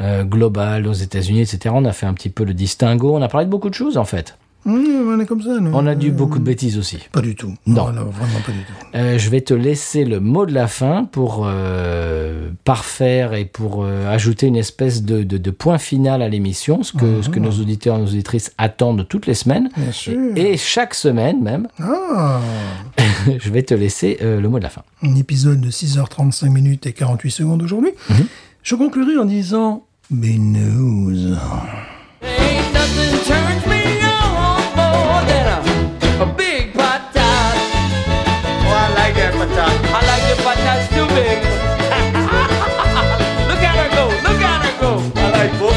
Speaker 1: euh, globale aux États-Unis, etc. On a fait un petit peu le distinguo, on a parlé de beaucoup de choses en fait.
Speaker 2: Mmh, on est comme ça. nous.
Speaker 1: On a dû
Speaker 2: Euh,
Speaker 1: beaucoup de bêtises aussi.
Speaker 2: Pas du tout.
Speaker 1: Non.
Speaker 2: Voilà, vraiment pas du tout.
Speaker 1: Euh, je vais te laisser le mot de la fin pour euh, parfaire et pour euh, ajouter une espèce de, de- de point final à l'émission, ce que, ce que nos auditeurs et nos auditrices attendent toutes les semaines.
Speaker 2: Ah. Bien sûr.
Speaker 1: Et chaque semaine même, [LAUGHS]
Speaker 2: Ah.
Speaker 1: je vais te laisser euh, le mot de la fin.
Speaker 2: un épisode de 6h35 minutes et 48 secondes aujourd'hui, je conclurai en disant Binouze.
Speaker 4: Ain't nothing turns me on more than a, a big patat. Oh, I like that patat. I like the patats too big. [LAUGHS] look at her go, look at her go. I [LAUGHS] like both